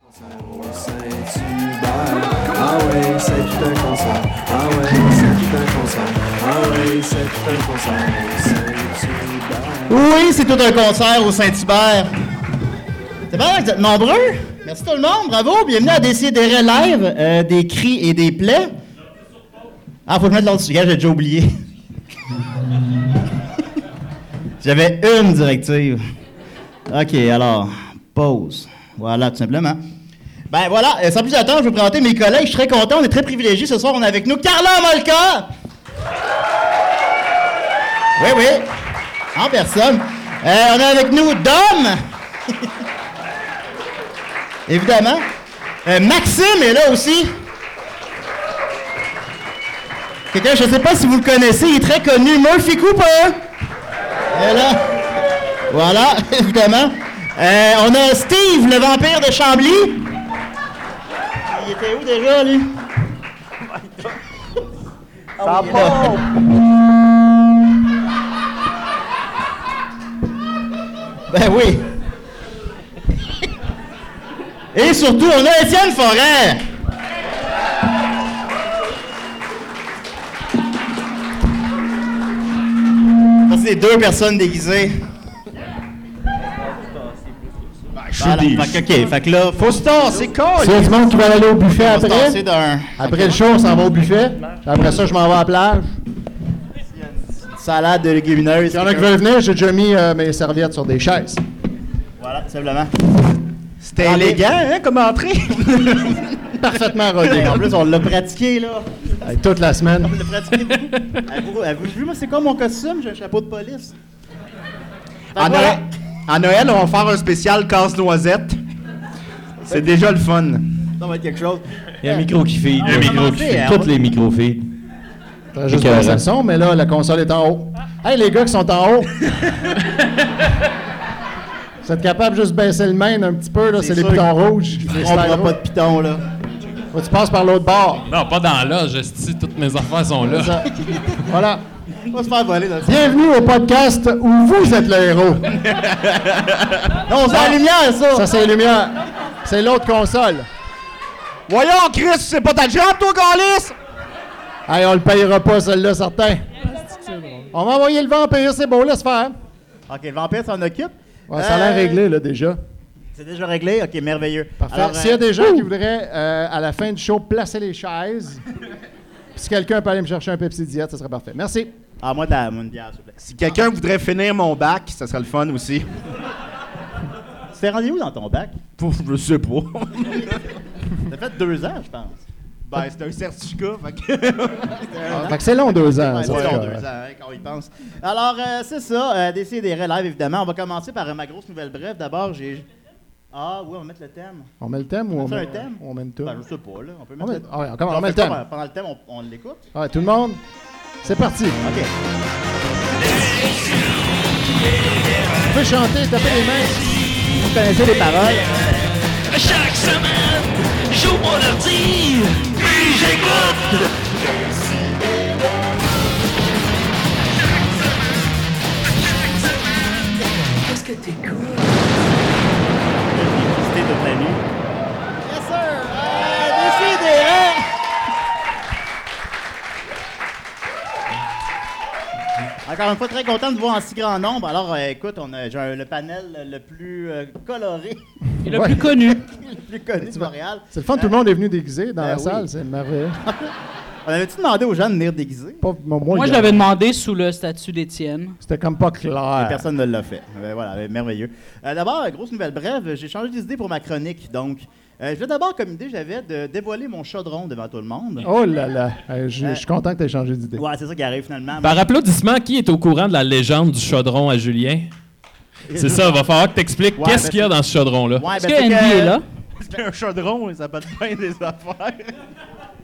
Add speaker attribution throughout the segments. Speaker 1: Ah c'est putain qu'on s'en. Ah ouais, c'est putain qu'on s'en. Ah ouais, c'est putain qu'on s'en. Saint-Hubert.
Speaker 2: Oui, c'est tout un concert au Saint-Hubert. C'est bon, vous êtes nombreux? Merci tout le monde, bravo, bienvenue à Décider Live, euh, des cris et des plaies. Ah, faut que je mette l'autre dessus, Regarde, j'ai déjà oublié. J'avais une directive. OK, alors, pause. Voilà, tout simplement. Ben voilà, euh, sans plus attendre, je vais vous présenter mes collègues. Je suis très content, on est très privilégiés. Ce soir, on est avec nous Carla Molka! Oui, oui, en personne. Euh, on est avec nous Dom! Évidemment. Euh, Maxime est là aussi. Quelqu'un, je ne sais pas si vous le connaissez, il est très connu, Murphy Cooper. Et là, voilà, évidemment. Euh, on a Steve, le vampire de Chambly. Il était où déjà, lui?
Speaker 3: Ça
Speaker 2: il est
Speaker 3: part.
Speaker 2: là. Ben oui. Et surtout, on a Étienne Forêt. Ça, C'est deux personnes déguisées.
Speaker 4: Je
Speaker 2: Voilà.
Speaker 4: dis.
Speaker 2: Fait que, OK, fait que là, faut se tasser, colle.
Speaker 3: C'est du monde qui va aller au buffet
Speaker 2: Faut se tasser
Speaker 3: après.
Speaker 2: d'un...
Speaker 3: Après le show, on s'en va au buffet. Après ça, je m'en vais à la plage.
Speaker 2: Salade de légumineuses.
Speaker 3: Il y en a qui veulent venir, j'ai déjà mis euh, mes serviettes sur des chaises.
Speaker 2: Voilà, tout simplement. Ah,
Speaker 4: C'était élégant, hein, comme entrée.
Speaker 3: Parfaitement rodées.
Speaker 2: Et en plus, on l'a pratiqué, là.
Speaker 3: Hey, Toute la semaine.
Speaker 2: On l'a pratiqué beaucoup. Avez-vous avez-vous vu, moi, c'est quoi mon costume? J'ai un chapeau de police.
Speaker 4: À
Speaker 2: ben, voilà.
Speaker 4: Noël, à Noël, on va faire un spécial casse-noisette. C'est déjà le fun.
Speaker 2: Ça va être quelque chose.
Speaker 5: Il y a un micro qui fait. Ah,
Speaker 2: Il y a un micro qui feed.
Speaker 5: Toutes les micros filles.
Speaker 3: T'as juste
Speaker 5: Écœurant.
Speaker 3: passé le son, mais là, la console est en haut. Hey, les gars qui sont en haut! Vous êtes capable de juste baisser le main un petit peu, là, c'est les
Speaker 2: sûr
Speaker 3: boutons rouges. Les
Speaker 2: On
Speaker 3: sliders
Speaker 2: prend pas
Speaker 3: rouges.
Speaker 2: de piton, là.
Speaker 3: Faut que tu passes par l'autre bord.
Speaker 6: Non, pas dans l'âge, esti, toutes mes affaires sont là.
Speaker 3: Ça. voilà.
Speaker 2: On va se faire voler, là.
Speaker 3: Bienvenue au podcast où vous êtes le héros.
Speaker 2: Ah Non, c'est la lumière, ça!
Speaker 3: Ça, c'est Lumière. C'est l'autre console.
Speaker 4: Voyons, Chris, c'est pas ta job, toi, Calis!
Speaker 3: Hey, on le payera pas, celle-là, certain. On va envoyer le vampire, c'est beau, laisse faire.
Speaker 2: OK, le vampire s'en occupe.
Speaker 3: Ouais, ça a l'air
Speaker 2: Euh,
Speaker 3: réglé, là, déjà.
Speaker 2: C'est déjà réglé? OK, merveilleux.
Speaker 3: Parfait.
Speaker 2: Alors,
Speaker 3: S'il y a
Speaker 2: euh,
Speaker 3: des gens qui voudraient, euh, à la fin du show, placer les chaises, puis si quelqu'un peut aller me chercher un Pepsi Diète, ça serait parfait. Merci.
Speaker 2: Ah, moi, t'as une bière, s'il vous plaît.
Speaker 4: Si quelqu'un voudrait finir mon bac, ça serait le fun aussi.
Speaker 2: Tu t'es rendu où dans ton bac?
Speaker 4: Pouf, je sais pas.
Speaker 2: Ça fait deux ans, je pense.
Speaker 4: ben, c'est un certificat, fait que...
Speaker 3: Fait que c'est long, deux ans.
Speaker 2: Ah, Ouais,
Speaker 3: ça,
Speaker 2: c'est
Speaker 3: c'est
Speaker 2: long,
Speaker 3: correct.
Speaker 2: deux ans, hein, quand on y pense. Alors, euh, c'est ça, euh, des live, évidemment. On va commencer par euh, ma grosse nouvelle brève. D'abord, j'ai. Ah, oui, on va mettre le thème.
Speaker 3: On met le thème ou on
Speaker 2: C'est
Speaker 3: met,
Speaker 2: un thème?
Speaker 3: on met une tune?
Speaker 2: Ben, je sais pas, là. On peut
Speaker 3: On
Speaker 2: mettre
Speaker 3: met-
Speaker 2: le
Speaker 3: ah ouais, on commence, on
Speaker 2: Non,
Speaker 3: met le
Speaker 2: fait
Speaker 3: thème.
Speaker 2: pas, Pendant le thème, on, on l'écoute.
Speaker 3: Ouais, tout le monde, c'est parti.
Speaker 2: OK.
Speaker 3: Tu peux chanter, taper les mains.
Speaker 2: Vous connaissez les paroles.
Speaker 7: Chaque semaine, j'ouvre mon ordi, puis j'écoute.
Speaker 2: C'était toute la nuit. Yes, sir! Encore une fois, très content de vous voir en si grand nombre. Alors, euh, écoute, on a, j'ai un- le panel le plus euh, coloré,
Speaker 5: Il le plus connu.
Speaker 2: le plus connu de Montréal.
Speaker 3: C'est le fun, tout le monde est venu déguisé dans
Speaker 2: Ben
Speaker 3: la
Speaker 2: oui.
Speaker 3: salle, c'est merveilleux.
Speaker 2: On avait-tu demandé aux gens de venir déguisés?
Speaker 3: Pas- moi,
Speaker 8: Moi, je
Speaker 3: gars,
Speaker 8: l'avais demandé sous le statut d'Étienne.
Speaker 3: C'était comme pas
Speaker 2: Et
Speaker 3: clair.
Speaker 2: Personne ne l'a fait. Euh, voilà, euh, merveilleux. Euh, d'abord, euh, grosse nouvelle brève, euh, j'ai changé d'idée pour ma chronique. Donc, euh, je vais d'abord, comme idée, j'avais de dévoiler mon chaudron devant tout le monde.
Speaker 3: Oh là là, Euh, je je suis content que tu aies changé d'idée.
Speaker 2: Ouais, c'est ça qui arrive finalement.
Speaker 6: Par applaudissement, qui est au courant de la légende du chaudron à Julien? C'est ça, va falloir que t'expliques
Speaker 2: Ouais,
Speaker 6: qu'est-ce
Speaker 2: ben,
Speaker 6: qu'il y a dans ce chaudron-là.
Speaker 2: Ouais,
Speaker 8: Est-ce
Speaker 2: ben,
Speaker 8: que
Speaker 2: c'est
Speaker 8: Andy est là?
Speaker 4: C'était un chaudron, ça bat bien des affaires.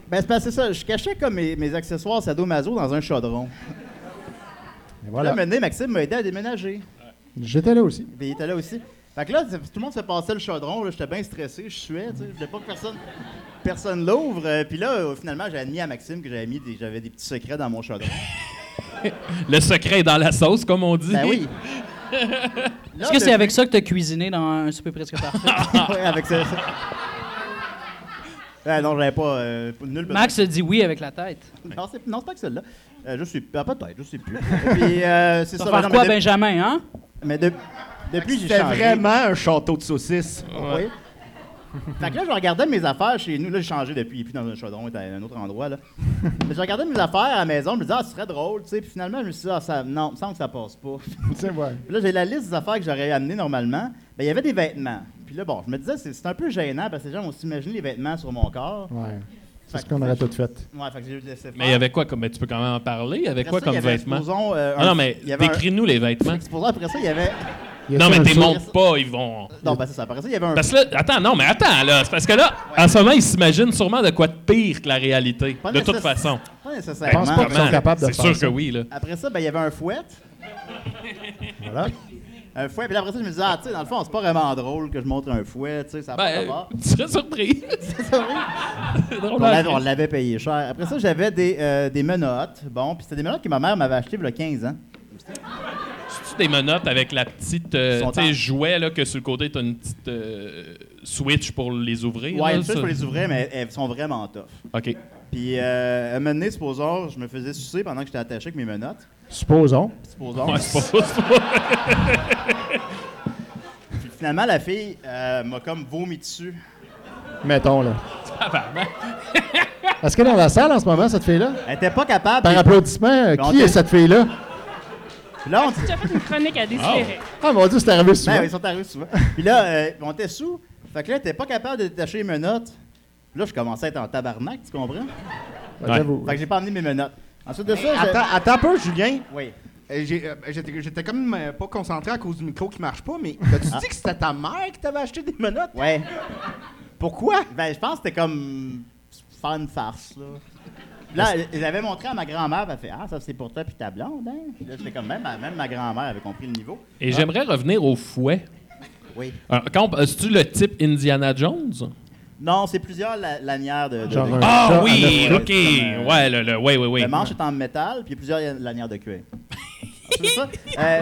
Speaker 2: Ben, c'est parce que c'est ça. Je cachais comme mes, mes accessoires sadomaso dans un chaudron.
Speaker 3: Et
Speaker 2: Là,
Speaker 3: Voilà,
Speaker 2: maintenant, Maxime m'a aidé à déménager.
Speaker 3: j'étais là aussi.
Speaker 2: Puis il était là aussi. Fait que là, c'est- tout le monde se passait le chaudron. là, J'étais bien stressé. Je suais. tu sais, Je voulais pas que personne, personne l'ouvre. Euh, Puis là, euh, finalement, j'ai admis à Maxime que j'avais mis des, j'avais des petits secrets dans mon chaudron.
Speaker 6: Le secret est dans la sauce, comme on dit.
Speaker 2: Ben oui.
Speaker 8: Est-ce que c'est avec ça que tu as cuisiné dans un souper presque parfait?
Speaker 2: Ouais, avec ça. ça. Ah non, j'avais pas. euh, nul besoin.
Speaker 8: Max dit oui avec la tête.
Speaker 2: Non, c'est non, c'est pas que celle-là. Euh, je suis. Ah, peut-être, je sais plus. Puis, euh, c'est
Speaker 8: Tu
Speaker 2: ça.
Speaker 8: vas faire
Speaker 2: mais
Speaker 8: quoi,
Speaker 2: de-
Speaker 8: Benjamin, hein?
Speaker 2: Mais de- depuis, j'ai
Speaker 4: C'était
Speaker 2: changé.
Speaker 4: vraiment un château de saucisses.
Speaker 2: Oui. fait que là, je regardais mes affaires chez nous. Là, j'ai changé depuis, il est plus dans un chaudron, il est à un autre endroit. Là. Mais je regardais mes affaires à la maison, je me disais, ah, ce serait drôle, tu sais. Puis finalement, je me suis dit, ah, ça, non, il me semble que ça passe pas.
Speaker 3: sais, ouais.
Speaker 2: Puis là, j'ai la liste des affaires que j'aurais amenées normalement. Ben, il y avait des vêtements. Puis là, bon, je me disais, c'est c'est un peu gênant parce que les gens vont s'imaginer les vêtements sur mon corps.
Speaker 3: Ouais. C'est
Speaker 2: Fait
Speaker 3: ce qu'on
Speaker 2: que-
Speaker 3: aurait tout fait.
Speaker 2: Ouais, fait que j'ai laissé faire.
Speaker 6: Mais il y avait quoi comme. Mais tu peux quand même en parler? Il y avait
Speaker 2: Après
Speaker 6: quoi
Speaker 2: ça, il
Speaker 6: comme
Speaker 2: y avait,
Speaker 6: vêtements?
Speaker 2: supposons, euh,
Speaker 6: Ah
Speaker 2: un-
Speaker 6: non, mais
Speaker 2: il y avait un-
Speaker 6: décris-nous les vêtements.
Speaker 2: supposons, après ça, il y avait.
Speaker 6: Non, mais
Speaker 3: un
Speaker 6: t'es
Speaker 3: saut?
Speaker 6: montres pas, ils vont.
Speaker 2: Non, ben, c'est ça. Après ça, il y avait un.
Speaker 6: Parce que là, attends, non, mais attends, là. c'est Parce que là, en ce moment, ils s'imaginent sûrement de quoi de pire que la réalité.
Speaker 2: Pas
Speaker 6: De toute
Speaker 2: nécess-
Speaker 6: façon.
Speaker 2: Pas
Speaker 6: Ben,
Speaker 2: nécessairement.
Speaker 3: pense pas qu'ils sont
Speaker 6: comment, là?
Speaker 3: capables de
Speaker 6: C'est
Speaker 3: faire
Speaker 6: sûr
Speaker 3: ça.
Speaker 6: que oui, là.
Speaker 2: Après ça, ben, il y avait un fouet.
Speaker 3: Voilà.
Speaker 2: Un fouet. Puis là, après ça, je me disais, ah, tu sais, dans le fond, c'est pas vraiment drôle que je montre un fouet, tu sais,
Speaker 1: Ah
Speaker 2: ça va
Speaker 6: Ben,
Speaker 2: pas
Speaker 6: tu serais surpris. C'est drôle,
Speaker 2: on l'avait,
Speaker 6: hein?
Speaker 2: on l'avait payé cher. Après ça, j'avais des, euh, des menottes. Bon, puis c'était des menottes que ma mère m'avait achetées il y a 15 ans.
Speaker 6: C'est-tu des menottes avec la petite euh,
Speaker 2: Ils sont
Speaker 6: tu sais,
Speaker 2: en-
Speaker 6: jouet là, que sur le côté, t'as une petite euh, switch pour les ouvrir?
Speaker 2: Ouais,
Speaker 6: là,
Speaker 2: une fois,
Speaker 6: ça?
Speaker 2: je peux les ouvrir, mais elles sont vraiment tough.
Speaker 6: OK.
Speaker 2: Puis, euh, à un moment donné, supposons, je me faisais sucer pendant que j'étais attaché avec mes menottes.
Speaker 3: Supposons.
Speaker 2: Supposons.
Speaker 6: Ouais, c'est pas c'est pas-
Speaker 2: Puis finalement, la fille euh, m'a comme vomi dessus.
Speaker 3: Mettons, là. Est-ce qu'elle est dans la salle en ce moment, cette fille-là?
Speaker 2: Elle était pas capable.
Speaker 3: Par
Speaker 2: puis-
Speaker 3: applaudissement, euh,
Speaker 2: Mais on
Speaker 3: qui est
Speaker 2: t'a-
Speaker 3: cette fille-là?
Speaker 2: puis là, on
Speaker 9: Tu as fait une chronique à déchirer.
Speaker 3: Ah, mon Dieu, c'est arrivé souvent.
Speaker 2: Ben, ils sont arrivés souvent. Puis là, euh, on était sous. Fait que là, t'es pas capable de détacher les menottes. Puis là, je commençais à être en tabarnak, tu comprends?
Speaker 3: Ouais, j'avoue.
Speaker 2: Fait que j'ai pas amené mes menottes. Ensuite de ça, j'ai...
Speaker 4: Attends, attends un peu, Julien.
Speaker 2: Oui.
Speaker 4: Euh, j'ai, euh, J'étais j'étais comme euh, pas concentré à cause du micro qui marche pas, mais as-tu dit que c'était ta mère qui t'avait acheté des menottes?
Speaker 2: Ah. Ouais.
Speaker 4: Pourquoi?
Speaker 2: Ben, je pense que c'était comme... faire une farce, là. Puis Là, je l'avais montré à ma grand-mère, puis elle fait « Ah, ça, c'est pour toi puis ta blonde, hein? » Puis Là, j'étais comme... Même, même ma grand-mère avait compris le niveau.
Speaker 6: Et j'aimerais revenir au fouet.
Speaker 2: Ah. Oui.
Speaker 6: Alors, quand on- C'est-tu le type Indiana Jones?
Speaker 2: Non, c'est plusieurs la- lanières de... de-
Speaker 3: Genre
Speaker 2: de-
Speaker 3: un-
Speaker 6: Ah
Speaker 3: chat
Speaker 6: oui,
Speaker 2: à neuf
Speaker 6: ok.
Speaker 3: euh,
Speaker 2: pattes.
Speaker 6: Ouais, le, le, ouais, ouais, ouais.
Speaker 2: Le manche est en métal, puis il y a plusieurs lanières de cuir. C'est ça. Euh,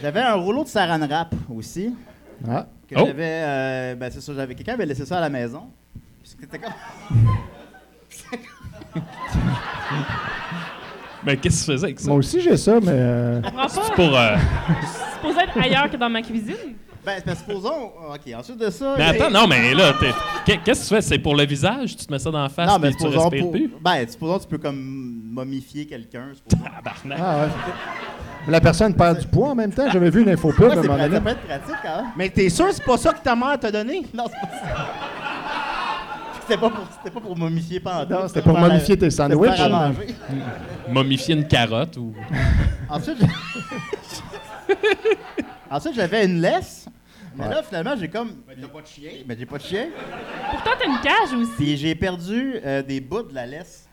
Speaker 2: j'avais un rouleau de saran wrap aussi.
Speaker 3: Ah.
Speaker 2: Que
Speaker 6: Oh.
Speaker 2: j'avais, euh, ben c'est ça, j'avais quelqu'un avait laissé ça à la maison. Puis C'était comme.
Speaker 6: Mais qu'est-ce que tu faisais avec ça?
Speaker 3: Moi aussi, j'ai ça, mais. euh,
Speaker 9: Je comprends pas.
Speaker 6: Pour, euh,
Speaker 9: C'est supposé être ailleurs que dans ma cuisine.
Speaker 2: Ben, c'est- ben, supposons. Ok, ensuite de ça.
Speaker 6: Mais
Speaker 2: j'ai-
Speaker 6: attends, non, mais là, t'es- qu'est- qu'est-ce que tu fais? C'est pour le visage? Tu te mets ça dans la face
Speaker 2: Non,
Speaker 6: puis
Speaker 2: mais
Speaker 6: tu
Speaker 2: Ah, supposons.
Speaker 6: respires
Speaker 2: pour-
Speaker 6: plus?
Speaker 2: Ben, supposons, tu peux comme momifier quelqu'un. supposons.
Speaker 6: Tabarnak.
Speaker 3: Ah, ouais. La personne perd du poids en même temps. J'avais vu une info pub
Speaker 2: Ouais,
Speaker 3: à un
Speaker 2: c'est
Speaker 3: moment
Speaker 2: pra-
Speaker 3: donné.
Speaker 2: ça peut être pratique, hein?
Speaker 4: Mais t'es sûr que c'est pas ça que ta mère t'a donné?
Speaker 2: Non, c'est pas ça. C'était pas, pour, c'était pas pour momifier pendant.
Speaker 3: Non, c'était pour momifier tes sandwichs.
Speaker 6: Momifier une carotte ou.
Speaker 2: Ensuite, j'ai- Ensuite, j'avais une laisse. Mais là, finalement, j'ai comme. Mais pas de chien. Mais j'ai pas de chien.
Speaker 9: Pourtant, t'as une cage aussi.
Speaker 2: Puis j'ai perdu euh, des bouts de la laisse.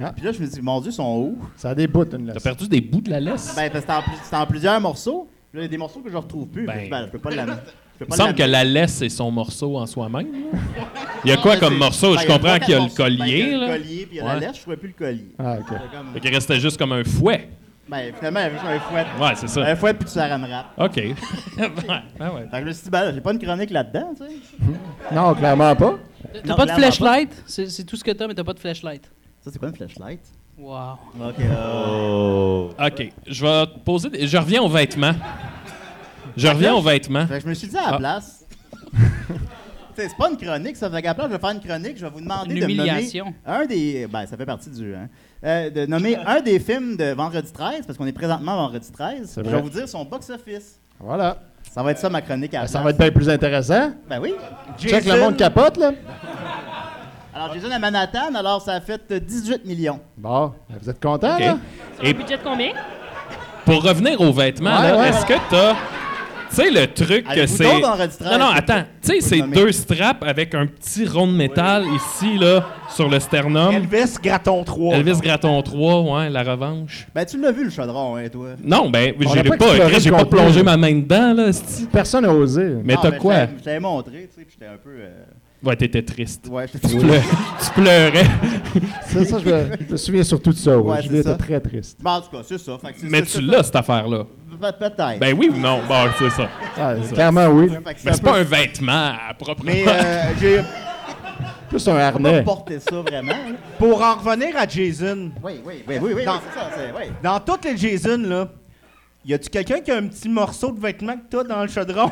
Speaker 3: Ah.
Speaker 2: Puis là, je me dis, mon Dieu, ils sont où?
Speaker 3: Ça a des bouts, une
Speaker 6: T'as
Speaker 3: laisse.
Speaker 6: perdu des bouts de la laisse?
Speaker 2: Ben, parce que c'était en, plus- c'était en plusieurs morceaux. Puis Là, il y a des morceaux que je retrouve plus.
Speaker 6: Ben.
Speaker 2: Je me dis, ben, je peux pas l'amener. Je
Speaker 6: Il
Speaker 2: peux
Speaker 6: me
Speaker 2: pas
Speaker 6: semble que
Speaker 2: l'amener.
Speaker 6: la laisse est son morceau en soi-même. Il y a quoi
Speaker 2: Ben,
Speaker 6: comme
Speaker 2: c'est-
Speaker 6: morceau?
Speaker 2: ben,
Speaker 6: Je
Speaker 2: il y a
Speaker 6: comprends
Speaker 2: trois,
Speaker 6: qu'il y a le
Speaker 2: quatre morceaux. Ben, il y
Speaker 6: collier,
Speaker 2: a le
Speaker 6: là.
Speaker 2: collier, puis il y a
Speaker 6: Ouais.
Speaker 2: la laisse, je trouvais plus le collier.
Speaker 3: Ah, OK.
Speaker 2: C'était comme-
Speaker 6: Fait qu'il restait juste comme un fouet.
Speaker 2: Ben, finalement, il y avait juste un fouet.
Speaker 6: Ouais, c'est ça.
Speaker 2: Un fouet, puis tu saran wrap.
Speaker 6: OK. Ouais, ben ouais.
Speaker 2: Fait que je me suis dit, ben, j'ai pas une chronique là-dedans, tu sais.
Speaker 3: Non, clairement pas.
Speaker 8: T'as
Speaker 2: Non,
Speaker 8: pas de
Speaker 2: clairement
Speaker 8: flashlight? C'est c'est tout ce que t'as, mais t'as pas de flashlight.
Speaker 2: Ça, c'est quoi une flashlight?
Speaker 8: Wow.
Speaker 2: Ok. euh,
Speaker 6: OK. Je vais te poser. des- Je reviens aux vêtements. Je reviens aux vêtements.
Speaker 2: Fait que je me suis dit à la
Speaker 6: Ah.
Speaker 2: place. T'sais, c'est pas une chronique, ça. Fait qu'à la place, je vais faire une chronique. Je vais vous demander
Speaker 8: Une
Speaker 2: de me nommer
Speaker 8: humiliation.
Speaker 2: un des. Ben, ça fait partie du. hein. Euh, de nommer un des films de Vendredi 13, parce qu'on est présentement Vendredi 13. Je vais
Speaker 3: vrai.
Speaker 2: vous dire son box-office.
Speaker 3: Voilà. Ben,
Speaker 2: Ça va être ça ma chronique à la
Speaker 3: Ça
Speaker 2: place.
Speaker 3: va être bien plus intéressant.
Speaker 2: Ben oui.
Speaker 3: Check le monde capote, là.
Speaker 2: Alors, Jason à Manhattan, alors ça a fait euh, 18 millions.
Speaker 3: Bon, ben, vous êtes content,
Speaker 6: OK.
Speaker 3: là?
Speaker 9: Sur un budget de combien?
Speaker 6: Pour revenir aux vêtements,
Speaker 3: Ouais,
Speaker 6: là,
Speaker 3: ouais.
Speaker 6: est-ce que t'as. Tu sais, le truc que
Speaker 2: Avez-vous
Speaker 6: c'est.
Speaker 2: d'autres enregistreurs?
Speaker 6: Non, non, attends. Tu sais,
Speaker 2: Faut
Speaker 6: c'est
Speaker 2: le nommer.
Speaker 6: deux straps avec un petit rond de métal ici, là, sur le sternum.
Speaker 4: Elvis Graton 3.
Speaker 6: Elvis Graton 3, ouais, la revanche.
Speaker 2: Ben, tu l'as vu, le chaudron, hein, toi.
Speaker 6: Non, ben,
Speaker 3: On
Speaker 6: j'ai
Speaker 3: a pas
Speaker 6: pas,
Speaker 3: exploré
Speaker 6: j'ai
Speaker 3: le
Speaker 6: pas
Speaker 3: contenu.
Speaker 6: plongé ma main dedans, là, c'ti.
Speaker 3: Personne n'a osé.
Speaker 6: Mais
Speaker 2: Non,
Speaker 6: t'as
Speaker 2: ben,
Speaker 6: quoi?
Speaker 2: Je t'avais- je t'avais montré, tu sais, puis j'étais un peu. euh,
Speaker 6: Ouais, t'étais triste.
Speaker 2: Ouais, j'étais.
Speaker 6: Tu pleu- tu pleurais.
Speaker 3: C'est ça, je me, je me souviens surtout de ça.
Speaker 2: Ouais,
Speaker 3: Ouais,
Speaker 2: c'est
Speaker 3: Julien
Speaker 2: ça.
Speaker 3: était très triste.
Speaker 2: Ben, en tout cas, c'est ça. Fait que c'est-
Speaker 6: Mais
Speaker 2: c'est-
Speaker 6: tu l'as, cette affaire-là.
Speaker 2: Pe- Peut-être.
Speaker 6: Ben oui ou non? Bon, c'est ça.
Speaker 3: Ah, clairement, oui.
Speaker 2: Fait que
Speaker 6: Mais
Speaker 2: un
Speaker 6: c'est pas
Speaker 2: peu-
Speaker 6: un vêtement à proprement.
Speaker 4: Mais euh, j'ai.
Speaker 3: Plus un
Speaker 2: Pas
Speaker 3: harnais.
Speaker 2: porter ça vraiment. hein.
Speaker 4: Pour en revenir à Jason,
Speaker 2: Oui, oui, oui, oui, oui,
Speaker 4: Dans-
Speaker 2: oui, c'est ça. c'est- Oui.
Speaker 4: dans toutes les Jason, là, y a-tu quelqu'un qui a un petit morceau de vêtement que t'as dans le chaudron?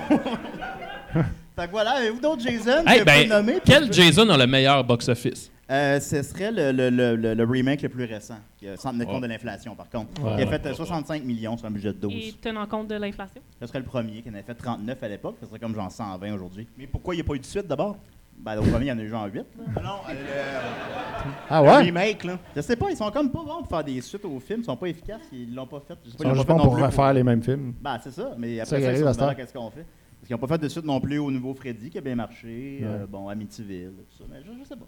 Speaker 2: Fait que voilà, avez-vous d'autres Jason
Speaker 6: Hey,
Speaker 2: que pas
Speaker 6: ben,
Speaker 2: nommé?
Speaker 6: quel Jason a le meilleur box-office?
Speaker 2: Euh, ce serait le, le- le- le- le remake le plus récent, qui, euh, sans tenir compte de l'inflation, par contre. qui a fait euh, 65 millions sur un budget de 12.
Speaker 9: Et tenant compte de l'inflation.
Speaker 2: Ce serait le premier, qui en avait fait 39 à l'époque, ce serait comme genre 120 aujourd'hui.
Speaker 4: Mais pourquoi y a pas eu de suite d'abord? Ah
Speaker 2: Ben, au premier, il y en a eu genre 8.
Speaker 4: Non, euh,
Speaker 3: Ah
Speaker 4: le
Speaker 3: ouais?
Speaker 4: remake, là.
Speaker 2: Je sais pas, ils sont comme pas bons pour faire des suites aux films, ils sont pas efficaces, ils l'ont pas fait. Je sais pas,
Speaker 3: Ils sont
Speaker 2: l'ont
Speaker 3: juste
Speaker 2: pas
Speaker 3: bons
Speaker 2: fait non
Speaker 3: pour
Speaker 2: plus pour-
Speaker 3: refaire les mêmes films.
Speaker 2: Ben, c'est ça, mais
Speaker 3: Ça
Speaker 2: après ça,
Speaker 3: arrive
Speaker 2: ils sont
Speaker 3: à cette
Speaker 2: demandés,
Speaker 3: heure.
Speaker 2: qu'est-ce qu'on fait? Parce qu'ils n'ont pas fait de suite non plus au nouveau Freddy, qui a bien marché, euh, bon, Amityville, tout ça, mais je, je sais pas.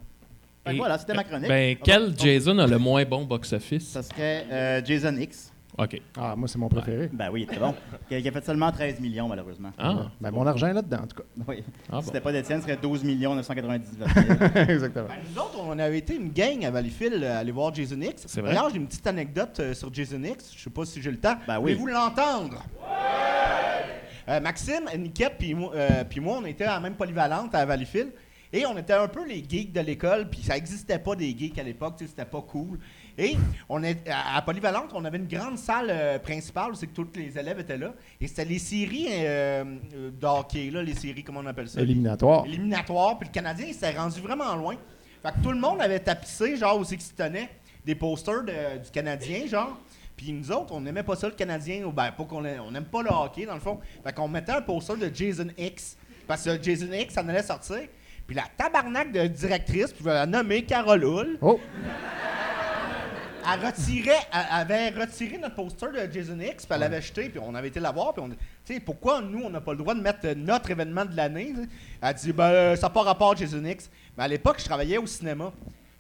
Speaker 2: Fait que
Speaker 6: Et-
Speaker 2: voilà, c'était ma chronique.
Speaker 6: Ben,
Speaker 2: Ah, bon,
Speaker 6: quel
Speaker 2: bon,
Speaker 6: Jason a le moins bon box-office?
Speaker 2: Ça serait euh, Jason X.
Speaker 6: OK.
Speaker 3: Ah, moi, c'est mon préféré.
Speaker 2: Ben oui, très bon. qui, a, qui a fait seulement 13 millions, malheureusement.
Speaker 6: Ah,
Speaker 3: Ben, mon argent est là-dedans, en tout cas.
Speaker 2: Oui.
Speaker 6: ah
Speaker 2: si
Speaker 6: bon.
Speaker 2: c'était pas d'Étienne, ce serait 12 999 000.
Speaker 3: Exactement.
Speaker 4: Ben, nous autres, on avait été une gang à Valleyfield euh, aller voir Jason X.
Speaker 6: C'est vrai.
Speaker 4: D'ailleurs, j'ai une petite anecdote euh, sur Jason X. Je sais pas si j'ai le temps.
Speaker 2: Ben oui.
Speaker 4: Voulez-vous l'entendre? Euh, Maxime, Niquette, puis moi, euh, puis moi, on était à la même polyvalente à Valleyfield. Et on était un peu les geeks de l'école, puis ça n'existait pas des geeks à l'époque, tu sais, c'était pas cool. Et on est, à à Polyvalente, on avait une grande salle euh, principale où c'est que tous les élèves étaient là. Et c'était les séries euh, euh, d'hockey, là, les séries, comment on appelle ça?
Speaker 3: Éliminatoire.
Speaker 4: éliminatoire. Puis le Canadien, il s'est rendu vraiment loin. Fait que tout le monde avait tapissé, genre, où c'est qu'il se tenait, des posters de- du Canadien, genre. Puis nous autres, on n'aimait pas ça, le Canadien. ou Ben, pas qu'on a- on n'aime pas le hockey, dans le fond. Fait qu'on mettait un poster de Jason X. Parce que Jason X, ça en allait sortir. Puis la tabarnak de directrice, puis je vais la nommer Carole Hull,
Speaker 3: Oh!
Speaker 4: elle retirait, elle avait retiré notre poster de Jason X, puis elle l'avait jeté, puis on avait été la voir, puis on dit, tu sais, pourquoi nous, on n'a pas le droit de mettre euh, notre événement de l'année? tu sais? Elle dit, ben, euh, ça n'a pas rapport à Jason X. Mais à l'époque, je travaillais au cinéma.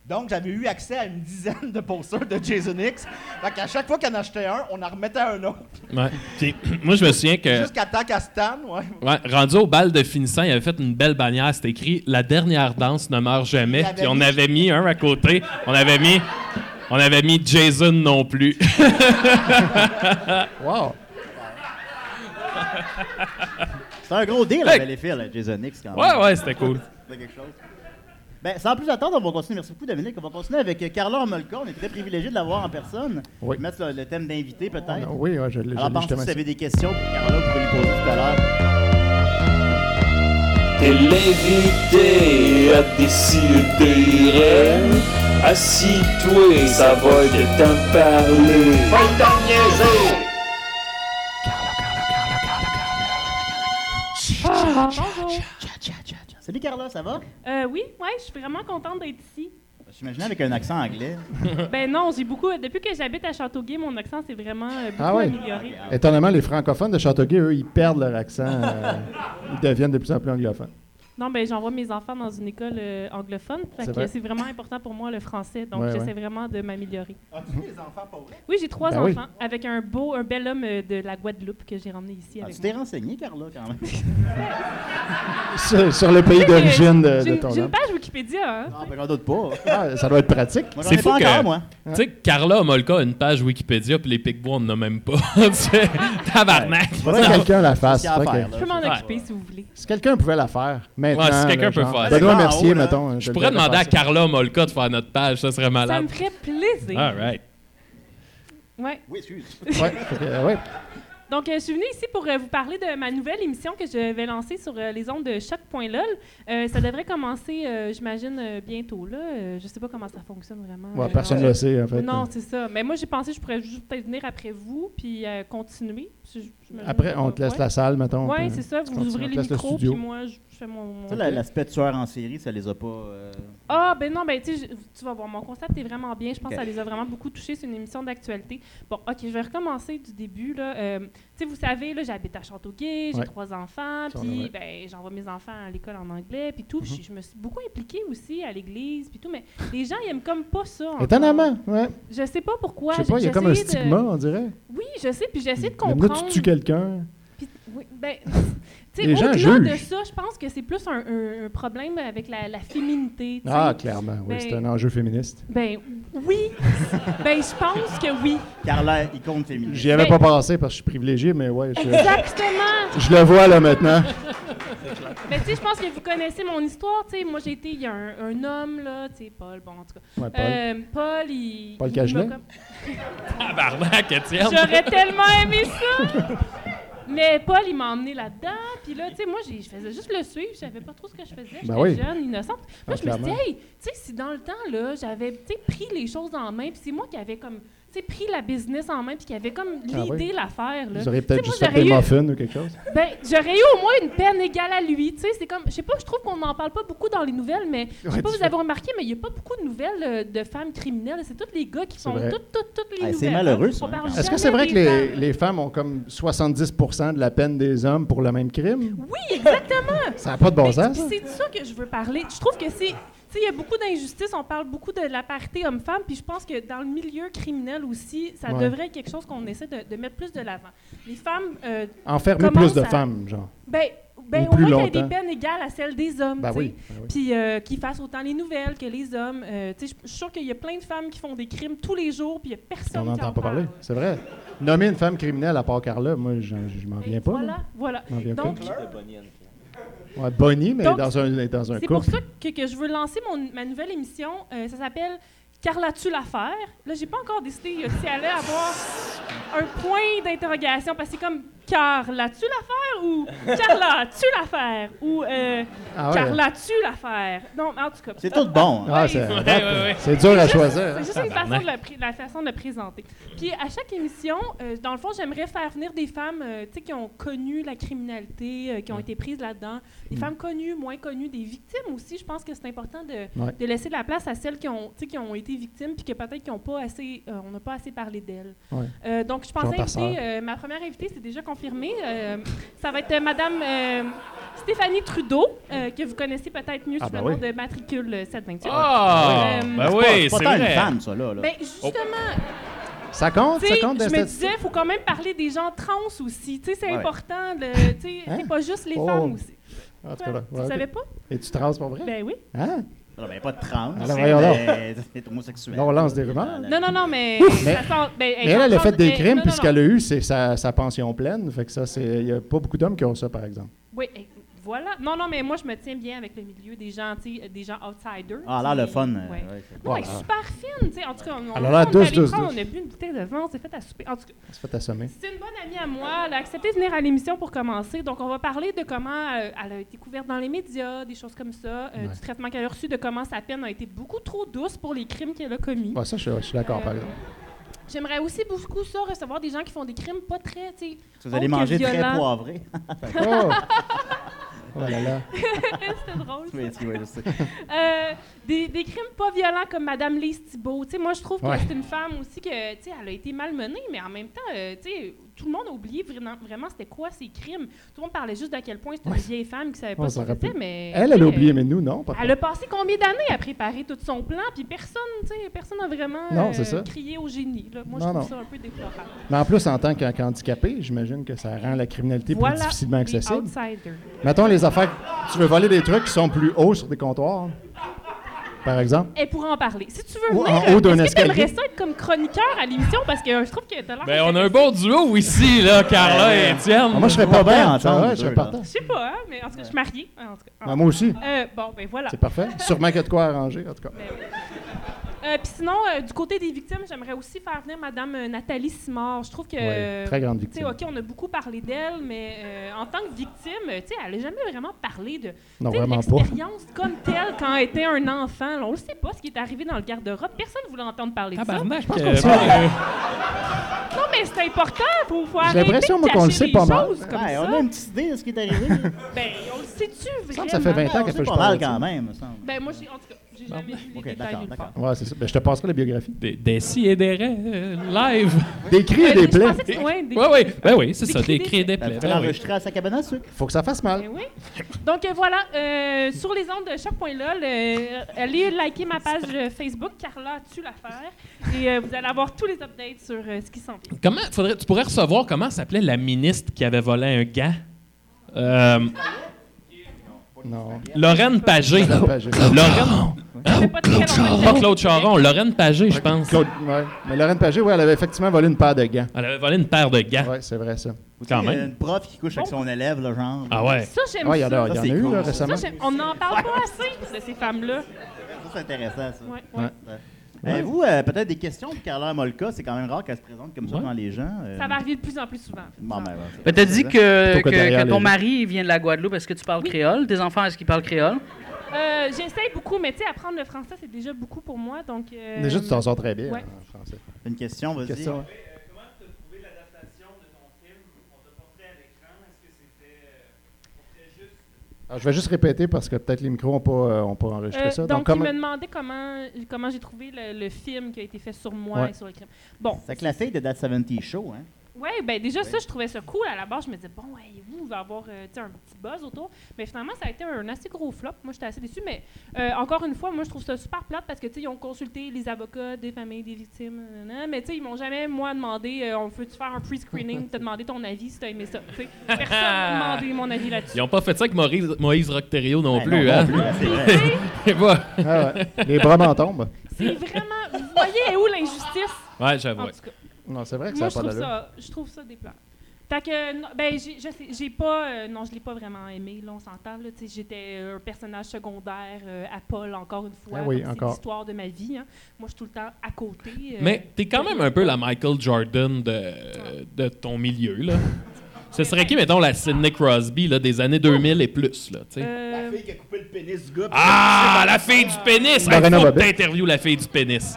Speaker 4: Donc, j'avais eu accès à une dizaine de posters de Jason X. Fait qu'à chaque fois qu'on achetait un, on en remettait un autre.
Speaker 6: Ouais. Puis, moi, je me souviens que...
Speaker 4: Jusqu'à temps qu'à Stan, ouais.
Speaker 6: Ouais, rendu au bal de finissant, il avait fait une belle bannière, c'était écrit La dernière danse ne meurt jamais.
Speaker 4: Il avait
Speaker 6: Puis on
Speaker 4: mis-
Speaker 6: avait mis un à côté, on avait mis on avait mis Jason non plus.
Speaker 2: euh,
Speaker 3: Wow!
Speaker 2: C'est un gros deal,
Speaker 6: Hey.
Speaker 2: avec les fils, Jason X, quand même.
Speaker 6: ouais ouais, c'était cool.
Speaker 2: C'est quelque chose. Ben, sans plus attendre, on va continuer. Merci beaucoup, Dominique. On va continuer avec euh, Carla Homolka. On est très privilégié de la voir en personne. Je
Speaker 3: Oui. Ah,
Speaker 2: vais Mettre le, le thème d'invité, peut-être.
Speaker 6: Oh,
Speaker 3: Oui, ouais, je l'ai je
Speaker 2: Alors,
Speaker 3: l'ai
Speaker 2: pensez si
Speaker 3: justement.
Speaker 2: vous avez des questions pour Carla, vous pouvez lui poser tout à l'heure.
Speaker 7: T'es l'invité à décider. Assis-toi, ça va de t'en parler. Va t'en niaiser!
Speaker 9: Ah, bonjour.
Speaker 2: Salut, Carla, ça va?
Speaker 9: Euh, oui, ouais, je suis vraiment contente d'être ici.
Speaker 2: J'imaginais avec un accent anglais.
Speaker 6: Ah.
Speaker 9: Ben non, j'ai beaucoup. Depuis que j'habite à Châteauguay, mon accent s'est vraiment euh, beaucoup
Speaker 3: Ah ouais?
Speaker 9: amélioré.
Speaker 3: Étonnamment, les francophones de Châteauguay, eux, ils perdent leur accent. euh, ils deviennent de plus en plus anglophones.
Speaker 9: Non, ben j'envoie mes enfants dans une école euh, anglophone, fait
Speaker 3: C'est
Speaker 9: que
Speaker 3: vrai.
Speaker 9: c'est vraiment important pour moi le français, donc
Speaker 3: Ouais,
Speaker 9: j'essaie
Speaker 3: ouais.
Speaker 9: vraiment de m'améliorer.
Speaker 4: As-tu des enfants pauvres?
Speaker 9: Oui, j'ai trois
Speaker 3: Ben oui.
Speaker 9: enfants avec un beau, un bel homme euh, de la Guadeloupe que j'ai ramené ici
Speaker 2: Ah,
Speaker 9: avec
Speaker 2: tu
Speaker 9: moi.
Speaker 2: t'es renseigné, Carla, quand même.
Speaker 3: Sur, sur le pays d'origine de,
Speaker 9: J'ai
Speaker 3: de
Speaker 9: une-
Speaker 3: ton
Speaker 9: J'ai une
Speaker 3: homme.
Speaker 9: page Wikipédia. Hein?
Speaker 2: Ah, ben, j'en doute pas. Moi,
Speaker 3: Ah, ça doit être pratique.
Speaker 2: j'en
Speaker 6: C'est
Speaker 2: ai
Speaker 6: fou
Speaker 2: pas
Speaker 6: que-
Speaker 2: encore, moi.
Speaker 6: Tu sais que Carla Molka a une page Wikipédia puis les Picbois on n'en a même pas. Tu sais, Tabarnak.
Speaker 3: Faudrait que quelqu'un la fasse.
Speaker 2: C'est ce qu'il y a à
Speaker 3: Faudrait
Speaker 2: faire,
Speaker 3: que-
Speaker 2: là.
Speaker 9: Je peux m'en
Speaker 6: Ouais.
Speaker 9: occuper si vous voulez.
Speaker 3: Si quelqu'un pouvait la faire, maintenant.
Speaker 6: Ouais, si quelqu'un
Speaker 3: là,
Speaker 6: peut
Speaker 3: genre,
Speaker 6: faire.
Speaker 3: Benoît
Speaker 2: C'est en haut,
Speaker 3: Mercier,
Speaker 2: Ah oh, là.
Speaker 3: mettons.
Speaker 6: Je pourrais demander à Carla Molka de faire notre page, ça serait
Speaker 9: Ça
Speaker 6: malade.
Speaker 9: me ferait plaisir.
Speaker 6: All right.
Speaker 9: Ouais.
Speaker 2: Oui, excuse.
Speaker 3: Oui, ouais.
Speaker 9: Donc, euh, je suis venue ici pour euh, vous parler de ma nouvelle émission que je vais lancer sur euh, les ondes de choc.lol. Euh, ça devrait commencer, euh, j'imagine, euh, bientôt. Là. Euh, je sais pas comment ça fonctionne vraiment.
Speaker 3: Ouais,
Speaker 9: euh,
Speaker 3: personne
Speaker 9: en-
Speaker 3: ne le sait, en fait.
Speaker 9: Non, c'est ça. Mais moi, j'ai pensé que je pourrais juste peut-être venir après vous puis euh, continuer. Je- je- j'imagine
Speaker 3: Après, on te laisse
Speaker 9: ouais.
Speaker 3: la salle, mettons.
Speaker 9: Oui,
Speaker 3: puis-
Speaker 9: c'est ça. Vous
Speaker 3: continues,
Speaker 9: ouvrez
Speaker 3: on te
Speaker 9: le
Speaker 3: laisse le
Speaker 9: micro,
Speaker 3: studio.
Speaker 9: puis moi, je je fais mon. mon-
Speaker 2: Ça, la- l'aspect tueur en série, ça les a pas. euh,
Speaker 9: Ah, ben non, ben tu sais, je- tu vas voir, mon concept est vraiment bien. Je pense
Speaker 2: Ok.
Speaker 9: que ça les a vraiment beaucoup touchés. C'est une émission d'actualité. Bon, OK, je vais recommencer du début. là. Euh, tu sais, vous savez, là, j'habite à Châteauguay, j'ai
Speaker 3: Ouais.
Speaker 9: trois enfants,
Speaker 3: Ça, on
Speaker 9: puis
Speaker 3: est
Speaker 9: ben, j'envoie mes enfants à l'école en anglais, puis
Speaker 3: Mm-hmm.
Speaker 9: tout. Puis Je je me suis beaucoup impliquée aussi à l'église, puis tout, mais les gens, ils aiment comme pas ça. encore.
Speaker 3: Étonnamment, ouais.
Speaker 9: Je sais pas pourquoi.
Speaker 3: je sais pas, il y a
Speaker 9: J'ai
Speaker 3: comme un
Speaker 9: essayé de-
Speaker 3: stigma, on dirait.
Speaker 9: Oui, je sais, puis j'essaie de
Speaker 3: Le minute où
Speaker 9: comprendre.
Speaker 3: tu tues quelqu'un.
Speaker 9: Puis, oui, ben, tu
Speaker 3: Les
Speaker 9: sais,
Speaker 3: gens
Speaker 9: au-delà de
Speaker 3: jugent.
Speaker 9: ça, je pense que c'est plus un, un- un problème avec la, la féminité. tu sais.
Speaker 3: Ah, clairement, oui,
Speaker 9: Ben-
Speaker 3: c'est un enjeu féministe.
Speaker 9: Ben oui, ben je pense que oui.
Speaker 2: Carla, icône féminine.
Speaker 3: J'y avais
Speaker 9: Ben-
Speaker 3: pas pensé parce que je suis privilégié, mais ouais, je,
Speaker 9: Exactement.
Speaker 3: je le vois là maintenant.
Speaker 9: Mais tu sais, je pense que vous connaissez mon histoire. Tu sais, moi, j'ai été, il y a un, un homme, là, tu sais, Paul, bon, en tout cas.
Speaker 3: Ouais, Paul.
Speaker 9: Euh, Paul, il.
Speaker 3: Paul
Speaker 9: il
Speaker 3: Cagenet?
Speaker 9: m'a comme-
Speaker 6: Tabarnak, Étienne.
Speaker 9: J'aurais tellement aimé ça! Mais Paul, il m'a emmené là-dedans. Puis là, tu sais, moi, j'ai- je faisais juste le suivre. Je savais pas trop ce que je faisais. J'étais
Speaker 3: Ben oui.
Speaker 9: jeune, innocente. Là,
Speaker 3: Ah,
Speaker 9: je me suis dit,
Speaker 3: clairement.
Speaker 9: hey, tu sais, si dans le temps, là, j'avais, tu sais, pris les choses en main, puis c'est moi qui avais comme, tu sais, pris la business en main, puis qui avait comme l'idée,
Speaker 3: Ah oui.
Speaker 9: l'affaire, là.
Speaker 3: Vous auriez
Speaker 9: Tu sais, moi,
Speaker 3: peut-être juste fait
Speaker 9: j'aurais
Speaker 3: des
Speaker 9: eu-
Speaker 3: muffins ou quelque chose.
Speaker 9: ben, j'aurais eu au moins une peine égale à lui. Tu sais, c'est comme, je sais pas, je trouve qu'on n'en parle pas beaucoup dans les nouvelles, mais je sais
Speaker 3: Ouais,
Speaker 9: pas,
Speaker 3: tu
Speaker 9: vous avez remarqué, mais il n'y a pas beaucoup de nouvelles euh, de femmes criminelles. C'est tous les gars qui font
Speaker 3: vrai.
Speaker 9: toutes, toutes, toutes les
Speaker 2: Ah,
Speaker 9: nouvelles.
Speaker 2: c'est malheureux, ça,
Speaker 9: On parle
Speaker 2: hein, quand
Speaker 3: Est-ce que
Speaker 9: jamais
Speaker 3: c'est vrai
Speaker 9: des
Speaker 3: que les,
Speaker 9: femmes.
Speaker 3: les femmes ont comme 70% de la peine des hommes pour le même crime?
Speaker 9: Oui, exactement.
Speaker 3: Ça n'a pas de bon
Speaker 9: Mais
Speaker 3: sens,
Speaker 9: puis
Speaker 3: ça?
Speaker 9: c'est de ça que je veux parler. Je trouve que c'est. Tu sais, il y a beaucoup d'injustices. On parle beaucoup de la parité homme-femme. Puis je pense que dans le milieu criminel aussi, ça
Speaker 3: Ouais.
Speaker 9: devrait être quelque chose qu'on essaie de, de mettre plus de l'avant. Les femmes. euh,
Speaker 3: Enfermer
Speaker 9: Comment
Speaker 3: plus de
Speaker 9: ça-
Speaker 3: femmes, genre.
Speaker 9: ben, ben
Speaker 3: Ou
Speaker 9: au
Speaker 3: plus
Speaker 9: moins qu'il y ait des
Speaker 3: longtemps.
Speaker 9: peines égales à celles des hommes.
Speaker 3: Ben
Speaker 9: tu sais.
Speaker 3: oui. ben oui.
Speaker 9: Puis euh, qu'ils fassent autant les nouvelles que les hommes. Euh, tu sais, je je suis sûre qu'il y a plein de femmes qui font des crimes tous les jours, puis il n'y a
Speaker 3: On
Speaker 9: personne qui
Speaker 3: n'entend
Speaker 9: en
Speaker 3: pas
Speaker 9: parle.
Speaker 3: parler. C'est vrai. Nommer une femme criminelle à part Carla, moi, j'en- je m'en
Speaker 9: Ben,
Speaker 3: viens pas.
Speaker 9: Voilà,
Speaker 3: là.
Speaker 9: voilà.
Speaker 3: Je m'en viens
Speaker 9: Donc,
Speaker 3: pas. Ouais, Bonnie, mais
Speaker 9: donc,
Speaker 3: dans un, dans un
Speaker 9: c'est pour
Speaker 3: couple.
Speaker 9: ça que, que je veux lancer mon- ma nouvelle émission. Euh, ça s'appelle Carla tu l'affaire. Là, j'ai pas encore décidé euh, si elle allait avoir un point d'interrogation parce que c'est comme Carla tu l'affaire ou Carla tu l'affaire ou euh,
Speaker 3: Ah ouais.
Speaker 9: Carla tu l'affaire. Non, mais en tout cas.
Speaker 2: C'est tout bon. hein.
Speaker 3: Ah, c'est
Speaker 6: Ouais, ouais, ouais.
Speaker 3: c'est dur à
Speaker 9: juste-
Speaker 3: choisir. hein.
Speaker 9: C'est juste une façon de la, pré- la façon de le présenter. Puis à chaque émission, euh, dans le fond, j'aimerais faire venir des femmes euh, tu sais, qui ont connu la criminalité, euh, qui ont été prises là-dedans, des
Speaker 3: Mm.
Speaker 9: femmes connues, moins connues, des victimes aussi. Je pense que c'est important de,
Speaker 3: Ouais.
Speaker 9: de laisser de la place à celles qui ont, tu sais, qui ont été victimes puis que peut-être qui ont pas assez, euh, on n'a pas assez parlé d'elles.
Speaker 3: Ouais.
Speaker 9: Euh, donc je
Speaker 3: Genre
Speaker 9: pensais
Speaker 3: ta
Speaker 9: inviter euh, ma première invitée, c'est déjà confirmé. euh, ça va être euh, Madame euh, Stéphanie Trudeau, euh, que vous connaissez peut-être mieux
Speaker 3: Ah,
Speaker 9: sous
Speaker 3: ben
Speaker 9: le nom
Speaker 3: oui.
Speaker 9: de matricule euh, 728.
Speaker 6: Ah!
Speaker 9: Euh,
Speaker 6: ben
Speaker 2: C'est
Speaker 6: oui,
Speaker 2: pas
Speaker 6: c'est
Speaker 2: tant une
Speaker 6: vrai. Oh.
Speaker 2: femme, ça, là. là.
Speaker 9: Ben, justement,
Speaker 3: Ça compte,
Speaker 9: tu sais,
Speaker 3: ça
Speaker 9: je
Speaker 3: compte dans
Speaker 9: me
Speaker 3: cette-
Speaker 9: disais, il faut quand même parler des gens trans aussi. Tu sais, c'est
Speaker 2: Ouais.
Speaker 9: important. le- tu sais,
Speaker 3: Hein?
Speaker 9: C'est pas juste les
Speaker 3: Oh.
Speaker 9: femmes aussi.
Speaker 3: Ah, en tout
Speaker 9: Tu
Speaker 3: cas, là, ouais, ok.
Speaker 9: savais pas?
Speaker 3: Et tu trans pour vrai?
Speaker 9: Ben oui.
Speaker 3: Hein?
Speaker 2: Non, ben, pas de trans.
Speaker 3: Alors, Ah, voyons donc.
Speaker 2: mais C'est homosexuel.
Speaker 3: Là, on lance des rumeurs.
Speaker 9: Non, non, non, mais. ça sent- ben,
Speaker 3: Mais elle, elle a
Speaker 9: j'entends-
Speaker 3: fait des
Speaker 9: mais- non,
Speaker 3: crimes,
Speaker 9: non,
Speaker 3: puis ce qu'elle
Speaker 9: non.
Speaker 3: a eu, c'est sa, sa pension pleine. Fait que ça, c'est. Il n'y a pas beaucoup d'hommes qui ont ça, par exemple.
Speaker 9: Oui, eh, voilà. Non, non, mais moi, je me tiens bien avec le milieu des gens, tu sais, des gens outsiders.
Speaker 2: Ah, là,
Speaker 9: qui-
Speaker 2: le fun.
Speaker 9: Ouais.
Speaker 2: euh, ouais, c'est-
Speaker 9: Non, elle est
Speaker 3: Voilà.
Speaker 9: super fine, tu sais. En tout cas, on, on,
Speaker 3: Elle a l'air
Speaker 9: on,
Speaker 3: douce,
Speaker 9: est allé
Speaker 3: douce,
Speaker 9: prendre,
Speaker 3: douce.
Speaker 9: on a bu une bouteille de vin, on s'est fait à souper. En tout cas,
Speaker 3: Elle se fait assommer.
Speaker 9: C'est une bonne amie à moi. Elle a accepté de venir à l'émission pour commencer. Donc, on va parler de comment euh, elle a été couverte dans les médias, des choses comme ça, euh,
Speaker 3: Ouais.
Speaker 9: du traitement qu'elle a reçu, de comment sa peine a été beaucoup trop douce pour les crimes qu'elle a commis.
Speaker 3: Ouais, ça, je, je suis d'accord, par
Speaker 9: Euh,
Speaker 3: exemple.
Speaker 9: J'aimerais aussi beaucoup ça, recevoir des gens qui font des crimes pas très, tu sais,
Speaker 2: Vous allez
Speaker 9: Oh,
Speaker 2: manger
Speaker 9: que
Speaker 2: très
Speaker 9: violent.
Speaker 2: poivré.
Speaker 3: Oh! oh là là.
Speaker 9: c'était drôle. ça.
Speaker 2: Oui, tu vois, je sais.
Speaker 9: Euh, des, des crimes pas violents comme Madame Lise Thibault. Tu sais, moi, je trouve
Speaker 3: Ouais.
Speaker 9: que c'est une femme aussi que, tu sais, elle a été malmenée, mais en même temps, euh, tu sais, tout le monde a oublié vraiment, vraiment c'était quoi ses crimes. Tout le monde parlait juste d'à quel point c'était une vieille femme qui savait
Speaker 3: On
Speaker 9: pas ce
Speaker 3: s'en
Speaker 9: qu'elle faisait,
Speaker 3: rappelle.
Speaker 9: mais...
Speaker 3: Elle,
Speaker 9: tu
Speaker 3: elle a
Speaker 9: sais,
Speaker 3: oublié,
Speaker 9: euh,
Speaker 3: mais nous, non. Pas
Speaker 9: Elle a passé combien d'années à préparer tout son plan, puis personne, tu sais, personne n'a vraiment euh,
Speaker 3: Non, c'est ça.
Speaker 9: crié au génie. là. Moi, je
Speaker 3: Non,
Speaker 9: trouve
Speaker 3: non.
Speaker 9: ça un peu déplorable.
Speaker 3: Mais en plus, en tant qu'un- qu'handicapé, j'imagine que ça rend la criminalité plus difficilement
Speaker 9: les
Speaker 3: accessible.
Speaker 9: outsiders.
Speaker 3: Mettons les affaires. Tu veux voler des trucs qui sont plus hauts sur des comptoirs, par exemple.
Speaker 9: Elle pourra en parler. Si tu veux
Speaker 3: Ou
Speaker 9: venir, euh,
Speaker 3: en haut d'un
Speaker 9: est-ce que
Speaker 3: escalier.
Speaker 9: t'aimerais ça être comme chroniqueur à l'émission? Parce que euh, je trouve que t'as l'air...
Speaker 6: Ben, on a un bon duo ici, là, Carla et Étienne.
Speaker 3: Ah, moi, je serais
Speaker 2: On va
Speaker 3: pas
Speaker 2: bien
Speaker 3: bien,
Speaker 2: entendre,
Speaker 3: je
Speaker 2: les
Speaker 3: serais
Speaker 2: deux,
Speaker 3: partant.
Speaker 9: Je sais pas, hein, mais en tout cas, je suis mariée. hein, En tout cas,
Speaker 3: Ah, moi aussi.
Speaker 9: Euh, bon, ben voilà.
Speaker 3: C'est parfait. Sûrement qu'il y a de quoi arranger, en tout cas.
Speaker 9: Euh, Puis sinon, euh, du côté des victimes, j'aimerais aussi faire venir Madame euh, Nathalie Simard. Je trouve que...
Speaker 3: Ouais,
Speaker 9: euh,
Speaker 3: très grande
Speaker 9: Tu sais,
Speaker 3: victime.
Speaker 9: OK, on a beaucoup parlé d'elle, mais euh, en tant que victime, euh, tu sais, elle n'a jamais vraiment parlé de,
Speaker 3: Non,
Speaker 9: tu sais, de
Speaker 3: vraiment pas.
Speaker 9: l'expérience comme telle quand elle était un enfant. Là, on ne sait pas ce qui est arrivé dans le garde-robe. Personne ne voulait entendre parler
Speaker 6: Tabarnak,
Speaker 3: pense qu'on
Speaker 6: euh,
Speaker 3: sait.
Speaker 6: ben,
Speaker 9: de ça. Non, mais c'est important. Il faut, faut
Speaker 3: J'ai
Speaker 9: arrêter
Speaker 3: l'impression,
Speaker 9: de
Speaker 3: moi, qu'on
Speaker 9: cacher
Speaker 3: le sait
Speaker 9: des
Speaker 3: pas mal.
Speaker 9: choses comme
Speaker 2: Ouais,
Speaker 9: ça.
Speaker 2: on a une petite idée de ce qui est arrivé. Ouais,
Speaker 9: Ben, on le sait-tu
Speaker 3: semble
Speaker 9: vraiment?
Speaker 3: que ça fait 20 ans
Speaker 2: on
Speaker 3: qu'elle
Speaker 2: sait
Speaker 3: fait, je
Speaker 2: pas
Speaker 3: parle
Speaker 2: mal
Speaker 3: de ça.
Speaker 2: quand même, me semble.
Speaker 9: Ben, moi, j'ai- en tout cas, j'ai jamais vu les
Speaker 2: Ok,
Speaker 9: détails
Speaker 2: d'accord,
Speaker 9: nulle part.
Speaker 2: d'accord.
Speaker 3: Ouais, c'est ça. Ben, je te passerai la biographie.
Speaker 6: euh, des, des si et des raies, euh, live.
Speaker 3: Des cris et
Speaker 9: Euh,
Speaker 3: des
Speaker 9: je
Speaker 3: plaies.
Speaker 9: pensais que c'était- ouais, des-
Speaker 6: Ouais, ouais, ben oui, c'est ça,
Speaker 9: Des
Speaker 6: des
Speaker 9: cris,
Speaker 6: cris et des
Speaker 2: Elle
Speaker 6: plaies.
Speaker 2: peut
Speaker 6: Ben, oui.
Speaker 2: l'enregistrer à sa cabane à sucre.
Speaker 3: Faut que ça fasse mal.
Speaker 9: Ben oui. Donc euh, voilà, euh, sur les ondes de choc.lol, euh, allez liker ma page euh, Facebook, Carla tue l'affaire, et euh, vous allez avoir tous les updates sur euh, ce qui s'en vient.
Speaker 6: Comment, faudrait, tu pourrais recevoir comment s'appelait la ministre qui avait volé un gars? Euh,
Speaker 3: Non.
Speaker 6: Lorraine Pagé.
Speaker 3: Madame Pagé.
Speaker 6: Lorraine,
Speaker 9: Ça fait pas très longtemps que
Speaker 6: Pas
Speaker 9: j'étais au
Speaker 6: Claude Charon, Lorraine Pagé, je pense.
Speaker 3: Claude, ouais. Mais Lorraine Pagé, ouais, elle avait effectivement volé une paire de gants.
Speaker 6: Elle avait volé une paire de gants,
Speaker 3: Ouais, c'est vrai ça.
Speaker 6: quand
Speaker 4: Il y a
Speaker 6: même.
Speaker 4: Une prof qui couche avec son élève, là, genre.
Speaker 6: Ah ouais.
Speaker 9: Ça, j'aime
Speaker 3: Ouais, il y en
Speaker 9: ça.
Speaker 3: a, il y en a
Speaker 4: c'est
Speaker 3: eu
Speaker 4: cool.
Speaker 3: là,
Speaker 9: Ça,
Speaker 3: récemment.
Speaker 9: j'aime- on n'en parle pas assez de ces femmes-là.
Speaker 4: Ça, c'est intéressant, ça.
Speaker 9: Ouais,
Speaker 3: Ouais.
Speaker 9: ouais.
Speaker 4: Avez-vous euh, peut-être des questions pour Carla Molka? C'est quand même rare qu'elle se présente comme ça
Speaker 6: Ouais.
Speaker 4: devant les gens. euh.
Speaker 9: Ça va arriver de plus en plus souvent.
Speaker 4: Bon, ben, ouais.
Speaker 8: Ben, t'as dit que,
Speaker 3: Plutôt que
Speaker 8: que,
Speaker 3: derrière
Speaker 8: que ton
Speaker 3: les-
Speaker 8: mari il vient de la Guadeloupe. Est-ce que tu parles créole? Tes enfants, est-ce qu'ils parlent créole?
Speaker 9: Euh, J'essaie beaucoup, mais tu sais, apprendre le français, c'est déjà beaucoup pour moi. Donc, euh,
Speaker 3: Déjà, tu t'en sors très bien hein,
Speaker 9: ouais.
Speaker 3: en français.
Speaker 4: Une question, vas-y.
Speaker 3: Question, hein?
Speaker 6: Ah,
Speaker 3: Alors, je vais juste répéter parce que peut-être les micros n'ont pas, euh, ont pas enregistré
Speaker 9: Euh,
Speaker 3: ça.
Speaker 9: donc,
Speaker 3: comme-
Speaker 9: il me demandait comment, comment j'ai trouvé le, le film qui a été fait sur moi
Speaker 3: Ouais.
Speaker 9: et sur le crime. Bon,
Speaker 4: C'est classé de That 70 Show, hein?
Speaker 9: ouais, ben déjà, ça, je trouvais ça cool. À la base, je me disais, bon, ouais, vous, il va y avoir euh, tu sais, un petit buzz autour. Mais finalement, ça a été un assez gros flop. Moi, j'étais assez déçue. Mais euh, encore une fois, moi, je trouve ça super plate parce que, tu sais, ils ont consulté les avocats des familles des victimes. nanana, mais, tu sais, ils m'ont jamais, moi, demandé, euh, on veut-tu faire un pre-screening, te demander ton avis si t'as aimé ça. Tu sais, personne m'a demandé mon avis là-dessus.
Speaker 6: Ils ont pas fait ça avec Maurice, Moïse Rocterio non
Speaker 4: Ben,
Speaker 6: plus,
Speaker 4: non, non
Speaker 6: hein?
Speaker 4: plus, hein, c'est vrai.
Speaker 6: Je sais pas.
Speaker 3: Ah ouais. les bras m'en tombent.
Speaker 9: C'est vraiment. Vous voyez où l'injustice?
Speaker 6: Ouais,
Speaker 9: En
Speaker 6: j'avoue.
Speaker 9: tout cas.
Speaker 3: Non, c'est vrai que
Speaker 9: Moi, je
Speaker 3: ça n'a pas
Speaker 9: trouve
Speaker 3: d'allure.
Speaker 9: ça, je trouve ça déplorable. Fait que, non, ben, j'ai, je sais, j'ai pas, euh, non, je l'ai pas vraiment aimé, là, on s'entend, là, tu sais, j'étais euh, un personnage secondaire euh, à Paul, encore une fois,
Speaker 3: Ah oui,
Speaker 9: donc c'est
Speaker 3: encore.
Speaker 9: l'histoire de ma vie, hein. Moi, je suis tout le temps à côté. euh,
Speaker 6: Mais t'es quand même un peu la Michael Jordan de, de ton milieu, là. Ce serait qui, mettons, la Sidney Crosby là, des années 2000 et plus, là, tu sais?
Speaker 9: euh,
Speaker 4: qui a coupé le pénis du gars.
Speaker 6: Ah, la fille du pénis! Hey,
Speaker 3: Lorena
Speaker 6: faut que
Speaker 3: Bobet.
Speaker 6: t'interviews la fille du pénis.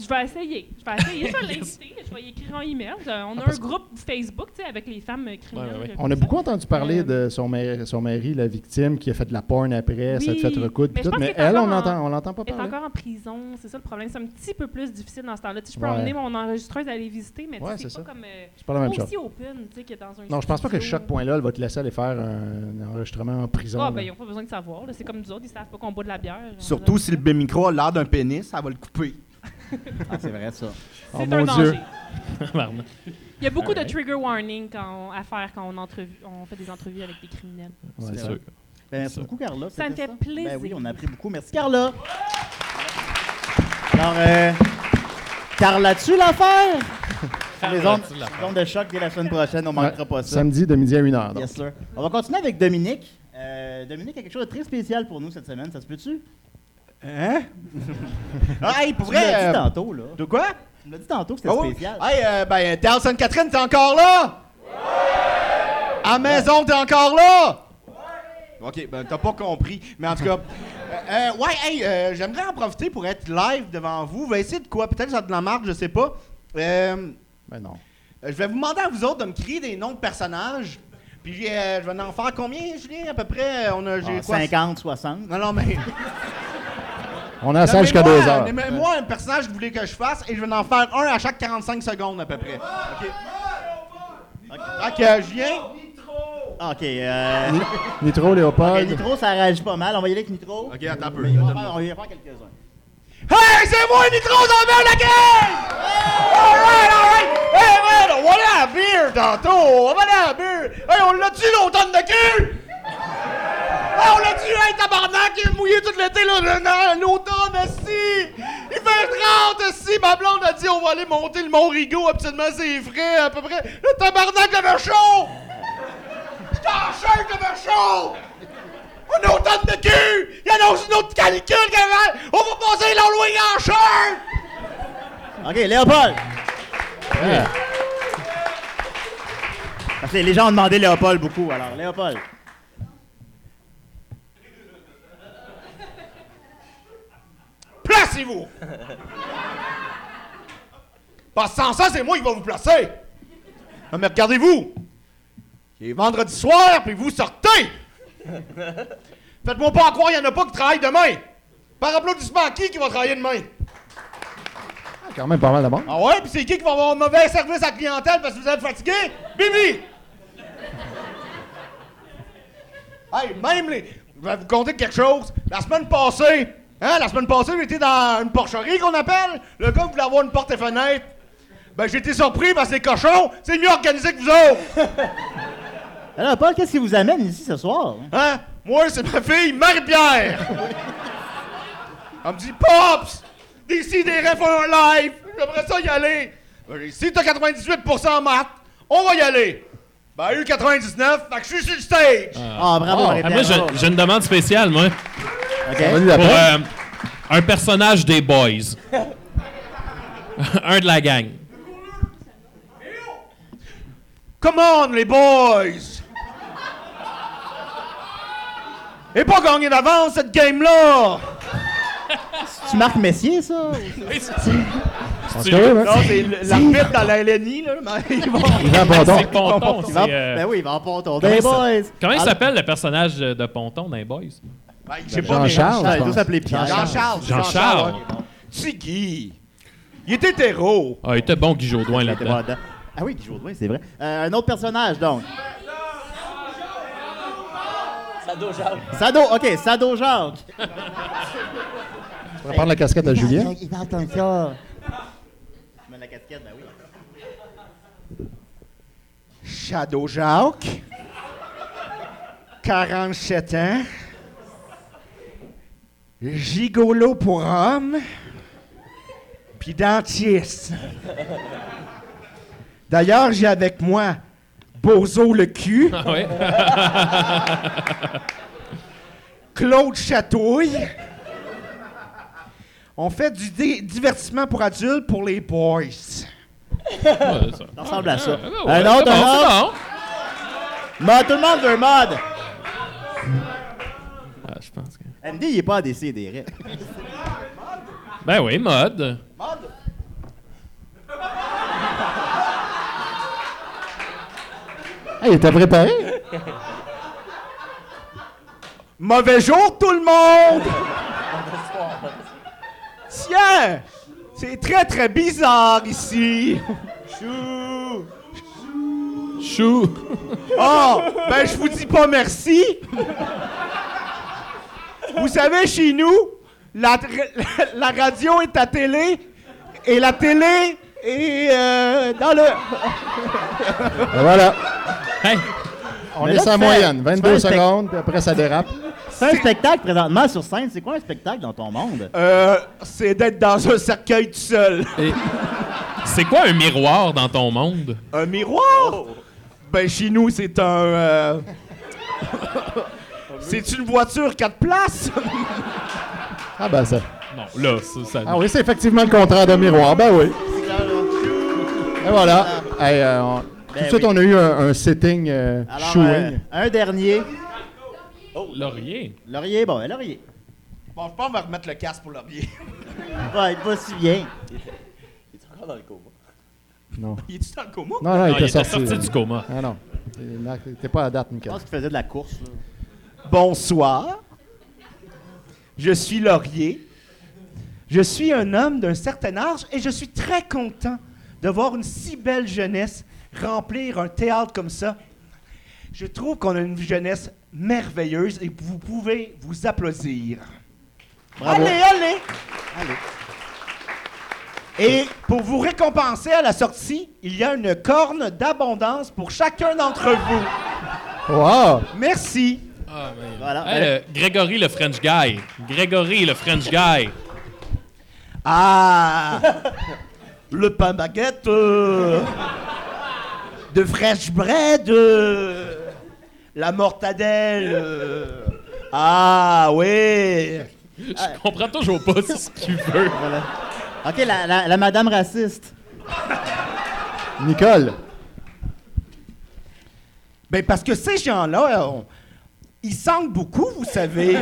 Speaker 9: je vais essayer, je vais essayer, je vais l'inviter, je vais y écrire en email. Euh,
Speaker 3: Ah,
Speaker 9: on a un groupe Facebook, tu sais, avec les femmes euh, criminelles.
Speaker 6: Ouais, ouais, ouais.
Speaker 9: euh,
Speaker 3: On a
Speaker 9: comme
Speaker 3: beaucoup
Speaker 9: ça.
Speaker 3: entendu parler
Speaker 9: Euh,
Speaker 3: de son mari, son mari, la victime, qui a fait de la porn après, ça a
Speaker 9: Oui,
Speaker 3: fait recoudre,
Speaker 9: mais je
Speaker 3: puis tout,
Speaker 9: pense
Speaker 3: mais
Speaker 9: qu'elle est
Speaker 3: elle, on
Speaker 9: encore en-
Speaker 3: n'entend on l'entend pas
Speaker 9: Elle est
Speaker 3: parler.
Speaker 9: encore en prison, c'est ça le problème. C'est un petit peu plus difficile dans ce temps-là. Tu sais, je peux
Speaker 3: Ouais.
Speaker 9: emmener mon enregistreuse à aller visiter, mais tu sais,
Speaker 3: Ouais,
Speaker 9: c'est
Speaker 3: c'est
Speaker 9: pas
Speaker 3: ça.
Speaker 9: comme. euh,
Speaker 3: C'est pas la même
Speaker 9: pas
Speaker 3: chose.
Speaker 9: aussi open, tu sais, que dans un.
Speaker 3: Non, je pense pas que
Speaker 9: studio.
Speaker 3: chaque point-là, elle va te laisser aller faire un enregistrement en prison.
Speaker 9: Ah,
Speaker 3: là.
Speaker 9: ben, ils ont pas besoin de savoir. là. C'est comme nous autres, ils savent pas qu'on boit de la bière.
Speaker 4: Surtout si le micro a l'air d'un pénis, ça va le couper. Ah, c'est vrai, ça.
Speaker 9: C'est
Speaker 3: Oh,
Speaker 9: un
Speaker 3: mon
Speaker 9: danger.
Speaker 3: Dieu.
Speaker 6: Pardon.
Speaker 9: Il y a beaucoup de trigger warning quand on- à faire quand on, entrevue- on fait des entrevues avec des criminels.
Speaker 3: Ouais.
Speaker 6: C'est sûr.
Speaker 4: Ben, merci beaucoup, Carla.
Speaker 9: Ça me
Speaker 4: C'était
Speaker 9: fait plaisir.
Speaker 4: Ben oui, on a appris beaucoup. Merci, Carla. Alors, euh, Carla, tu l'affaire? Sur les ondes,
Speaker 6: Carla-tu
Speaker 4: sur
Speaker 6: l'affaire?
Speaker 4: les ondes de choc dès la semaine prochaine, on manquera pas ça.
Speaker 3: Samedi Ah, de midi à 1h.
Speaker 4: Yes, sir. On va continuer avec Dominique. Euh, Dominique a quelque chose de très spécial pour nous cette semaine, ça se peut-tu?
Speaker 1: Hein?
Speaker 4: Ah, hey, pour
Speaker 1: Tu me l'as
Speaker 4: vrai!
Speaker 1: dit
Speaker 4: tantôt, là.
Speaker 1: De quoi?
Speaker 4: Tu me l'as dit tantôt que c'était
Speaker 1: Ah oui?
Speaker 4: spécial.
Speaker 1: Hey, euh, ben, Carlson Catherine, t'es encore là? À maison, t'es encore là? Ok, ben, t'as pas compris. Mais en tout cas,
Speaker 4: Euh, ouais, hey, euh, j'aimerais en profiter pour être live devant vous. Va essayer de quoi? Peut-être que ça a de la marque, je sais pas. Euh,
Speaker 3: Ben non.
Speaker 4: je vais vous demander à vous autres de me crier des noms de personnages. Puis euh, je vais en faire combien, Julien? À peu près, Euh, on a...
Speaker 2: Ah,
Speaker 4: j'ai quoi?
Speaker 2: 50, 60.
Speaker 4: Non, non, mais...
Speaker 3: On a ça jusqu'à 2
Speaker 4: Nommez-moi-
Speaker 3: heures.
Speaker 4: Nommez-moi un personnage que vous voulez que je fasse et je vais en faire un à chaque 45 secondes, à peu près. OK. Ok,
Speaker 1: euh,
Speaker 4: Ok, Julien... OK, euh...
Speaker 3: Nitro,
Speaker 4: ok,
Speaker 3: Léopold.
Speaker 4: Nitro, ça réagit pas mal. On va y aller avec Nitro.
Speaker 1: ok, attends un peu.
Speaker 4: On va faire- on va y faire quelques-uns.
Speaker 1: Hey, c'est moi, Nitro, j'en mets la game! Alright, alright! Hey, man, Eh, on va aller à la bière tantôt! On va aller à la bière! Hey, on l'a tué l'automne de cul! Hey, on l'a tué, hey, tabarnak, il est mouillé tout l'été, là, le- le- l'automne, si! Il fait 30, si! Ma blonde a dit, on va aller monter le Mont Rigaud, absolument, c'est frais, à peu près. Le tabarnak, avait chaud! J'étais en chair, j'avais chaud! On est automne de cul! Il annonce une autre calcul, gamin! On va passer l'enloyer en chair!
Speaker 4: OK, Léopold! Parce que les gens ont demandé Léopold beaucoup, alors Léopold.
Speaker 1: Placez-vous! Parce que sans ça, c'est moi qui va vous placer! Non, mais regardez-vous! C'est vendredi soir, puis vous sortez! Faites-moi pas en croire qu'il n'y en a pas qui travaillent demain! Par applaudissement, qui qui va travailler demain?
Speaker 3: Quand même pas mal de monde.
Speaker 1: Ah ouais? Puis c'est qui qui va avoir un mauvais service à clientèle parce que vous êtes fatigué? Bibi! hey, même les. Je vais vous conter quelque chose. La semaine passée, hein, la semaine passée, j'étais dans une porcherie qu'on appelle. Le gars voulait avoir une porte et fenêtre. Ben, j'ai été surpris parce que les cochons, c'est mieux organisé que vous autres!
Speaker 4: Alors, Paul, qu'est-ce qui vous amène ici ce soir?
Speaker 1: Hein? Moi, c'est ma fille, Marie-Pierre! Elle me dit Pops, d'ici des refs un live, j'aimerais ça y aller. Ben, j'ai dit, si t'as 98% en maths, on va y aller. Ben, elle a eu 99, fait que je suis sur le stage.
Speaker 2: Ah, bravo, Marie-Pierre,
Speaker 6: Ah, moi, j'ai
Speaker 2: bravo.
Speaker 6: j'ai une demande spéciale, moi.
Speaker 2: OK.
Speaker 6: Pour euh, un personnage des boys. un de la gang.
Speaker 1: Come on, les boys! Et pas gagné d'avance cette game-là!
Speaker 2: Tu marques Messier, ça?
Speaker 6: C'est
Speaker 1: Non, c'est l- l'arbitre dans la LNI, là. mais ils vont-
Speaker 6: c'est Ponton.
Speaker 2: Il
Speaker 6: c'est,
Speaker 2: va-
Speaker 6: euh,
Speaker 2: Ben oui, il va en ponton. Des boys! Ah.
Speaker 6: Comment
Speaker 1: Ah,
Speaker 6: il s'appelle le personnage de de Ponton dans les boys?
Speaker 1: Ben, j'ai pas mes-
Speaker 3: Jean-Charles,
Speaker 2: Ah,
Speaker 3: je
Speaker 2: il doit
Speaker 3: pense.
Speaker 2: s'appeler Pierre.
Speaker 4: Jean-Charles.
Speaker 6: Jean-Charles.
Speaker 1: Tiggy! Il est hétéro!
Speaker 6: Ah, il était bon, Guy Jodoin,
Speaker 2: Il était bon
Speaker 6: là-dedans.
Speaker 2: dedans. Ah oui, Guy Jodoin, c'est vrai. Euh, un autre personnage, donc. Sado, OK, Sado Jacques.
Speaker 3: Tu pourrais prendre la casquette à Julien.
Speaker 2: Il parle comme ça. Je mets la casquette, ben oui.
Speaker 4: Shadow Jacques. 47 ans. Gigolo pour homme. Puis dentiste. D'ailleurs, j'ai avec moi Bozo le cul,
Speaker 6: Ah ouais?
Speaker 4: Claude Chatouille. On fait du di- divertissement pour adultes pour les boys.
Speaker 6: Ouais, c'est ça.
Speaker 2: Ça ressemble à ça.
Speaker 6: Ah ouais,
Speaker 2: un autre,
Speaker 6: c'est bon,
Speaker 2: un autre.
Speaker 6: c'est bon.
Speaker 2: Mod, tout le monde veut un mod.
Speaker 6: Ah, je pense que...
Speaker 2: Andy, il est pas à décider.
Speaker 6: Ben oui, mode.
Speaker 3: Ah, il était préparé.
Speaker 4: Mauvais jour, tout le monde! Tiens! C'est très, très bizarre ici! Chou!
Speaker 6: Chou.
Speaker 4: Oh! Ben, je vous dis pas merci! Vous savez, chez nous, la, tr- la radio est à télé, et la télé est euh, dans le...
Speaker 3: Ben voilà.
Speaker 6: Hey,
Speaker 3: On
Speaker 2: Mais
Speaker 3: est
Speaker 2: là,
Speaker 3: en
Speaker 2: tu fais-
Speaker 3: moyenne.
Speaker 2: tu fais un
Speaker 3: 22
Speaker 2: spec-
Speaker 3: secondes, puis après, ça dérape.
Speaker 2: C'est un spectacle présentement sur scène. C'est quoi un spectacle dans ton monde?
Speaker 4: Euh, c'est d'être dans un cercueil tout seul.
Speaker 6: et- C'est quoi un miroir dans ton monde?
Speaker 4: Un miroir? Ben, chez nous, c'est un... euh, c'est une voiture quatre places!
Speaker 3: Ah, ben ça.
Speaker 6: Non, là, ça... ça-
Speaker 3: Ah oui, c'est effectivement le contraire d'un miroir. Ben oui. Et voilà. Hey, euh, on- Tout de suite,
Speaker 2: Ben oui.
Speaker 3: on a eu un, un setting euh,
Speaker 2: Alors,
Speaker 3: chewing.
Speaker 2: euh, un dernier.
Speaker 4: Oh,
Speaker 6: Laurier.
Speaker 2: Laurier, bon, ben, Laurier.
Speaker 4: Bon, je pense qu'on va remettre le casque pour l'orbier.
Speaker 2: Ouais, il va si bien.
Speaker 4: Il est-tu dans le coma?
Speaker 3: Non, non, il
Speaker 6: Ah,
Speaker 3: était sorti. là.
Speaker 6: du coma.
Speaker 3: Ah non. Il- non, T'es pas à date,
Speaker 2: Je
Speaker 3: Michael.
Speaker 2: pense qu'il faisait de la course. là.
Speaker 4: Bonsoir. Je suis Laurier. Je suis un homme d'un certain âge et je suis très content de voir une si belle jeunesse remplir un théâtre comme ça. Je trouve qu'on a une jeunesse merveilleuse et vous pouvez vous applaudir. Allez, allez! Et pour vous récompenser à la sortie, il y a une corne d'abondance pour chacun d'entre vous.
Speaker 3: Wow!
Speaker 4: Merci.
Speaker 2: Voilà.
Speaker 6: Hey, euh, Grégory le French guy. Grégory le French guy.
Speaker 4: Ah! Le pain baguette euh, de fresh bread, euh, la mortadelle. euh. ah oui!
Speaker 6: Je comprends toujours pas ce qu'il veut.
Speaker 2: OK, la, la- la madame raciste.
Speaker 3: Nicole,
Speaker 4: Ben parce que ces gens-là, euh, on- ils sentent beaucoup, vous savez.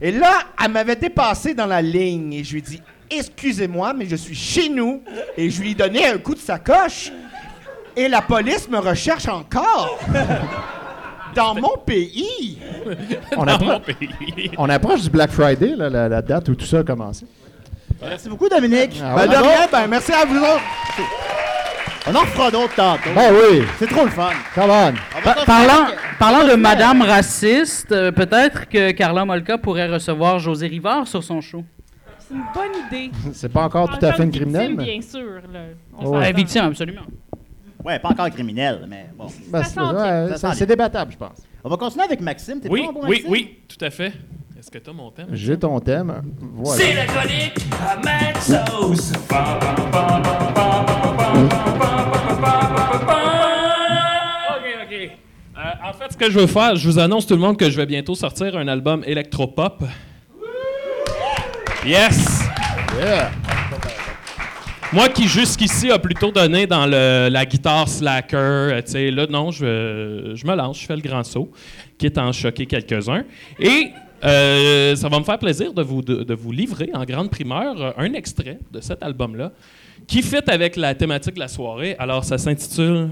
Speaker 4: Et là, elle m'avait dépassé dans la ligne et je lui ai dit Excusez-moi, mais je suis chez nous. Et je lui ai donné un coup de sacoche. Et la police me recherche encore. Dans mon pays.
Speaker 3: on,
Speaker 6: Dans
Speaker 3: appro-
Speaker 6: mon pays.
Speaker 3: on approche du Black Friday, là, la, la date où tout ça a commencé.
Speaker 2: Merci beaucoup, Dominique.
Speaker 3: Ah
Speaker 4: Ben,
Speaker 3: ouais?
Speaker 4: de rien, ben, merci à vous autres.
Speaker 2: On en refera d'autres tantôt.
Speaker 3: Ben oui!
Speaker 2: C'est trop le fun.
Speaker 3: Come on!
Speaker 2: Par-
Speaker 8: Parlant, parlant de Madame raciste, euh, peut-être que Carla Molka pourrait recevoir José Rivard sur son show.
Speaker 9: C'est une bonne idée.
Speaker 3: C'est pas encore
Speaker 9: En
Speaker 3: tout à
Speaker 9: tant
Speaker 3: fait une
Speaker 9: que
Speaker 3: criminelle,
Speaker 9: victime,
Speaker 3: mais.
Speaker 9: Bien sûr, là. On
Speaker 3: Ouais.
Speaker 2: Ah,
Speaker 9: s'entend.
Speaker 8: Euh, victime, absolument.
Speaker 2: Ouais, pas encore criminel, mais bon.
Speaker 3: Ben,
Speaker 9: Ça
Speaker 3: c'est-
Speaker 9: sent bien.
Speaker 3: ouais,
Speaker 2: Ça
Speaker 3: ça-
Speaker 2: sent
Speaker 3: c'est
Speaker 2: bien.
Speaker 3: débattable, je pense.
Speaker 2: On va continuer avec Maxime. T'es
Speaker 6: Oui,
Speaker 2: pas bon,
Speaker 6: oui,
Speaker 2: Maxime?
Speaker 6: oui, tout à fait. Est-ce que t'as mon thème?
Speaker 3: J'ai ton thème. Voilà.
Speaker 7: C'est la chronique à Mad Sauce.
Speaker 6: OK, OK. Euh, en fait, ce que je veux faire, je vous annonce tout le monde que je vais bientôt sortir un album électropop. Yes! Moi qui jusqu'ici a plutôt donné dans le- la guitare slacker, euh, tu sais, là non, je, je me lance, je fais le grand saut, quitte à en choquer quelques-uns. Et euh, ça va me faire plaisir de vous, de, de vous livrer en grande primeur euh, un extrait de cet album-là qui fit avec la thématique de la soirée. Alors ça s'intitule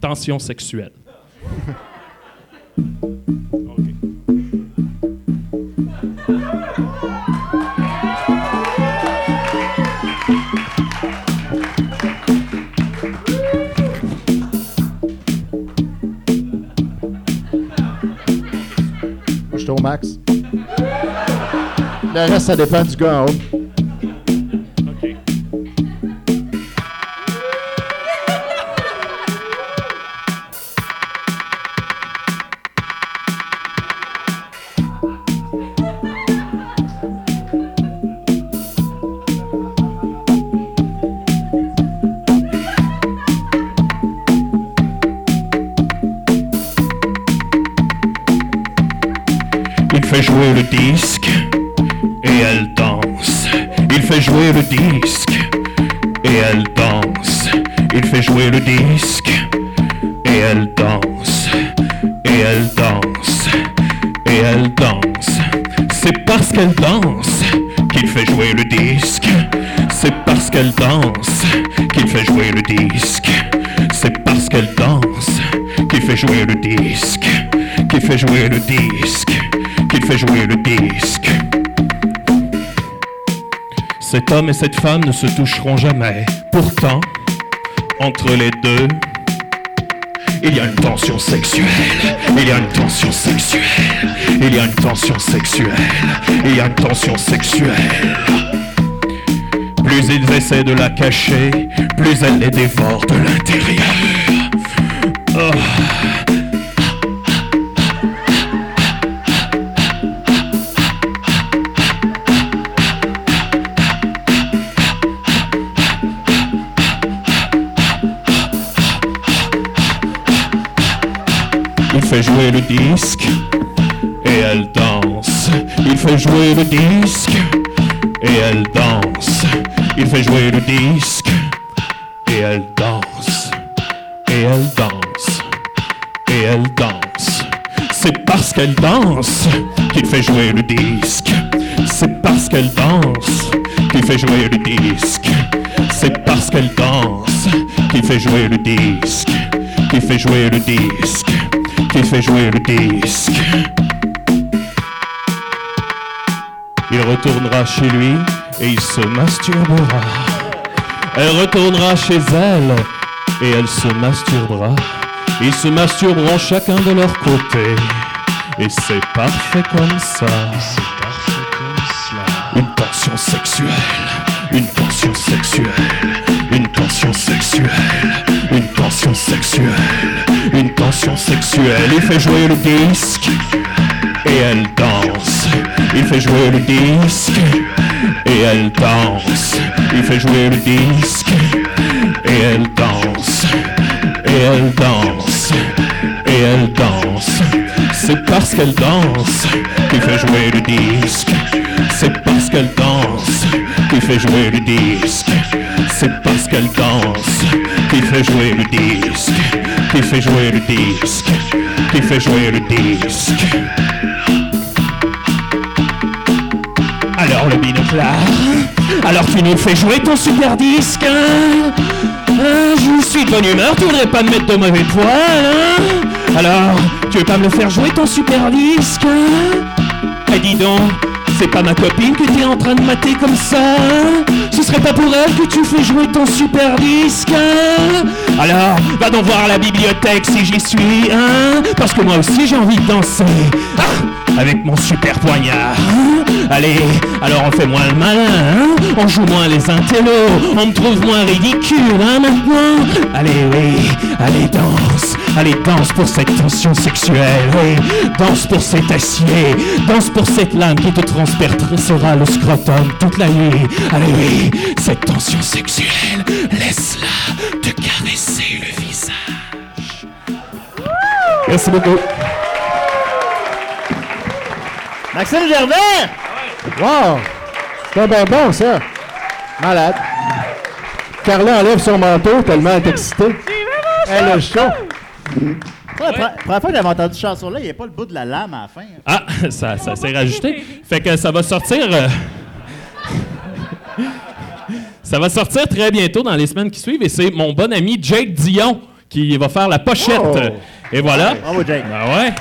Speaker 6: Tension sexuelle.
Speaker 3: Je suis au max. Le reste, ça dépend du gars en haut.
Speaker 7: Il fait jouer le disque et elle danse. Il fait jouer le disque et elle danse. Il fait jouer le disque et elle danse. Et elle danse. Et elle danse. C'est parce qu'elle danse qu'il fait jouer le disque. C'est parce qu'elle danse qu'il fait jouer le disque. C'est parce qu'elle danse qu'il fait jouer le disque. Qu'il fait jouer le disque. Qu'il fait jouer le disque. Cet homme et cette femme ne se toucheront jamais. Pourtant, entre les deux, il y a une tension sexuelle, il y a une tension sexuelle, il y a une tension sexuelle, il y a une tension sexuelle. Plus ils essaient de la cacher, plus elle les dévore de l'intérieur. Oh. Il fait jouer le disque et elle danse. Il fait jouer le disque et elle danse. Il fait jouer le disque et elle danse. Et elle danse. Et elle danse. C'est parce qu'elle danse qu'il fait jouer le disque. C'est parce qu'elle danse qu'il fait jouer le disque. C'est parce qu'elle danse qu'il fait jouer le disque. Qu'il fait jouer le disque. Qu'il fait jouer le disque. Il retournera chez lui et il se masturbera. Elle retournera chez elle et elle se masturbera. Ils se masturberont chacun de leur côté. Et c'est parfait comme ça. Une tension sexuelle, une tension sexuelle, une tension sexuelle, une tension sexuelle, une tension sexuelle. Il fait jouer le disque et elle danse. Il fait jouer le disque et elle danse. Il fait jouer le disque et elle danse. Et elle danse. Et elle danse. C'est parce qu'elle danse qu'il fait jouer le disque. C'est parce qu'elle danse qu'il fait jouer le disque. C'est parce qu'elle danse qu'il fait jouer le disque. Qu'il fait jouer le disque. Qu'il fait jouer le disque. Alors le binoclard, alors tu nous fais jouer ton super disque, hein Hein, Je suis de bonne humeur, tu voudrais pas me mettre de mauvais poil, hein Alors, tu veux pas me le faire jouer ton super disque, hein Eh dis donc, c'est pas ma copine que t'es en train de mater comme ça, hein Ce serait pas pour elle que tu fais jouer ton super disque, hein Alors, va donc voir à la bibliothèque si j'y suis, hein Parce que moi aussi j'ai envie de danser. Ah avec mon super poignard. hein? Allez, alors on fait moins le malin, hein? on joue moins les intellos, on me trouve moins ridicule, hein, maintenant. Allez, oui, allez, danse, allez, danse pour cette tension sexuelle, oui, danse pour cet acier, danse pour cette lame qui te transpercera le scrotum toute la nuit. Allez, oui, cette tension sexuelle, laisse-la te caresser le visage. Merci beaucoup.
Speaker 2: Maxime Gervais!
Speaker 3: Wow! C'est bien bon, ça! Malade! Carla enlève son manteau tellement elle est excitée. Elle a chaud!
Speaker 2: Ouais, pre- Première fois que j'avais entendu cette chanson-là, il n'y a pas le bout de la lame à la fin. hein.
Speaker 6: Ah, ça, ça s'est rajouté. Fait que ça va sortir. euh, ça va sortir très bientôt dans les semaines qui suivent et c'est mon bon ami Jake Dion qui va faire la pochette. Et voilà.
Speaker 2: Oh. Bravo, Jake.
Speaker 6: Ben ouais.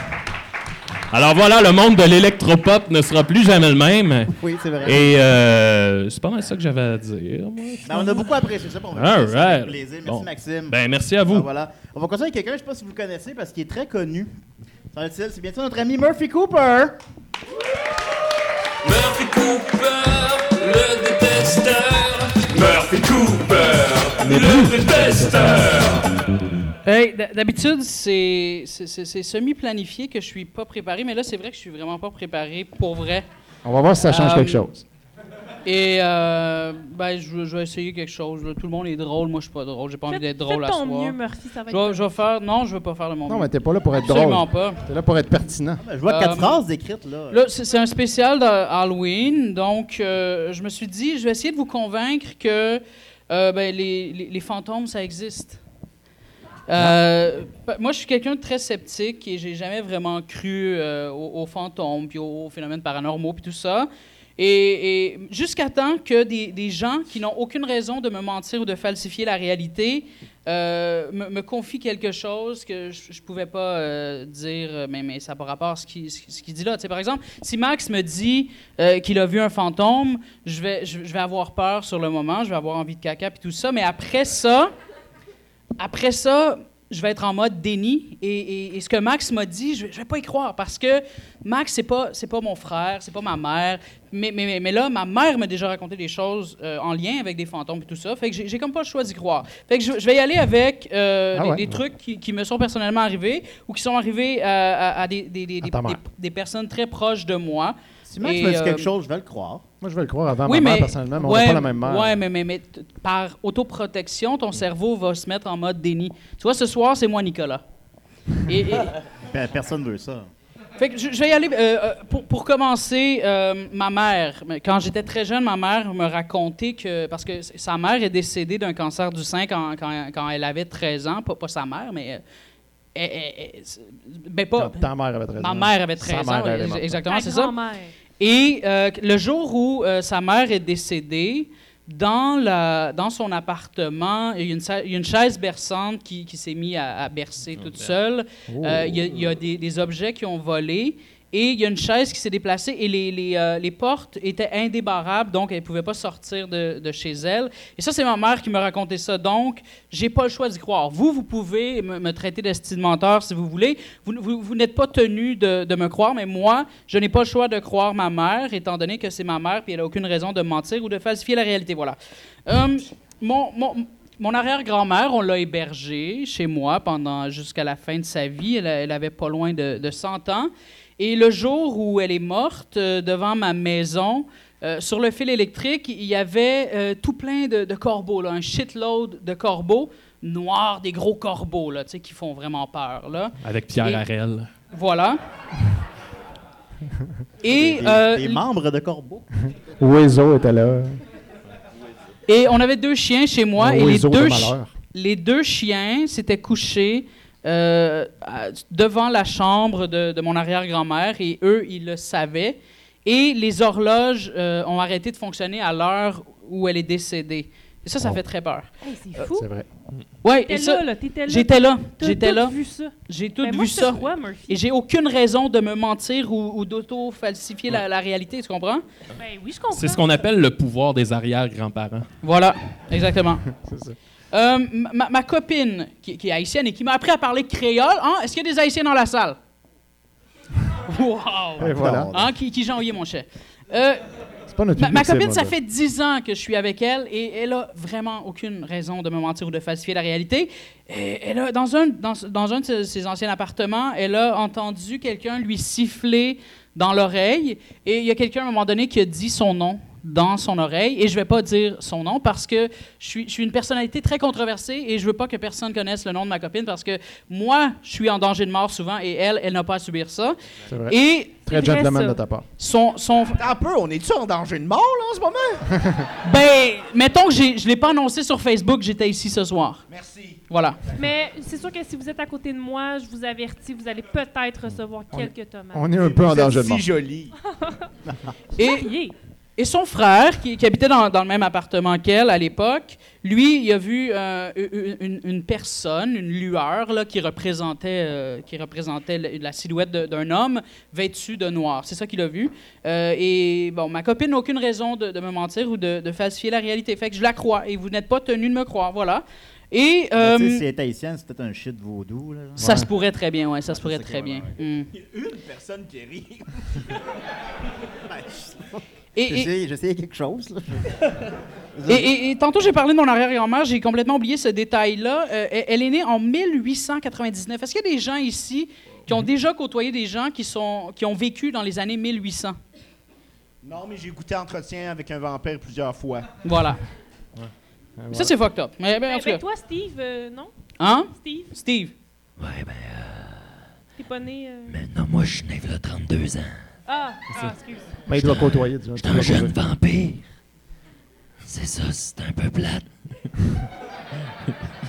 Speaker 6: Alors voilà, le monde de l'électropop ne sera plus jamais le même.
Speaker 2: Oui, c'est vrai.
Speaker 6: Et euh, c'est pas mal ça que j'avais à dire. moi.
Speaker 2: Ben, on a beaucoup apprécié ça. Pour on
Speaker 6: All
Speaker 2: va
Speaker 6: right.
Speaker 2: plaisir. Merci,
Speaker 6: Bon.
Speaker 2: Maxime.
Speaker 6: Ben merci à
Speaker 2: Ah,
Speaker 6: vous.
Speaker 2: voilà. On va continuer avec quelqu'un, je ne sais pas si vous le connaissez, parce qu'il est très connu. Semble-t-il, C'est bien sûr notre ami Murphy Cooper.
Speaker 7: Murphy Cooper, le détesteur. Murphy Cooper, le détesteur.
Speaker 8: Hey, d- d'habitude, c'est c'est- c'est- c'est semi-planifié que je suis pas préparé, mais là, c'est vrai que je suis vraiment pas préparé pour vrai.
Speaker 3: On va voir si ça change
Speaker 8: Euh,
Speaker 3: quelque chose.
Speaker 8: Et euh, ben, je, vais- je vais essayer quelque chose. là. Tout le monde est drôle, moi, je suis pas drôle. J'ai pas envie
Speaker 9: Fais
Speaker 8: d'être drôle
Speaker 9: fais
Speaker 8: à
Speaker 9: ton
Speaker 8: soir.
Speaker 9: mieux, Murphy, ça va
Speaker 8: Je
Speaker 9: être
Speaker 8: vais, je vais faire. Non, je veux pas faire le monde.
Speaker 3: Non, mais t'es pas là pour être
Speaker 8: Absolument
Speaker 3: drôle.
Speaker 8: pas.
Speaker 3: T'es là pour être pertinent.
Speaker 2: Ah, ben, Je vois
Speaker 8: Euh,
Speaker 2: quatre phrases décrites, là.
Speaker 8: Là, c'est c'est un spécial d'Halloween, donc euh, je me suis dit, je vais essayer de vous convaincre que euh, ben, les, les- les fantômes, ça existe. Euh, pa- moi, je suis quelqu'un de très sceptique et j'ai jamais vraiment cru euh, aux, aux fantômes, puis aux, aux phénomènes paranormaux, puis tout ça. Et, et jusqu'à temps que des, des gens qui n'ont aucune raison de me mentir ou de falsifier la réalité euh, me, me confie quelque chose que je ne pouvais pas euh, dire, euh, mais, mais ça n'a pas rapport à ce qu'il ce, ce qu'il dit là. Tu sais, par exemple, si Max me dit euh, qu'il a vu un fantôme, je vais, je, je vais avoir peur sur le moment, je vais avoir envie de caca et tout ça, mais après ça, après ça, je vais être en mode déni. Et, et- et ce que Max m'a dit, je ne vais pas y croire parce que Max, c'est pas, c'est pas mon frère, c'est pas ma mère. Mais, mais, mais- mais là, ma mère m'a déjà raconté des choses euh, en lien avec des fantômes et tout ça. Fait que j'ai j'ai comme pas le choix d'y croire. Fait que je, je vais y aller avec euh,
Speaker 3: Ah
Speaker 8: des,
Speaker 3: ouais?
Speaker 8: des trucs qui, qui me sont personnellement arrivés ou qui sont arrivés euh, à, à des, des- des-
Speaker 3: À ta
Speaker 8: des-
Speaker 3: mère.
Speaker 8: des personnes très proches de moi.
Speaker 2: si Max
Speaker 8: et,
Speaker 2: me dit
Speaker 8: euh,
Speaker 2: quelque chose, je vais le croire.
Speaker 3: Moi, je vais le croire avant ma mère, personnellement, mais on n'a
Speaker 8: ouais,
Speaker 3: pas la même mère.
Speaker 8: Ouais, mais, mais, mais t- par autoprotection, ton cerveau va se mettre en mode déni. Tu vois, ce soir, c'est moi, Nicolas. Et, et-
Speaker 2: Ben, personne veut ça.
Speaker 8: fait que je, je vais y aller. euh, euh, pour, pour commencer, euh, ma mère, mais quand j'étais très jeune, ma mère me racontait que. Parce que s- sa mère est décédée d'un cancer du sein quand, quand, quand elle avait 13 ans. Pas, pas sa mère, mais. euh, elle- elle- elle- c'est- ben, pas.
Speaker 3: Quand ta mère avait 13
Speaker 8: Ma
Speaker 3: ans.
Speaker 8: mère avait
Speaker 3: Sa
Speaker 8: 13
Speaker 3: mère,
Speaker 8: ans.
Speaker 3: elle est morte.
Speaker 8: Exactement,
Speaker 9: Ta
Speaker 8: c'est ça.
Speaker 9: grand-mère.
Speaker 8: Et euh, le jour où euh, sa mère est décédée, dans, la- dans son appartement, il y a une, sa- il y a une chaise berçante qui, qui s'est mise à, à bercer toute seule. Euh, il y a, il y a des, des objets qui ont volé. Et il y a une chaise qui s'est déplacée et les, les, euh, les portes étaient indébarrables, donc elle ne pouvait pas sortir de, de chez elle. Et ça, c'est ma mère qui me racontait ça. Donc, j'ai pas le choix d'y croire. Vous, vous pouvez me, me traiter d'esti de menteur si vous voulez. Vous, vous- vous n'êtes pas tenu de, de me croire, mais moi, je n'ai pas le choix de croire ma mère, étant donné que c'est ma mère, puis elle n'a aucune raison de mentir ou de falsifier la réalité. Voilà. Hum, mon, mon- mon arrière-grand-mère, on l'a hébergée chez moi pendant jusqu'à la fin de sa vie. Elle, a- elle avait pas loin de, de 100 ans. Et le jour où elle est morte, euh, devant ma maison, euh, sur le fil électrique, il y avait euh, tout plein de, de corbeaux, là, un shitload de corbeaux noirs, des gros corbeaux là, tu sais, qui font vraiment peur. Là.
Speaker 6: Avec Pierre
Speaker 8: Et-
Speaker 6: Harel.
Speaker 8: Voilà. Et,
Speaker 2: Des,
Speaker 8: euh,
Speaker 2: des membres de corbeau.
Speaker 3: Oiseau était là.
Speaker 8: et on avait deux chiens chez moi. et les
Speaker 3: Oiseau de
Speaker 8: deux, chi-
Speaker 3: malheur.
Speaker 8: les deux chiens s'étaient couchés euh, à- devant la chambre de, de mon arrière-grand-mère et eux, ils le savaient. Et les horloges euh, ont arrêté de fonctionner à l'heure où elle est décédée. Et ça, ça fait très peur.
Speaker 9: Hey, c'est fou.
Speaker 3: Ah, C'est vrai.
Speaker 8: Ouais, et
Speaker 9: T'étais
Speaker 8: ça,
Speaker 9: là, là, t'étais là.
Speaker 8: j'étais là,
Speaker 9: T'as
Speaker 8: j'étais
Speaker 9: tout
Speaker 8: là,
Speaker 9: vu ça.
Speaker 8: j'ai tout
Speaker 9: Ben, moi,
Speaker 8: vu
Speaker 9: je te
Speaker 8: ça.
Speaker 9: crois,
Speaker 8: Et
Speaker 9: Murphy.
Speaker 8: j'ai aucune raison de me mentir ou, ou d'auto-falsifier la, la réalité, tu comprends?
Speaker 9: Ben oui, je comprends.
Speaker 6: C'est ce qu'on appelle le pouvoir des arrière-grands-parents.
Speaker 8: Voilà, exactement. Euh, ma, ma copine, qui, qui est haïtienne et qui m'a appris à parler créole, hein, est-ce qu'il y a des haïtiens dans la salle? Wow!
Speaker 3: Et voilà.
Speaker 8: Hein, qui, qui j'ai mon chef. Euh,
Speaker 3: C'est pas notre
Speaker 8: Ma, ma
Speaker 3: public, c'est
Speaker 8: copine, ça
Speaker 3: mauvais.
Speaker 8: fait 10 ans que je suis avec elle et elle a vraiment aucune raison de me mentir ou de falsifier la réalité. Et elle a, dans, un, dans, dans un de ses, ses anciens appartements, elle a entendu quelqu'un lui siffler dans l'oreille et il y a quelqu'un à un moment donné qui a dit son nom dans son oreille et je vais pas dire son nom parce que je suis, je suis une personnalité très controversée et je veux pas que personne connaisse le nom de ma copine parce que moi je suis en danger de mort souvent et elle elle n'a pas à subir ça
Speaker 3: C'est vrai.
Speaker 8: et
Speaker 3: Très
Speaker 9: C'est vrai,
Speaker 3: gentleman
Speaker 9: ça.
Speaker 3: de ta part.
Speaker 8: son, son
Speaker 4: Attends un peu, on est-tu en danger de mort, là, en ce moment?
Speaker 8: Ben, mettons que j'ai- je ne l'ai pas annoncé sur Facebook, j'étais ici ce soir.
Speaker 4: Merci.
Speaker 8: Voilà.
Speaker 9: Mais c'est sûr que si vous êtes à côté de moi, je vous avertis, vous allez peut-être recevoir quelques tomates.
Speaker 3: On est un peu
Speaker 4: Vous
Speaker 3: en
Speaker 4: êtes
Speaker 3: danger de
Speaker 4: si
Speaker 3: mort.
Speaker 4: joli.
Speaker 8: Et,
Speaker 9: Riez.
Speaker 8: et son frère, qui, qui habitait dans, dans le même appartement qu'elle à l'époque, lui, il a vu euh, une, une- une personne, une lueur, là, qui représentait, euh, qui représentait la, la silhouette de- d'un homme vêtu de noir. C'est ça qu'il a vu. Euh, et bon, ma copine n'a aucune raison de, de me mentir ou de, de falsifier la réalité. Fait que je la crois et vous n'êtes pas tenu de me croire. Voilà. Et. euh,
Speaker 2: Tu sais, si elle est haïtienne, c'est peut-être un shit vaudou. Là.
Speaker 8: ça se pourrait très bien, ouais, ça se pourrait très bien. Mm.
Speaker 4: Une personne qui rit.
Speaker 8: Et- et,
Speaker 2: J'essayais j'essayais quelque chose. là.
Speaker 8: Et, et- et tantôt, j'ai parlé de mon arrière-grand-mère, j'ai complètement oublié ce détail-là. Euh, elle- elle est née en 1899. Est-ce qu'il y a des gens ici qui ont déjà côtoyé des gens qui, sont, qui ont vécu dans les années 1800?
Speaker 4: Non, mais j'ai écouté Entretien avec un vampire plusieurs fois.
Speaker 8: Voilà. Ça, c'est fucked up. Mais, ben, en
Speaker 9: Ben,
Speaker 8: tout cas.
Speaker 9: ben, toi, Steve, euh, non?
Speaker 8: Hein?
Speaker 9: Steve,
Speaker 8: Steve?
Speaker 9: t'es pas né... euh,
Speaker 7: Maintenant, ben, moi, je suis né là 32 ans.
Speaker 9: Ah, ah, excuse.
Speaker 3: Mais il doit côtoyer du
Speaker 7: J'étais un jeune vampire. C'est ça, c'est un peu plate.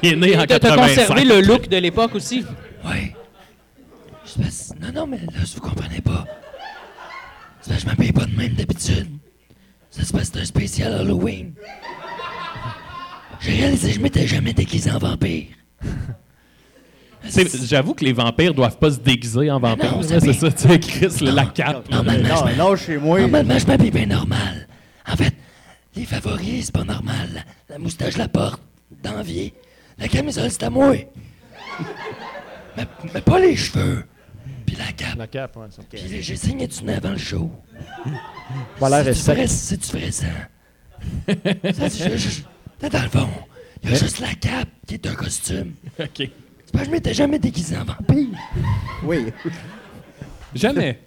Speaker 6: Il est né en
Speaker 8: T'as t'as
Speaker 6: 85.
Speaker 8: conservé le look de l'époque aussi.
Speaker 7: Ouais. C'est parce- Non, non, mais là, si vous comprenez pas. C'est parce que je m'habille pas de même d'habitude. Ça se passe un spécial Halloween. J'ai réalisé que je m'étais jamais déguisé en vampire.
Speaker 6: C'est- J'avoue que les vampires doivent pas se déguiser en vampires.
Speaker 7: non,
Speaker 6: là,
Speaker 7: ça
Speaker 6: c'est
Speaker 7: oui.
Speaker 6: ça, tu sais, Chris, la cape. là.
Speaker 7: Normalement, je m'habille-
Speaker 2: Non, non, chez moi.
Speaker 7: normalement, je m'habille bien normal. En fait, les favoris, c'est pas normal. La moustache, la porte, d'envie. La camisole, c'est à moi. mais, mais pas les cheveux. Puis la cape.
Speaker 3: La cape, ouais. ça.
Speaker 7: Puis les- j'ai signé du nez avant le show.
Speaker 3: Valère est
Speaker 7: C'est
Speaker 3: sec.
Speaker 7: vrai, c'est du vrai sang. Ça, c'est ju- ju- t'es dans le fond.
Speaker 3: Hein?
Speaker 7: Il y a juste la cape qui est un costume.
Speaker 6: OK.
Speaker 7: C'est pas que je m'étais jamais déguisé en vampire.
Speaker 2: Oui.
Speaker 6: Jamais.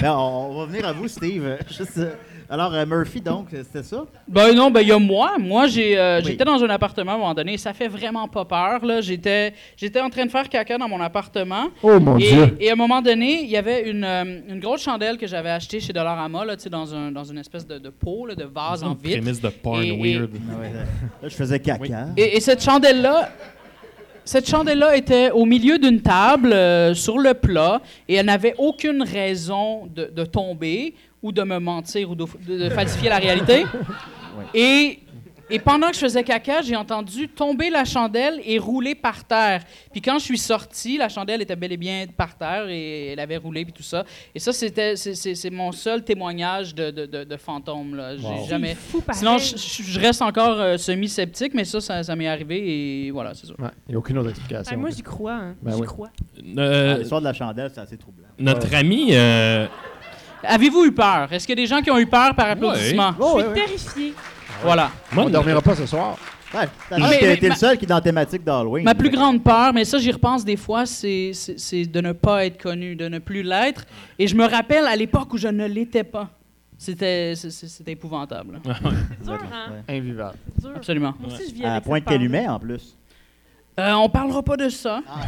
Speaker 2: Ben, on, on va venir à vous, Steve. Euh, juste, euh, alors, euh, Murphy, donc, euh, c'était ça?
Speaker 8: Ben non, ben il y a moi. Moi, j'ai, euh,
Speaker 2: Oui.
Speaker 8: j'étais dans un appartement à un moment donné. Ça fait vraiment pas peur. Là. J'étais, j'étais en train de faire caca dans mon appartement.
Speaker 3: Oh, mon
Speaker 8: et,
Speaker 3: Dieu.
Speaker 8: Et à un moment donné, il y avait une, euh, une grosse chandelle que j'avais achetée chez Dollarama, là, tu sais, dans, un, dans une espèce de, de pot, là, de vase en vitre.
Speaker 6: Prémisse de porn
Speaker 8: Et- et-
Speaker 6: weird.
Speaker 2: Ah Là, je faisais caca.
Speaker 8: Et, et cette chandelle-là, cette chandelle-là était au milieu d'une table, euh, sur le plat, et elle n'avait aucune raison de, de tomber ou de me mentir ou de, de- de falsifier la réalité. Et, et pendant que je faisais caca, j'ai entendu tomber la chandelle et rouler par terre. Puis quand je suis sorti, la chandelle était bel et bien par terre et elle avait roulé puis tout ça. Et ça, c'était c'est- c'est c'est mon seul témoignage de, de, de- de fantôme. Là. J'ai jamais.
Speaker 9: C'est fou, pareil.
Speaker 8: Sinon, je, je- je reste encore euh, semi-sceptique, mais ça, ça, ça m'est arrivé et voilà, c'est ça.
Speaker 3: Ouais, Il n'y a aucune autre
Speaker 9: Ah,
Speaker 3: explication.
Speaker 9: moi, j'y crois. hein.
Speaker 3: Ben
Speaker 9: j'y
Speaker 3: oui.
Speaker 9: crois.
Speaker 6: Euh,
Speaker 2: L'histoire de la chandelle, c'est assez troublant.
Speaker 6: notre ami... euh,
Speaker 8: Avez-vous eu peur? Est-ce qu'il y a des gens qui ont eu peur par applaudissement?
Speaker 3: Oh,
Speaker 9: Je
Speaker 3: ouais,
Speaker 9: suis
Speaker 3: ouais.
Speaker 9: terrifiée.
Speaker 8: Voilà.
Speaker 3: On
Speaker 6: moi,
Speaker 3: ne dormira pas ce soir.
Speaker 2: Ouais, t'as
Speaker 8: Non,
Speaker 2: dit
Speaker 8: Ah, mais-
Speaker 2: que
Speaker 8: mais
Speaker 2: t'es
Speaker 8: ma-
Speaker 2: le seul qui est dans la thématique d'Halloween.
Speaker 8: Ma plus grande peur, mais ça, j'y repense des fois, c'est c'est- c'est de ne pas être connu, de ne plus l'être. Et je me rappelle à l'époque où je ne l'étais pas. C'était c'est- c'est- c'était épouvantable.
Speaker 9: C'est dur, hein?
Speaker 3: Invivable.
Speaker 9: C'est dur.
Speaker 8: Absolument.
Speaker 9: Moi aussi, je vis
Speaker 2: À la
Speaker 9: avec
Speaker 2: pointe
Speaker 9: cette peur-là.
Speaker 2: calumet, en plus.
Speaker 8: Euh, on parlera pas de ça.
Speaker 2: Ah.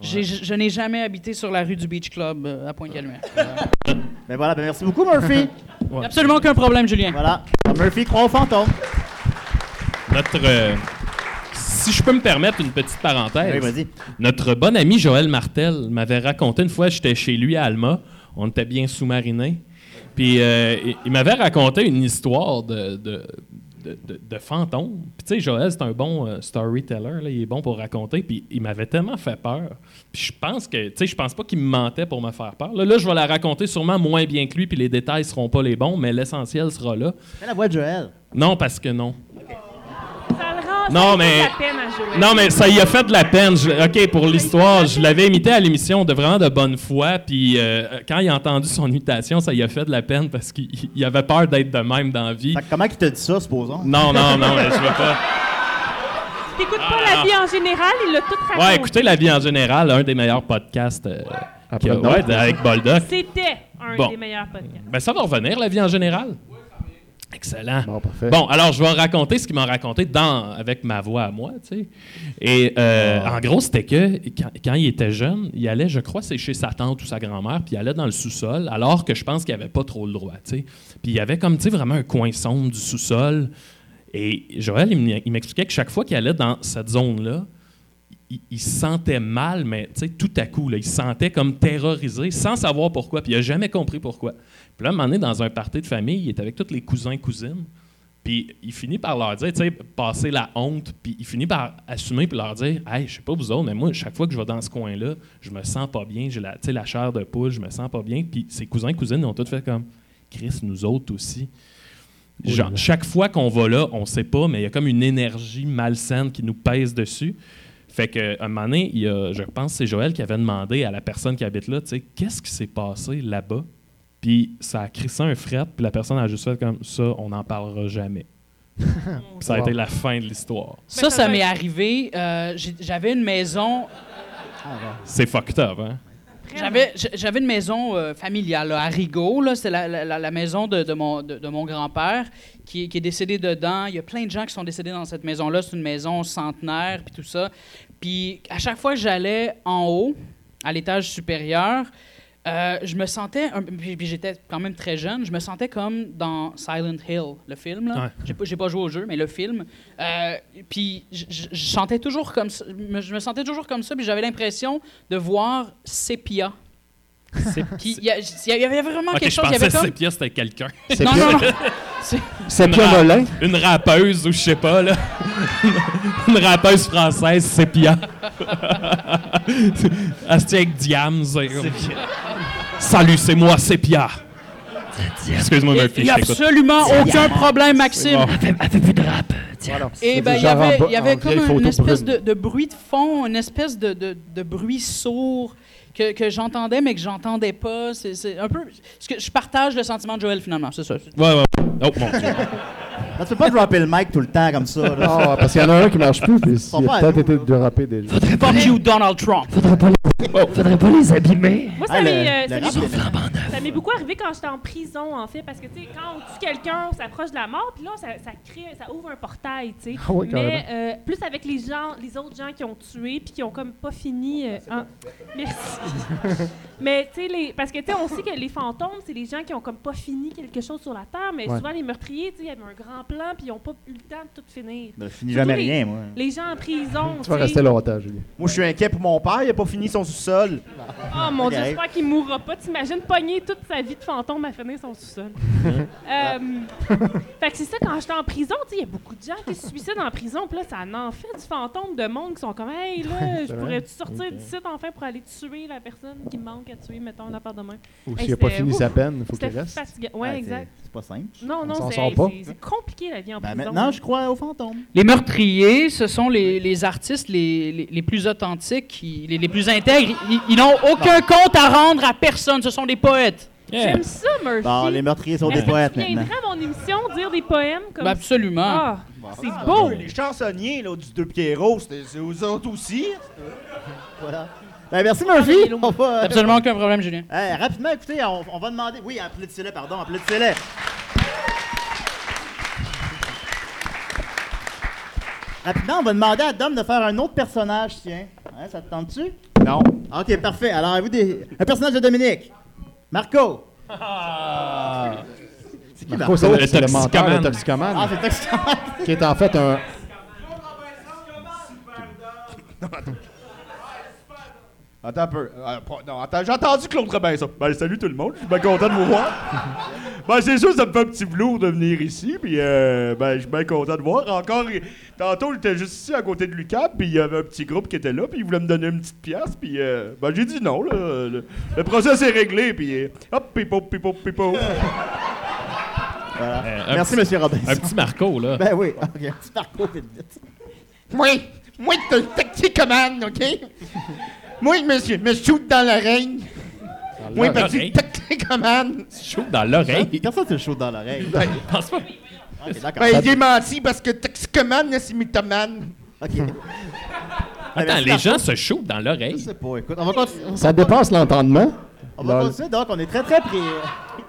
Speaker 8: J'ai- Je, je n'ai jamais habité sur la rue du Beach Club euh, à Pointe-Calmer.
Speaker 2: Ben voilà, ben merci beaucoup, Murphy.
Speaker 8: Absolument aucun problème, Julien.
Speaker 2: voilà. Murphy croit aux fantômes.
Speaker 6: notre... euh, si je peux me permettre une petite parenthèse.
Speaker 2: Oui, vas-y.
Speaker 6: Notre bon ami Joël Martel m'avait raconté une fois, j'étais chez lui à Alma, on était bien sous-marinés, puis euh, il- il m'avait raconté une histoire de, de, de- de- de fantôme. Puis tu sais, Joël, c'est un bon euh, storyteller, là, il est bon pour raconter, puis il m'avait tellement fait peur. Puis je pense que, tu sais, je pense pas qu'il me mentait pour me faire peur. Là, là, je vais la raconter sûrement moins bien que lui, puis les détails seront pas les bons, mais l'essentiel sera là.
Speaker 2: Fais la voix de Joël.
Speaker 6: Non, parce que non.
Speaker 9: Ça le rend
Speaker 6: Non,
Speaker 9: ça lui fait
Speaker 6: mais-
Speaker 9: de la peine à Joël.
Speaker 6: Non, mais ça y a fait de la peine. Je- OK, pour l'histoire, je l'avais imité à l'émission de vraiment de bonne foi. Puis euh, quand il a entendu son imitation, ça y a fait de la peine parce qu'il il avait peur d'être de même dans la vie.
Speaker 2: Fait que comment il t'a dit ça, supposons?
Speaker 6: Non, non, non, je veux pas.
Speaker 9: T'écoutes pas
Speaker 6: Ah,
Speaker 9: la
Speaker 6: non.
Speaker 9: vie en général, il l'a tout raconté.
Speaker 6: Ouais, écoutez La vie en général, un des meilleurs podcasts euh, qu'il y a-
Speaker 3: Après,
Speaker 6: ouais, de- avec Boldoc.
Speaker 9: C'était un
Speaker 6: Bon.
Speaker 9: des meilleurs podcasts.
Speaker 6: Ben, ça va revenir, La vie en général. Excellent.
Speaker 3: Bon, parfait.
Speaker 6: Bon, alors je vais raconter ce qu'ils m'ont raconté dans, avec ma voix à moi, tu sais. Et euh,
Speaker 3: Ah.
Speaker 6: en gros, c'était que quand, quand il était jeune, il allait, je crois, c'est chez sa tante ou sa grand-mère, puis il allait dans le sous-sol, alors que je pense qu'il avait pas trop le droit, tu sais. Puis il y avait comme, tu sais, vraiment un coin sombre du sous-sol. Et Joël, il m'y- il m'expliquait que chaque fois qu'il allait dans cette zone-là, il, il se sentait mal, mais tu sais, tout à coup, là, il se sentait comme terrorisé sans savoir pourquoi, puis il n'a jamais compris pourquoi. Puis là, à un moment donné, dans un party de famille, il est avec tous les cousins cousines, puis il finit par leur dire, tu sais, passer la honte, puis il finit par assumer puis leur dire, « Hey, je sais pas vous autres, mais moi, chaque fois que je vais dans ce coin-là, je me sens pas bien, j'ai la, tu sais, la chair de poule, je me sens pas bien. » Puis ses cousins cousines ils ont tous fait comme, « Chris, nous autres aussi. » Genre, chaque fois qu'on va là, on sait pas, mais il y a comme une énergie malsaine qui nous pèse dessus. Fait que, à un moment donné, il y a- je pense que c'est Joël qui avait demandé à la personne qui habite là, tu sais, qu'est-ce qui s'est passé là-bas? Puis ça a crissé un fret, puis la personne a juste fait comme ça, on n'en parlera jamais. Puis ça a été la fin de l'histoire.
Speaker 8: Ça, ça m'est arrivé. euh, j'ai- j'avais une maison,
Speaker 2: Ah,
Speaker 6: C'est fucked up, hein?
Speaker 8: j'avais, j'- j'avais une maison euh, familiale là, à Rigaud. Là, c'est la, la- la- la maison de, de mon, de, de mon grand-père qui, est- qui est décédé dedans. Il y a plein de gens qui sont décédés dans cette maison-là. C'est une maison centenaire puis tout ça. Puis à chaque fois que j'allais en haut, à l'étage supérieur, euh, je me sentais, un- puis, puis j'étais quand même très jeune, je me sentais comme dans Silent Hill, le film. Là.
Speaker 6: Ouais.
Speaker 8: J'ai, pas, j'ai pas joué au jeu, mais le film. Euh, puis je- je je sentais toujours comme ça, me- je me sentais toujours comme ça, puis j'avais l'impression de voir Sepia. Puis il y, a- il y avait vraiment
Speaker 6: Ok,
Speaker 8: quelque
Speaker 6: je
Speaker 8: chose, il y
Speaker 6: pensais
Speaker 8: avait
Speaker 6: que
Speaker 8: comme...
Speaker 6: Sepia, c'était quelqu'un.
Speaker 2: C'est
Speaker 8: Non,
Speaker 2: pire.
Speaker 8: non, non.
Speaker 3: C'est
Speaker 6: Une
Speaker 3: Pierre
Speaker 6: ra-
Speaker 3: Molin.
Speaker 6: Une rappeuse ou je sais pas, là. Une rappeuse française, Sepia. Asti avec Diams. c'est comme- Salut, c'est moi, Sepia. Excuse-moi, Murphy,
Speaker 8: Il
Speaker 6: je
Speaker 8: n'y a
Speaker 6: t'écoute.
Speaker 8: absolument aucun problème, Maxime. Et ben, il y
Speaker 3: genre en
Speaker 8: avait,
Speaker 3: bas-
Speaker 8: il y avait
Speaker 3: en
Speaker 8: comme
Speaker 3: vieille
Speaker 8: un-
Speaker 3: photo
Speaker 8: une espèce
Speaker 3: brune.
Speaker 8: de, de bruit de fond, une espèce de, de- de bruit sourd que, que j'entendais, mais que j'entendais pas. C'est c'est un peu. ce que je partage le sentiment de Joël, finalement, c'est ça.
Speaker 6: Ouais, ouais. Oh, mon Dieu.
Speaker 2: Tu peux pas dropper le mic tout le temps comme ça. là.
Speaker 3: Ah, parce qu'il y en a un qui marche plus, puis il
Speaker 2: pas à
Speaker 3: a peut-être
Speaker 2: nous,
Speaker 3: été dérapé déjà.
Speaker 8: Fuck you, Donald Trump.
Speaker 9: Moi,
Speaker 2: Ah,
Speaker 9: ça
Speaker 2: le-
Speaker 9: m'est euh,
Speaker 2: le
Speaker 9: ça
Speaker 2: rap,
Speaker 9: m'est beaucoup, ça m'est beaucoup arrivé quand j'étais en prison, en fait, parce que, tu sais, quand on tue quelqu'un, on s'approche de la mort, puis là, ça, ça crée, ça ouvre un portail, tu sais.
Speaker 3: Ah ouais,
Speaker 9: Mais euh, plus avec les gens, les autres gens qui ont tué, puis qui ont comme pas fini. euh, en- Merci. mais, tu sais, les- parce que, tu sais, on sait que les fantômes, c'est les gens qui ont comme pas fini quelque chose sur la terre, mais
Speaker 3: Ouais.
Speaker 9: souvent, les meurtriers, tu sais, il y avait un grand plan, puis ils ont pas eu le temps de tout finir.
Speaker 2: Je finis jamais
Speaker 9: Surtout les-
Speaker 2: rien, moi.
Speaker 9: Les gens en prison,
Speaker 3: Tu vas
Speaker 9: sais.
Speaker 3: rester longtemps, Julien.
Speaker 4: Moi, je suis inquiet pour mon père, il a pas fini son sous-sol.
Speaker 8: Ah,
Speaker 9: Oh mon dieu,
Speaker 2: Ok.
Speaker 9: j'espère qu'il mourra pas. T'imagines pogner toute sa vie de fantôme à finir son sous-sol.
Speaker 2: Hein?
Speaker 9: Euh, fait que c'est ça, quand j'étais en prison, tu sais, il y a beaucoup de gens qui se suicident en prison. Puis là, ça en fait du fantôme de monde qui sont comme, hey, là, je pourrais-tu sortir d'ici enfin pour aller tuer la personne qui me manque à tuer, mettons, un part de main.
Speaker 3: Ou
Speaker 9: Hey,
Speaker 3: s'il n'a pas
Speaker 9: c'était-
Speaker 3: fini
Speaker 9: ouf,
Speaker 3: sa peine, il faut qu'il
Speaker 9: C'était
Speaker 3: reste.
Speaker 9: fatigant. Ouais,
Speaker 2: Ouais,
Speaker 9: exact.
Speaker 2: Ah, c'est- C'est pas simple.
Speaker 9: Non, non,
Speaker 3: s'en
Speaker 9: c'est
Speaker 3: sort pas.
Speaker 9: c'est- c'est compliqué la vie en
Speaker 2: Ben,
Speaker 9: prison.
Speaker 2: maintenant, je crois aux fantômes.
Speaker 8: Les meurtriers, ce sont les, les artistes les, les- les plus authentiques, qui- les, les plus intègres. Ils, ils n'ont aucun compte à rendre à personne. Ce sont des poètes.
Speaker 6: Yeah.
Speaker 9: J'aime ça, Murphy.
Speaker 2: Bon, les meurtriers sont
Speaker 9: Est-ce
Speaker 2: des
Speaker 9: que
Speaker 2: poètes
Speaker 9: tu
Speaker 2: maintenant.
Speaker 9: viendrais à mon émission dire des poèmes comme ça?
Speaker 8: Ben, absolument.
Speaker 9: Ah, c'est
Speaker 4: Oh,
Speaker 9: beau.
Speaker 4: les chansonniers là, du Deux Pierrot, c'était- c'est aux autres aussi.
Speaker 2: Voilà. Ben, merci, Murphy. On va, euh,
Speaker 8: Absolument aucun problème, Julien.
Speaker 2: euh, rapidement, écoutez, on, on va demander. Oui, applaudissez-le, pardon, applaudissez-le. Rapidement, on va demander à Dom de faire un autre personnage, tiens. Hein, ça te tente-tu?
Speaker 4: Non.
Speaker 2: Ok, parfait. Alors, avez-vous des... un personnage de Dominique? Marco! C'est qui Marco?
Speaker 3: Marco, c'est
Speaker 6: Le
Speaker 3: le, c'est le menteur,
Speaker 6: toxicomane.
Speaker 3: le toxicomane,
Speaker 2: Ah, c'est excellent.
Speaker 3: qui est en fait un.
Speaker 4: Attends un peu. Euh, pas- non, attends, j'ai entendu Claude Robinson. Ben, salut tout le monde, je suis bien content de vous voir. ben, c'est sûr, ça me fait un petit velours de venir ici, puis euh, ben, je suis bien content de voir. Encore, tantôt, j'étais juste ici à côté de Lucas, puis il y avait un petit groupe qui était là, puis il voulait me donner une petite pièce, puis euh, ben, j'ai dit non, là. Le, le procès est réglé, puis euh, hop, pipo, pipo, pipo.
Speaker 6: Euh, un
Speaker 2: Merci,
Speaker 6: petit-
Speaker 2: Monsieur Robinson.
Speaker 6: Un petit Marco, là.
Speaker 2: Ben oui, ok, un petit Marco, vite, vite.
Speaker 4: Moi, moi, c'est un tacticomane, OK? moi, monsieur, me shoot dans l'oreille. Moi, ben, parce que je suis tacticomane.
Speaker 7: Chaud dans l'oreille.
Speaker 2: Quand ça te chaud dans l'oreille?
Speaker 7: Pense pas.
Speaker 2: Ah, Ok, d'accord.
Speaker 4: Ben, j'ai menti parce que tacticomane, c'est mythomane.
Speaker 2: Ok.
Speaker 7: Attends, les gens se chauffent dans
Speaker 2: Je
Speaker 7: l'oreille.
Speaker 2: sais pas, écoute, on va, continuer- on
Speaker 3: Ça dépasse l'entendement.
Speaker 2: on va
Speaker 3: Lol.
Speaker 2: continuer, donc on est très très pris.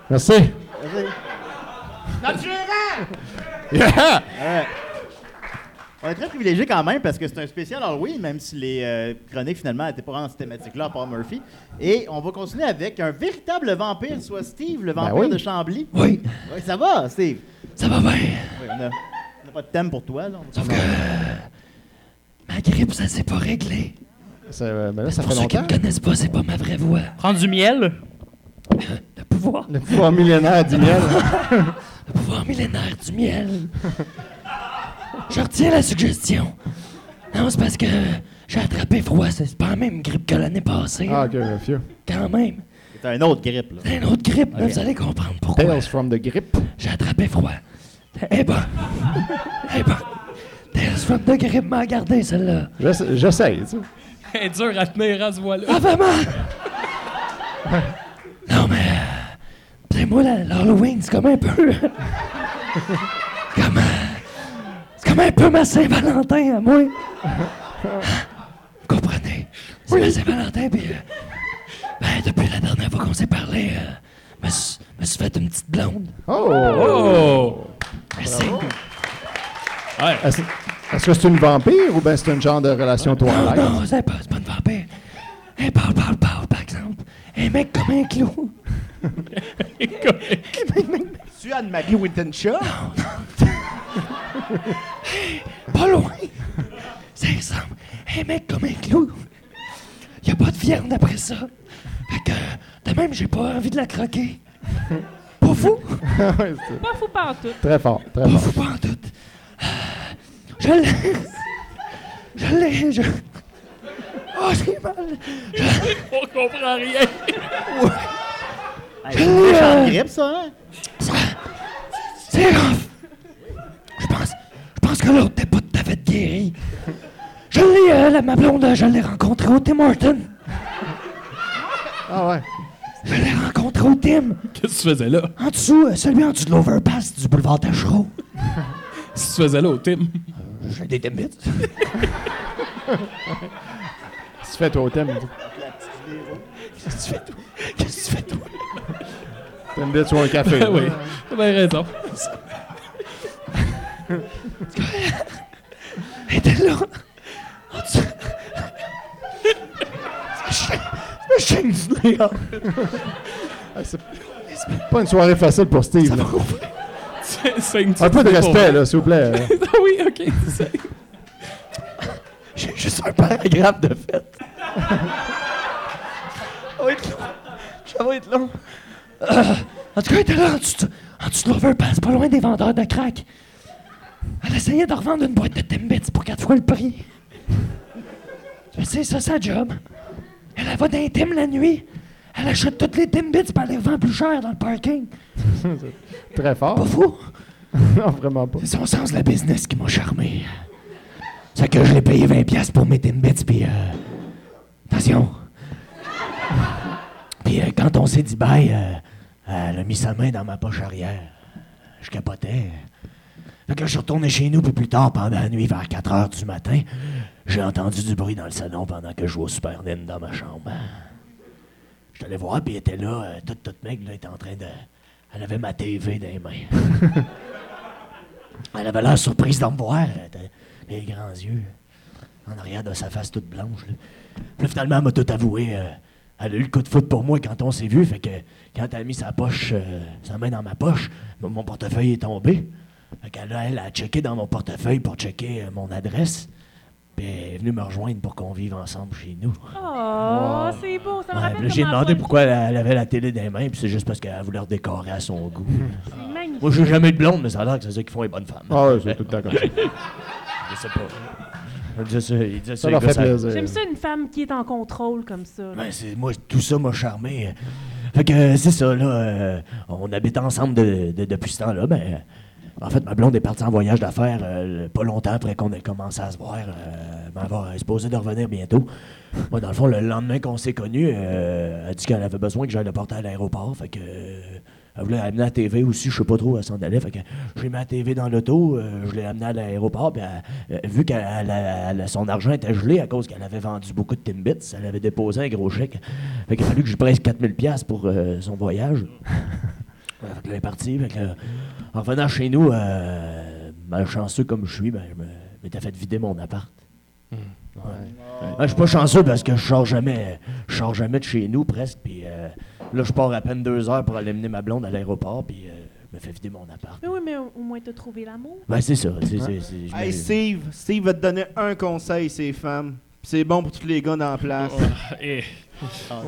Speaker 3: Merci.
Speaker 9: hein?
Speaker 3: Yeah!
Speaker 2: On est très privilégié quand même parce que c'est un spécial Halloween, même si les euh, chroniques finalement n'étaient pas vraiment dans cette thématique-là, à part Murphy. Et on va continuer avec un véritable vampire, soit Steve, le vampire
Speaker 3: oui.
Speaker 2: de Chambly.
Speaker 10: Oui,
Speaker 2: Oui, ça va, Steve.
Speaker 10: ça va bien.
Speaker 2: Oui, on a- on n'a pas de thème pour toi. Là.
Speaker 10: Sauf que euh, ma grippe, ça s'est pas réglé.
Speaker 3: Ça, euh, ben là, ça
Speaker 10: Pour
Speaker 3: fait
Speaker 10: ceux qui
Speaker 3: longtemps.
Speaker 10: me connaissent pas, c'est pas ma vraie voix.
Speaker 8: Prendre du miel?
Speaker 10: Le pouvoir,
Speaker 3: Le pouvoir millénaire du miel.
Speaker 10: le pouvoir millénaire du miel. Je retiens la suggestion. Non, c'est parce que j'ai attrapé froid. C'est pas la même grippe que l'année passée.
Speaker 3: Ah, ok, mafieux.
Speaker 10: Quand même.
Speaker 2: C'est un autre grippe. Là.
Speaker 10: C'est une autre grippe. là, vous allez comprendre pourquoi.
Speaker 3: Tales from the grip.
Speaker 10: J'ai attrapé froid. Eh ben. eh ben. Tales from the Grip m'a gardé, celle-là.
Speaker 3: J'essa- J'essaye, tu sais.
Speaker 7: C'est dur à tenir à ce voix-là.
Speaker 10: Ah, vraiment? non, mais. euh, C'est moi, la- l'Halloween, c'est comme un peu. euh, comme. euh, c'est comme un peu ma Saint-Valentin à moi. Vous comprenez? C'est ma Saint-Valentin, puis. euh, ben, depuis la dernière fois qu'on s'est parlé, euh, je me suis- me suis fait une petite blonde. Ah,
Speaker 3: Oh!
Speaker 7: Oh!
Speaker 10: Merci.
Speaker 7: Ouais.
Speaker 3: Est-ce est-ce que c'est une vampire ou ben c'est un genre de relation
Speaker 10: Non,
Speaker 3: toilette?
Speaker 10: non, c'est pas, c'est pas une vampire. Elle parle, parle, parle, par exemple. Elle mec comme un clou.
Speaker 4: Tu Anne-Marie Wittenshaw?
Speaker 10: Pas loin. Ça ressemble. Un mec comme un clou. Y a pas de viande après ça. Fait que, de même, j'ai pas envie de la croquer. Pas fou?
Speaker 3: Ouais, c'est
Speaker 9: Pas fou partout.
Speaker 3: très fort, très
Speaker 10: Pas
Speaker 3: fort.
Speaker 10: fou, pas en tout. Ah, Je l'ai. Je l'ai. Je... Oh, j'ai mal.
Speaker 7: On comprend rien.
Speaker 2: Hey, c'est une méchante grippe, ça. Hein?
Speaker 10: Euh, Ça- C'est rough. Je pense, je pense que l'autre t'es pas tout à fait guéri. Je l'ai, euh, la- ma blonde, je l'ai rencontrée au Tim Horton.
Speaker 3: Ah ouais.
Speaker 10: Je l'ai rencontrée au Tim.
Speaker 7: Qu'est-ce que tu faisais là?
Speaker 10: En dessous, euh, celui en dessous de l'overpass du boulevard Tachereau.
Speaker 7: Qu'est-ce que tu faisais là au Tim?
Speaker 10: J'ai des débites.
Speaker 3: Tu fais toi au thème.
Speaker 10: Qu'est-ce que tu fais, toi? Ben
Speaker 3: T'aimes bien tu vois un café.
Speaker 7: Ah oui, t'as bien raison.
Speaker 10: Elle était là. En dessous. Je chaîne du nez, hein.
Speaker 3: Ah, c'est pas une soirée facile pour Steve. là.
Speaker 7: C'est- c'est une
Speaker 3: Un peu de
Speaker 7: petite-
Speaker 3: respect, là, s'il vous plaît. hein. là.
Speaker 7: Ah oui, ok. c'est-
Speaker 10: J'ai juste un paragraphe de fait. Ça va être long. Ça va être long. Euh, en tout cas, elle était là en dessous, de- en dessous de l'overpass, pas loin des vendeurs de crack. Elle essayait de revendre une boîte de Timbits pour quatre fois le prix. Tu sais, ça, sa job. Elle elle va dans les Tim la nuit. Elle achète toutes les Timbits pour les revend plus cher dans le parking.
Speaker 3: Très fort.
Speaker 10: Pas fou?
Speaker 3: Non, vraiment pas.
Speaker 10: C'est son sens de la business qui m'a charmé. C'est que je l'ai payé 20$ pour mes Timbits, puis... euh, attention. puis euh, quand on s'est dit bye, euh, elle a mis sa main dans ma poche arrière. Je capotais. Fait que je suis retourné chez nous, puis plus tard, pendant la nuit, vers 4 heures du matin, j'ai entendu du bruit dans le salon pendant que je jouais au Super Nintendo dans ma chambre. Je suis allé voir, puis elle était là, euh, toute, toute maigre, là, elle était en train de... Elle avait ma TV dans les mains. Elle avait l'air surprise de me voir. Elle était- Les grands yeux. En arrière de sa face toute blanche. Là. Puis là, finalement, elle m'a tout avoué. euh, elle a eu le coup de foot pour moi quand on s'est vu. Fait que quand elle a mis sa poche, euh, sa main dans ma poche, mon- mon portefeuille est tombé. Fait qu'elle a, elle a checké dans mon portefeuille pour checker euh, mon adresse. Puis elle est venue me rejoindre pour qu'on vive ensemble chez nous.
Speaker 9: Oh, c'est beau. Ça me
Speaker 10: Ouais,
Speaker 9: rappelle
Speaker 10: puis là, j'ai
Speaker 9: Ah, comment
Speaker 10: demandé
Speaker 9: Paul-
Speaker 10: pourquoi elle, elle avait la télé dans les mains, puis c'est juste parce qu'elle voulait redécorer à son goût.
Speaker 9: C'est magnifique.
Speaker 10: moi, j'ai jamais eu de blonde, mais ça a l'air que c'est ça qui font les bonnes femmes.
Speaker 3: Ah ouais, c'est tout le temps comme ça.
Speaker 10: Je sais pas. Il disait ça, il disait ça,
Speaker 3: Ça
Speaker 10: les
Speaker 3: leur
Speaker 10: gars,
Speaker 3: fait
Speaker 10: ça-
Speaker 3: plaisir.
Speaker 9: J'aime ça une femme qui est en contrôle comme ça.
Speaker 2: Ben,
Speaker 10: Ouais, c'est- moi, tout ça m'a charmé. Fait que euh, c'est ça, là. euh, on habite ensemble de- de- depuis ce temps-là. Ben,
Speaker 11: En fait, ma blonde est partie en voyage d'affaires euh, pas longtemps après qu'on ait commencé à se voir. Euh, mais elle va elle est supposée de revenir bientôt. Moi, dans le fond, le lendemain qu'on s'est connus, euh, elle a dit qu'elle avait besoin que j'aille le porter à l'aéroport. Fait que. euh, Elle voulait amener la TV aussi, je sais pas trop où elle s'en allait. Fait que j'ai mis la TV dans l'auto, euh, je l'ai amenée à l'aéroport. Puis elle- euh, vu que son argent était gelé à cause qu'elle avait vendu beaucoup de Timbits, elle avait déposé un gros chèque. Fait qu'il a fallu que je presse 4000$ piastres pour euh, son voyage. Ouais, fait que là, elle est partie. Fait que, euh, en revenant chez nous, euh, malchanceux comme je suis, ben, je me- m'étais fait vider mon appart.
Speaker 9: Ben
Speaker 11: Ouais. Ouais, je suis pas chanceux parce que je sors jamais, je sors jamais de chez nous presque. Puis euh, là, je pars à peine deux heures pour aller mener ma blonde à l'aéroport, puis euh, je me fais vider mon appart.
Speaker 9: Mais oui, mais au au moins, t'as trouvé l'amour.
Speaker 11: Ben c'est ça. c'est-
Speaker 10: Ah.
Speaker 11: c'est- c'est- je me-
Speaker 4: Hey Steve, Steve va te donner un conseil, ces femmes. Puis C'est bon pour tous les gars dans la place.
Speaker 10: Oh,
Speaker 6: Eh,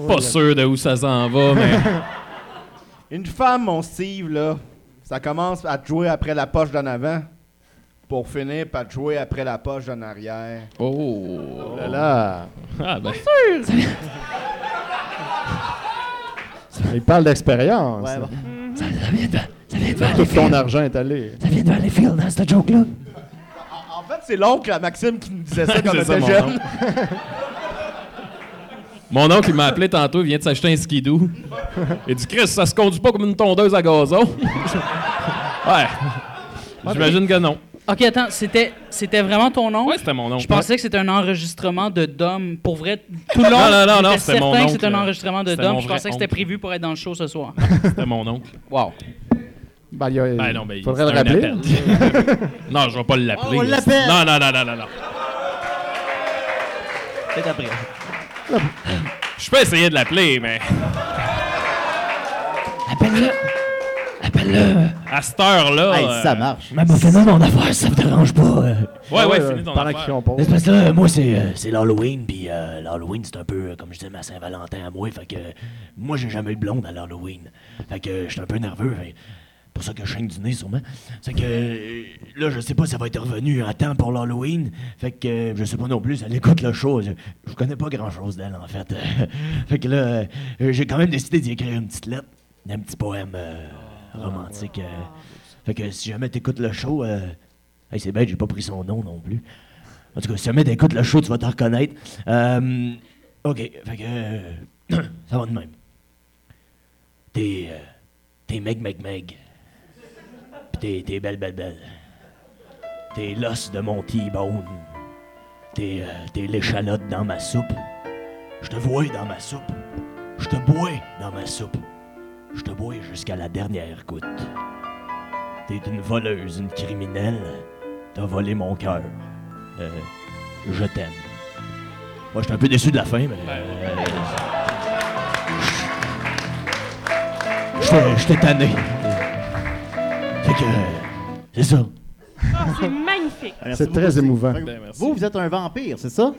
Speaker 6: Pas sûr de où ça s'en va, mais.
Speaker 4: Une femme, mon Steve, là, ça commence à te jouer après la poche d'en avant, pour finir par te jouer après la poche d'en arrière.
Speaker 6: Oh!
Speaker 3: Là, là,
Speaker 6: Ah, ben.
Speaker 3: il parle d'expérience.
Speaker 11: Ouais, bon. Ça vient de, ça vient devant
Speaker 3: Tout
Speaker 11: les
Speaker 3: ton
Speaker 11: fields.
Speaker 3: argent est allé.
Speaker 11: Ça vient devant les fields, hein, cette joke-là.
Speaker 4: En fait, c'est l'oncle à Maxime qui nous disait ça quand on
Speaker 6: C'est ça,
Speaker 4: était
Speaker 6: mon
Speaker 4: jeune.
Speaker 6: oncle. Mon oncle, il m'a appelé tantôt, il vient de s'acheter un skidoo. Il dit Chris, ça se conduit pas comme une tondeuse à gazon. ouais. J'imagine que non.
Speaker 8: OK, attends, c'était, c'était vraiment ton nom?
Speaker 6: Ouais, c'était mon oncle.
Speaker 8: Je pensais que c'était un enregistrement de Dom. Pour vrai, tout le long,
Speaker 6: Non, non, non, non,
Speaker 8: j'étais certain
Speaker 6: c'était mon
Speaker 8: que
Speaker 6: oncle.
Speaker 8: c'était un enregistrement de
Speaker 6: C'était
Speaker 8: Dom.
Speaker 6: mon
Speaker 8: Je
Speaker 6: vrai
Speaker 8: pensais que c'était
Speaker 6: oncle.
Speaker 8: prévu pour être dans le show ce soir.
Speaker 6: C'était mon oncle.
Speaker 8: Wow.
Speaker 3: Ben, il y a-
Speaker 6: Ben non, mais il
Speaker 3: faudrait le
Speaker 6: c'est un
Speaker 3: rappeler.
Speaker 6: appel. non, je vais pas l'appeler.
Speaker 2: Oh, On l'appelle.
Speaker 6: Non, non, non, non, non, non.
Speaker 11: Peut-être après.
Speaker 6: Je peux essayer de l'appeler, mais
Speaker 11: Appelle-le. Appelle-le.
Speaker 6: à cette heure-là.
Speaker 2: Hey,
Speaker 6: euh,
Speaker 2: ça marche.
Speaker 11: Mais bon, fais-moi mon affaire, ça vous dérange pas. euh.
Speaker 6: Ouais, ouais,
Speaker 3: euh,
Speaker 6: fini ton
Speaker 3: Pendant
Speaker 6: affaire.
Speaker 3: qu'ils font pause.
Speaker 11: Mais c'est parce que là, moi, c'est, euh, c'est l'Halloween, puis euh, l'Halloween, c'est un peu, euh, comme je dis, ma Saint-Valentin à moi, fait que euh, moi, j'ai jamais eu de blonde à l'Halloween. Fait que euh, je suis un peu nerveux, fait- pour ça que je chaîne du nez, sûrement. Fait que euh, là, je sais pas si ça va être revenu à temps pour l'Halloween, fait que euh, je sais pas non plus, elle écoute le show, je, je connais pas grand-chose d'elle, en fait. fait que là, euh, j'ai quand même décidé d'y écrire une petite lettre, un petit poème euh, romantique. euh. Fait que si jamais t'écoutes le show, euh, hey, c'est bête, j'ai pas pris son nom non plus. En tout cas, si jamais t'écoutes le show, tu vas te reconnaître. Euh, OK, fait que... euh, ça va de même. T'es... euh, t'es meg, meg, meg. Pis t'es, t'es belle, belle, belle. T'es l'os de mon T-bone. T'es, euh, t'es l'échalote dans ma soupe. Je te vois dans ma soupe. Je te bois dans ma soupe. Je te bois jusqu'à la dernière goutte. T'es une voleuse, une criminelle. T'as volé mon cœur. Euh, je t'aime. Moi, je suis un peu déçu de la fin, mais. euh, euh, j'étais- J'étais tanné. Fait que. euh, C'est ça.
Speaker 9: Ah, C'est magnifique.
Speaker 2: Ah,
Speaker 11: Merci
Speaker 3: C'est très émouvant.
Speaker 6: Ben, merci.
Speaker 2: Vous, vous êtes un vampire, c'est ça?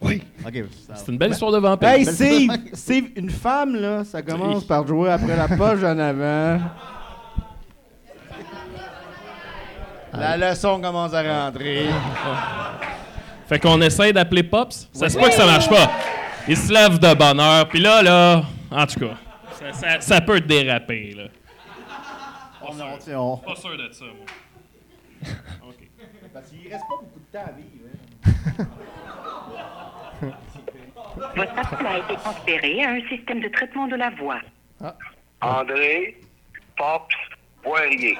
Speaker 2: Oui. OK. ça va.
Speaker 6: C'est une belle histoire de vampire.
Speaker 4: Hey Steve, Steve, une femme, là, ça commence par jouer après la poche d'en avant. La leçon commence à rentrer.
Speaker 6: Fait qu'on essaie d'appeler Pops. Ça se peut que ça marche pas. Il se lève de bonne heure, puis là, là, en tout cas, ça, ça- ça peut déraper, là.
Speaker 2: On- on- on-
Speaker 6: Pas sûr de ça, moi.
Speaker 4: Parce qu'il reste pas beaucoup de temps à vivre. hein.
Speaker 12: Votre appel a été transféré à un système de traitement de la voix.
Speaker 13: Ah. André Pops Poirier.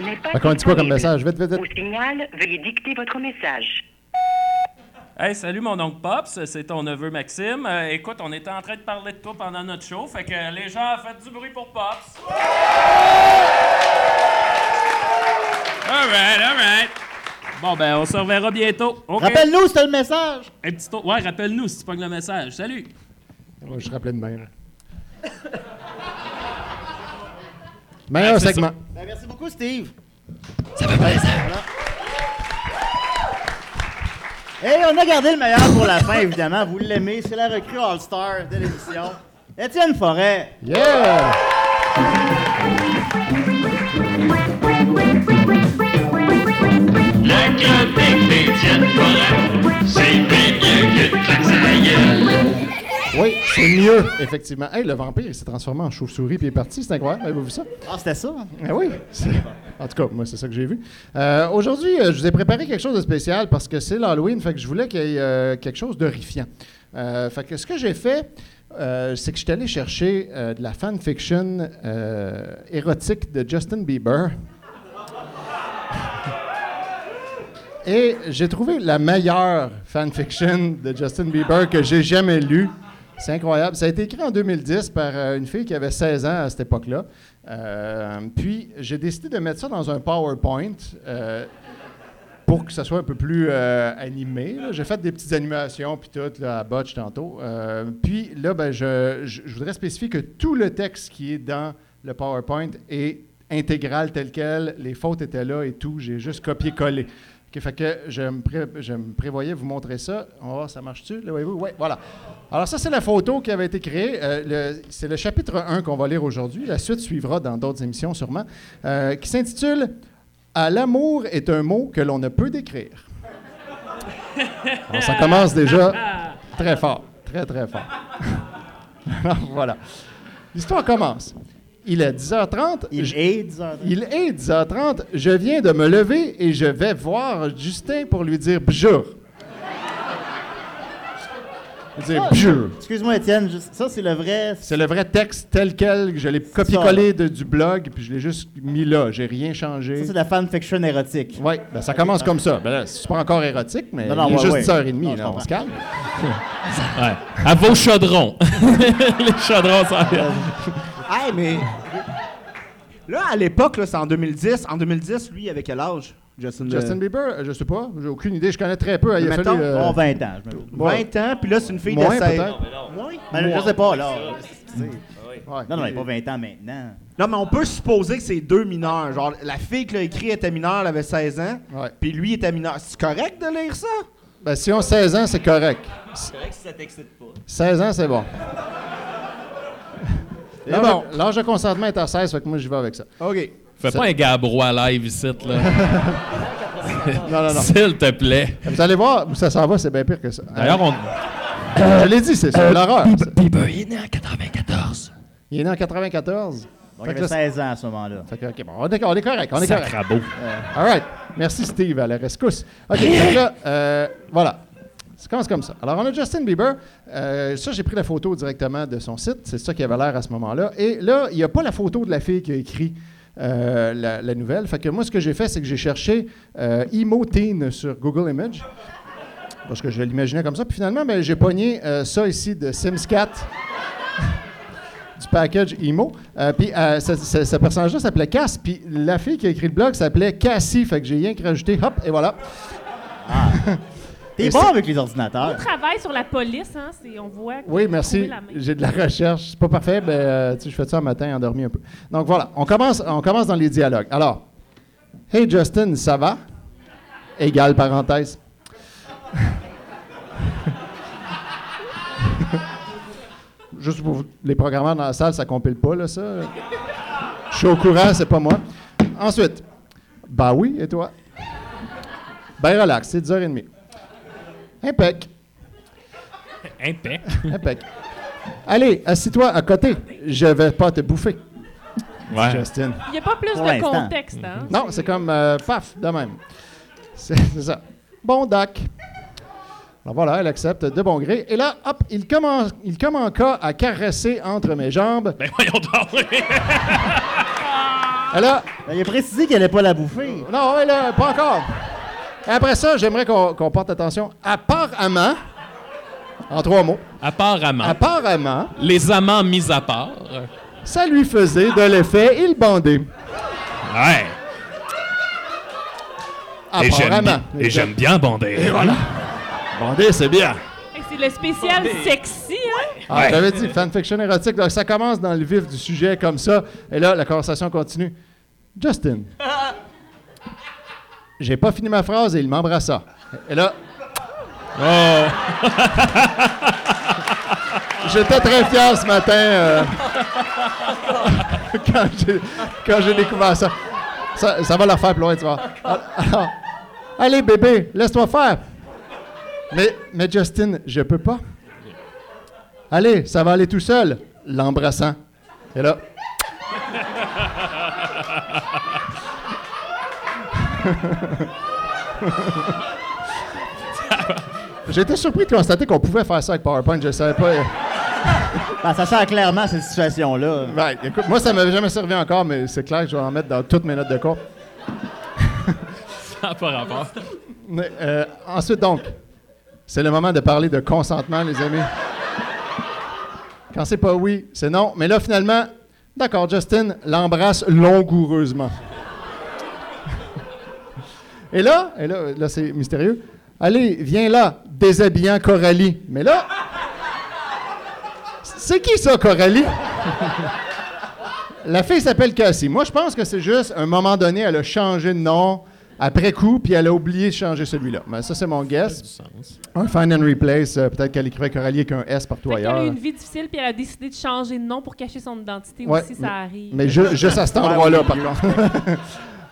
Speaker 12: N'est pas
Speaker 3: Fait qu'on dit quoi comme
Speaker 12: disponible.
Speaker 3: message? Vite, vite,
Speaker 12: Au
Speaker 3: vite.
Speaker 12: signal, veuillez dicter votre message.
Speaker 6: Hey, salut mon oncle Pops, c'est ton neveu Maxime. Euh, écoute, on était en train de parler de toi pendant notre show, fait que les gens, faites du bruit pour Pops. Alright, alright. Bon, ben, on se reverra bientôt. OK.
Speaker 2: Rappelle-nous, c'était le message.
Speaker 6: Un petit tour. Ouais, rappelle-nous si tu pognes le message. Salut.
Speaker 3: Moi, je rappelais de même.
Speaker 6: Ouais,
Speaker 3: Meilleur
Speaker 6: Ah, c'est
Speaker 3: segment.
Speaker 2: Ben, merci beaucoup, Steve. Ça fait plaisir. Et on a gardé le meilleur pour la fin, évidemment. Vous l'aimez, c'est la recrue All-Star de l'émission. Étienne Forêt.
Speaker 3: Yeah!
Speaker 7: Le Québec des tiennes forêts, c'est bien mieux que de claques à la gueule.
Speaker 3: Oui, c'est mieux, effectivement. Hey, le vampire, il s'est transformé en chauve-souris puis il est parti. C'est incroyable. Avez-vous vu ça?
Speaker 2: Ah, c'était ça?
Speaker 3: Ah oui. c'est- En tout cas, moi, c'est ça que j'ai vu. Euh, Aujourd'hui, euh, je vous ai préparé quelque chose de spécial parce que c'est l'Halloween, fait que je voulais qu'il y ait euh, quelque chose d'horrifiant. Euh, fait que ce que j'ai fait, euh, c'est que je suis allé chercher euh, de la fanfiction euh, érotique de Justin Bieber. Et j'ai trouvé la meilleure fanfiction de Justin Bieber que j'ai jamais lue. C'est incroyable. Ça a été écrit en 2010 par euh, une fille qui avait 16 ans à cette époque-là. Euh, puis j'ai décidé de mettre ça dans un PowerPoint euh, pour que ça soit un peu plus euh, animé. là. J'ai fait des petites animations puis tout là, à botch tantôt. Euh, puis là, ben, je, je- je voudrais spécifier que tout le texte qui est dans le PowerPoint est intégral tel quel. Les fautes étaient là et tout. J'ai juste copié-collé. OK, fait que je me, pré- je me prévoyais vous montrer ça. On va voir, ça marche-tu? Là, voyez-vous? Ouais, voilà. Alors, ça, c'est la photo qui avait été créée. Euh, le- c'est le chapitre 1 qu'on va lire aujourd'hui. La suite suivra dans d'autres émissions, sûrement, euh, qui s'intitule À l'amour est un mot que l'on ne peut décrire. Alors, ça commence déjà très fort. Très, très fort. Alors, voilà. L'histoire commence. Il est 10h30. Il est 10h30. Il est 10h30. Je viens de me lever et je vais voir Justin pour lui dire bonjour. Il dit
Speaker 2: Ça,
Speaker 3: bonjour.
Speaker 2: Excuse-moi, Étienne, juste- ça, c'est le vrai.
Speaker 3: C'est le vrai texte tel quel que je l'ai copié-collé de- du blog puis je l'ai juste mis là. J'ai rien changé.
Speaker 2: Ça, c'est de la fanfiction érotique.
Speaker 3: Oui, ben, ça commence comme ça. Ben là, c'est pas encore érotique, mais
Speaker 2: Non, non,
Speaker 3: il est
Speaker 2: ouais,
Speaker 3: juste
Speaker 2: ouais.
Speaker 3: 10h30,
Speaker 2: Non, je
Speaker 3: là, on
Speaker 2: comprends.
Speaker 3: se calme.
Speaker 6: Ouais. À vos chaudrons. les chaudrons, ça
Speaker 4: Hey, mais. Là, à l'époque, là, c'est en 2010. En 2010, lui, avec quel âge Justin,
Speaker 3: Justin Bieber, euh, je sais pas, j'ai aucune idée, je connais très peu. Il a
Speaker 4: Mettons,
Speaker 3: fallu, euh,
Speaker 4: bon,
Speaker 2: 20 ans, je me
Speaker 4: 20 ans, puis là, c'est une fille
Speaker 3: Moins,
Speaker 4: de 16.
Speaker 3: peut-être.
Speaker 4: Moins?
Speaker 2: Ben, je sais pas, là. Tu sais.
Speaker 3: Ouais.
Speaker 2: Non, non, il n'est pas 20 ans maintenant.
Speaker 4: Non, mais on peut supposer que c'est deux mineurs. Genre, la fille qui l'a écrit était mineure, elle avait 16 ans, puis lui était mineur. C'est correct de lire ça?
Speaker 3: Ben, si on a 16 ans, c'est correct.
Speaker 11: C'est vrai que ça t'excite pas.
Speaker 3: 16 ans, c'est bon.
Speaker 4: Et
Speaker 3: Mais bon, l'âge de consentement est à 16, fait que moi, j'y vais avec ça.
Speaker 4: OK.
Speaker 6: Fais
Speaker 3: Ça-
Speaker 6: pas un gabrois live ici, là.
Speaker 3: Non, non, non.
Speaker 6: S'il te plaît.
Speaker 3: Vous allez voir où ça s'en va, c'est bien pire que ça.
Speaker 6: D'ailleurs, Euh, on.
Speaker 3: Je l'ai dit, c'est ça, l'horreur. ça.
Speaker 11: Bieber, il est né en 94.
Speaker 3: Il est né en 94.
Speaker 2: Donc,
Speaker 3: Fait
Speaker 2: il
Speaker 3: que
Speaker 2: avait
Speaker 3: là,
Speaker 2: 16 ans à ce moment-là.
Speaker 3: Fait que, OK, bon, on est, on est correct, on est correct. Euh,
Speaker 6: Sacrabo.
Speaker 3: All right. Merci, Steve, à la rescousse. OK, donc là, euh, voilà. Ça commence comme ça. Alors, on a Justin Bieber. Euh, ça, j'ai pris la photo directement de son site. C'est ça qui avait l'air à ce moment-là. Et là, il n'y a pas la photo de la fille qui a écrit euh, la, la nouvelle. Fait que moi, ce que j'ai fait, c'est que j'ai cherché euh, Emo Teen sur Google Images. Parce que je l'imaginais comme ça. Puis finalement, ben, j'ai pogné euh, ça ici de Sims 4 du package Imo. Euh, puis euh, ce, ce- ce personnage-là s'appelait Cass, puis la fille qui a écrit le blog s'appelait Cassie, fait que j'ai rien que rajouté, hop, et voilà.
Speaker 2: T'es
Speaker 3: Et
Speaker 2: Ah. bon
Speaker 3: c'est-
Speaker 2: avec les
Speaker 9: On
Speaker 2: ordinateurs.
Speaker 9: travaille sur la police, hein, c'est- on voit. qu'on
Speaker 3: Oui,
Speaker 9: a trouvé
Speaker 3: merci.
Speaker 9: la main.
Speaker 3: J'ai de la recherche. C'est pas parfait, mais euh, tu sais, je fais ça un matin, endormi un peu. Donc voilà, on commence, on commence dans les dialogues. Alors, Hey Justin, ça va? Égale parenthèse. Juste pour vous- les programmeurs dans la salle, ça compile pas, là, ça. Je suis au courant, c'est pas moi. Ensuite, bah oui, et toi? Ben relax, c'est 10h30. Impec.
Speaker 6: Impec.
Speaker 3: Impec. Allez, assis-toi à côté. Je vais pas te bouffer.
Speaker 6: Ouais.
Speaker 3: Justin.
Speaker 9: Il n'y a pas plus
Speaker 3: Pour
Speaker 9: de
Speaker 3: l'instant.
Speaker 9: contexte. Hein?
Speaker 3: Non, c'est comme euh, paf, de même. C'est c'est ça. Bon, Doc. Alors voilà, elle accepte de bon gré. Et là, hop, il commence, il commence à caresser entre mes jambes.
Speaker 6: Ben voyons donc.
Speaker 3: Et là,
Speaker 2: Ben, Il a précisé qu'il n'allait pas la bouffer.
Speaker 3: non, ouais, là, pas encore. Et après ça, j'aimerais qu'on qu'on porte attention. Apparemment, en trois mots,
Speaker 6: Apparemment.
Speaker 3: apparemment,
Speaker 6: Les amants mis à part.
Speaker 3: ça lui faisait de l'effet, il bandait.
Speaker 6: Ouais. Et j'aime
Speaker 3: Apparemment.
Speaker 6: bien, et j'aime bien bander.
Speaker 3: Et voilà.
Speaker 6: Bander, c'est bien.
Speaker 9: Hey, C'est le spécial sexy. Hein?
Speaker 3: Ah, J'avais dit fanfiction érotique. Donc, ça commence dans le vif du sujet comme ça. Et là, la conversation continue. Justin, j'ai pas fini ma phrase et il m'embrassa. Et là.
Speaker 6: Oh!
Speaker 3: J'étais très fier ce matin euh, quand j'ai- quand j'ai découvert ça. ça. ça va la faire plus loin, tu vois. Alors, allez, bébé, laisse-toi faire. Mais, mais Justin, je peux pas. Allez, ça va aller tout seul. L'embrassant. Et là. J'étais surpris de constater qu'on pouvait faire ça avec PowerPoint, je ne savais pas.
Speaker 2: Ben, ça sert clairement cette situation-là.
Speaker 3: Ouais, Ben, écoute, moi, ça ne m'avait jamais servi encore, mais c'est clair que je vais en mettre dans toutes mes notes de cours.
Speaker 6: Ça n'a Ah, pas rapport.
Speaker 3: Mais, euh, ensuite, donc, c'est le moment de parler de consentement, les amis. Quand c'est pas oui, c'est non. Mais là, finalement, d'accord, Justin l'embrasse langoureusement. Et là, et là, là c'est mystérieux. Allez, viens là, déshabillant Coralie. Mais là, c'est qui ça, Coralie? La fille s'appelle Cassie. Moi, je pense que c'est juste, à un moment donné, elle a changé de nom après coup, puis elle a oublié de changer celui-là. Mais ça, c'est mon guess. Un find and replace, euh, peut-être qu'elle écrivait Coralie avec un S partout
Speaker 9: Elle a eu
Speaker 3: ailleurs.
Speaker 9: une vie difficile, puis elle a décidé de changer de nom pour cacher son identité
Speaker 3: Ouais,
Speaker 9: aussi,
Speaker 3: mais-
Speaker 9: ça arrive.
Speaker 3: Mais ju- juste à cet endroit-là, par contre.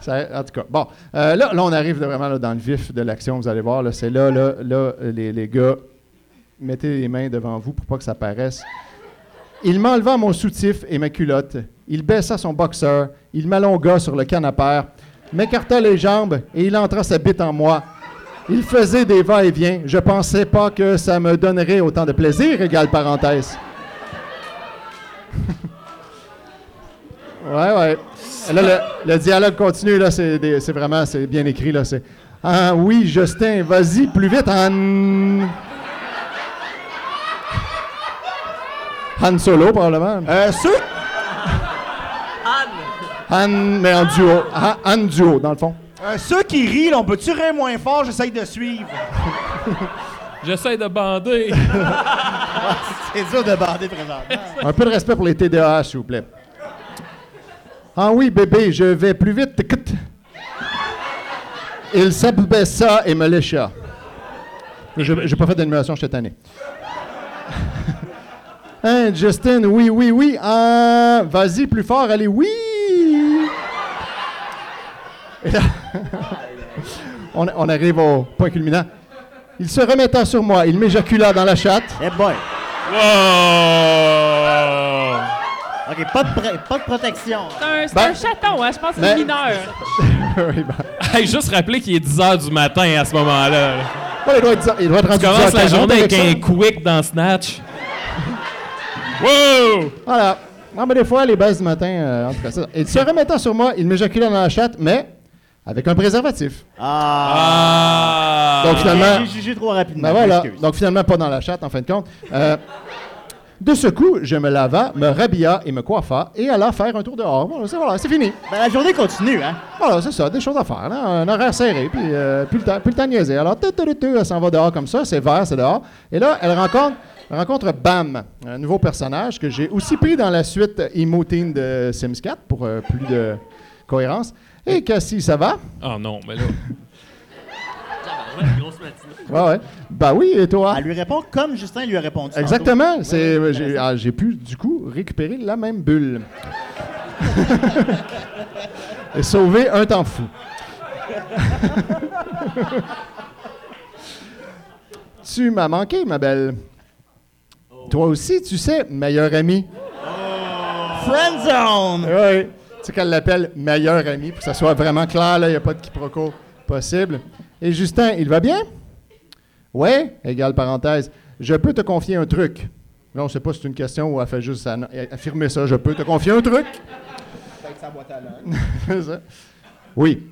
Speaker 3: Ça- en tout cas, bon. Euh, là, là, on arrive là, vraiment là, dans le vif de l'action, vous allez voir. là, C'est là, là, là, les, les gars, mettez les mains devant vous pour pas que ça paraisse. Il m'enleva mon soutif et ma culotte. Il baissa son boxeur. Il m'allongua sur le canapère, m'écarta les jambes et il entra sa bite en moi. Il faisait des va-et-vient. Je pensais pas que ça me donnerait autant de plaisir, égale parenthèse. Ouais, ouais. Là, le, le dialogue continue, là, c'est des- c'est vraiment, c'est bien écrit, là, c'est... Ah oui, Justin, vas-y, plus vite, Han... Han Solo, probablement. Euh, ceux... Han, mais en duo. Han, Han duo, dans le fond.
Speaker 4: Euh, ceux qui rient, là, on peut-tu rire moins fort? J'essaye de suivre.
Speaker 6: J'essaie de bander.
Speaker 2: C'est dur de bander présentement.
Speaker 3: Un peu de respect pour les TDAH, s'il vous plaît. Ah oui, bébé, je vais plus vite. Tic-tic. Il s'abaissa et me lécha. Je n'ai pas fait d'animation, je suis tanné. Hein, Justin, oui, oui, oui. Ah, Vas-y, plus fort, allez, oui! Et là, on, on arrive au point culminant. Il se remetta sur moi, il m'éjacula dans la chatte.
Speaker 2: Eh boy!
Speaker 6: Wow!
Speaker 2: OK, pas de, pr- pas de protection.
Speaker 9: C'est un, c'est
Speaker 6: Ben-
Speaker 9: un chaton, hein, je pense que c'est
Speaker 6: Ben-
Speaker 9: mineur.
Speaker 3: ben.
Speaker 6: Hey, juste rappeler qu'il est 10 h du matin à ce moment-là.
Speaker 3: il, doit être, rendu
Speaker 6: Tu commences
Speaker 3: 10
Speaker 6: la
Speaker 3: h 40
Speaker 6: journée avec
Speaker 3: avec
Speaker 6: un
Speaker 3: ça.
Speaker 6: quick dans Snatch. wow!
Speaker 3: Voilà. Non, mais des fois, les bases du matin, euh, en tout cas, ça. Il se remettant sur moi, il m'éjaculait dans la chatte, mais avec un préservatif.
Speaker 2: Ah!
Speaker 3: Donc, finalement-
Speaker 2: J'ai jugé trop rapidement.
Speaker 3: Ben voilà.
Speaker 2: excuse.
Speaker 3: Donc finalement, pas dans la chatte, en fin de compte. Euh, de ce coup, je me lava, me rhabilla et me coiffa et alla faire un tour dehors. Bon, c'est voilà, c'est fini.
Speaker 2: Ben, la journée continue, hein?
Speaker 3: Voilà, c'est ça, des choses à faire. là. Un horaire serré, puis euh, plus, le temps, plus le temps de niaiser. Alors, tu, tu, tu, tu, elle s'en va dehors comme ça, c'est vert, c'est dehors. Et là, elle rencontre, elle rencontre Bam, un nouveau personnage que j'ai aussi pris dans la suite Emo Teen de Sims 4 pour euh, plus de cohérence. Et Cassie, ça va?
Speaker 6: Oh non, mais là.
Speaker 3: Ouais, ouais. Bah oui, et toi?
Speaker 2: Elle lui répond comme Justin lui a répondu. tantôt.
Speaker 3: Exactement. C'est, j'ai, ah, j'ai pu, du coup, récupérer la même bulle. Et sauver un temps fou. tu m'as manqué, ma belle. Toi aussi, tu sais, meilleur ami.
Speaker 2: Friend zone!
Speaker 3: Oui. Tu sais qu'elle l'appelle meilleur ami, pour que ça soit vraiment clair, là, il n'y a pas de quiproquo possible. Et Justin, il va bien? Ouais, égale parenthèse. Je peux te confier un truc. Là, on ne sait pas si c'est une question ou elle fait juste anno- affirmer ça. Je peux te confier un truc? C'est ça. oui.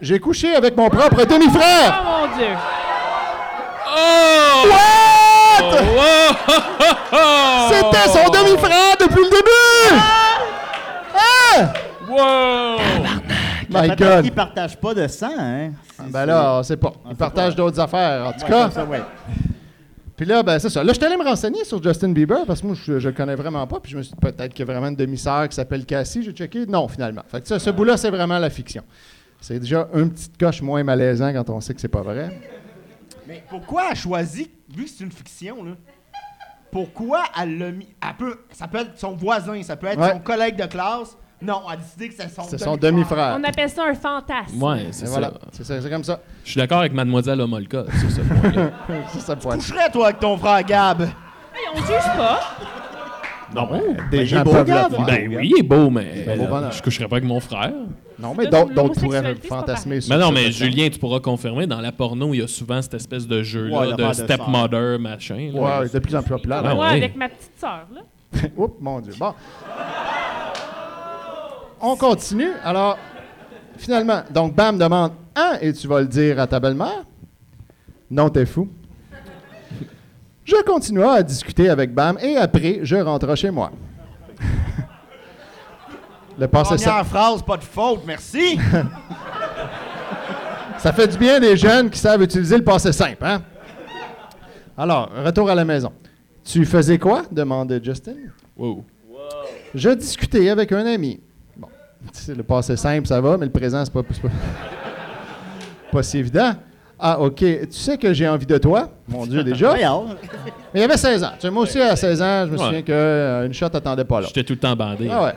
Speaker 3: J'ai couché avec mon propre
Speaker 4: Ah!
Speaker 3: demi-frère!
Speaker 9: Oh mon Dieu!
Speaker 6: Oh!
Speaker 3: What? C'était son demi-frère depuis le début! Ah!
Speaker 6: Wow!
Speaker 3: My
Speaker 2: Peut-être
Speaker 3: God!
Speaker 2: qu'ils partagent pas de sang, hein?
Speaker 3: Ben là, on sait pas. Ils partagent d'autres affaires, en tout
Speaker 2: Ouais,
Speaker 3: cas.
Speaker 2: comme ça, ouais.
Speaker 3: Puis là, ben c'est ça. Là, je suis allé me renseigner sur Justin Bieber parce que moi, je, je le connais vraiment pas. Puis je me suis dit, peut-être qu'il y a vraiment une demi-sœur qui s'appelle Cassie. J'ai checké. Non, finalement. Fait que ça,
Speaker 2: Ah.
Speaker 3: ce bout-là, c'est vraiment la fiction. C'est déjà une petite coche moins malaisant quand on sait que c'est pas vrai.
Speaker 4: Mais pourquoi elle choisit, vu que c'est une fiction, là? Pourquoi elle l'a mis. Elle peut, ça peut être son voisin, ça peut être
Speaker 3: Ouais.
Speaker 4: son collègue de classe. Non, elle a décidé que c'est son
Speaker 3: C'est son
Speaker 4: demi-frère.
Speaker 3: demi-frère.
Speaker 9: On appelle ça un fantasme.
Speaker 6: Ouais, c'est
Speaker 3: Et
Speaker 6: ça.
Speaker 3: voilà. C'est ça, c'est comme ça.
Speaker 6: Je suis d'accord avec Mademoiselle Omolka sur ce point-là.
Speaker 3: C'est ça le point.
Speaker 4: Coucherais, toi, avec ton frère Gab.
Speaker 9: Hey, on juge pas.
Speaker 6: Non, mais
Speaker 3: des gens
Speaker 6: beau,
Speaker 3: peuvent le
Speaker 6: regarde.
Speaker 3: faire.
Speaker 6: Ben oui, il est beau, mais
Speaker 3: C'est un beau
Speaker 6: euh,
Speaker 3: bonheur.
Speaker 6: je coucherai pas avec mon frère.
Speaker 3: Non, mais d'autres d'autres pourraient fantasmer sur
Speaker 6: Mais non,
Speaker 3: ça.
Speaker 6: mais Julien, tu pourras confirmer, dans la porno, il y a souvent cette espèce de jeu-là
Speaker 3: Ouais, l'affaire
Speaker 6: de
Speaker 3: de
Speaker 6: stepmother, machin. là.
Speaker 3: Ouais, de plus en plus populaire.
Speaker 6: Ah
Speaker 9: Moi,
Speaker 6: ouais.
Speaker 9: avec ma petite sœur, là.
Speaker 3: Oups, mon Dieu. Bon. On continue. Alors, finalement, donc Bam demande Ah, et tu vas le dire à ta belle-mère Non, t'es fou. Je continua à discuter avec Bam et après, je rentra chez moi. le passé,
Speaker 4: Première
Speaker 3: ça,
Speaker 4: phrase, pas de faute, merci.
Speaker 3: ça fait du bien des jeunes qui savent utiliser le passé simple, hein Alors, retour à la maison. Tu faisais quoi demandait Justin.
Speaker 6: Wow.
Speaker 3: Je discutais avec un ami. Bon, c'est le passé simple, ça va, mais le présent, c'est pas, c'est pas, pas si évident. Ah, OK. Tu sais que j'ai envie de toi. Mon Dieu, déjà. mais il y avait 16 ans. Tu sais, moi aussi, à 16 ans, je me
Speaker 6: Ouais.
Speaker 3: souviens que euh, une shot attendait pas là.
Speaker 6: J'étais tout le temps bandé.
Speaker 3: Ah ouais.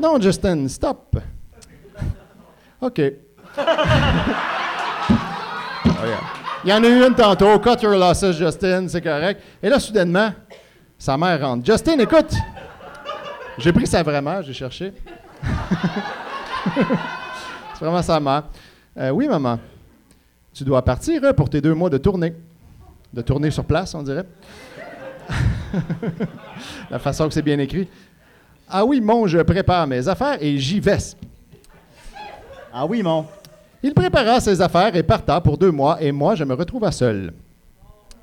Speaker 3: Non, Justin, stop. OK.
Speaker 6: Oh,
Speaker 3: Il y en a eu une tantôt. Cut your losses, Justin, c'est correct. Et là, soudainement, sa mère rentre. Justin, écoute. J'ai pris ça vraiment, j'ai cherché. c'est vraiment sa mère. Euh, oui, maman. Tu dois partir hein, pour tes deux mois de tournée. De tournée sur place, on dirait. La façon que c'est bien écrit. Ah oui, mon, je prépare mes affaires et j'y vais. Ah oui, mon. Il prépara ses affaires et parta pour deux mois et moi, je me retrouva seul.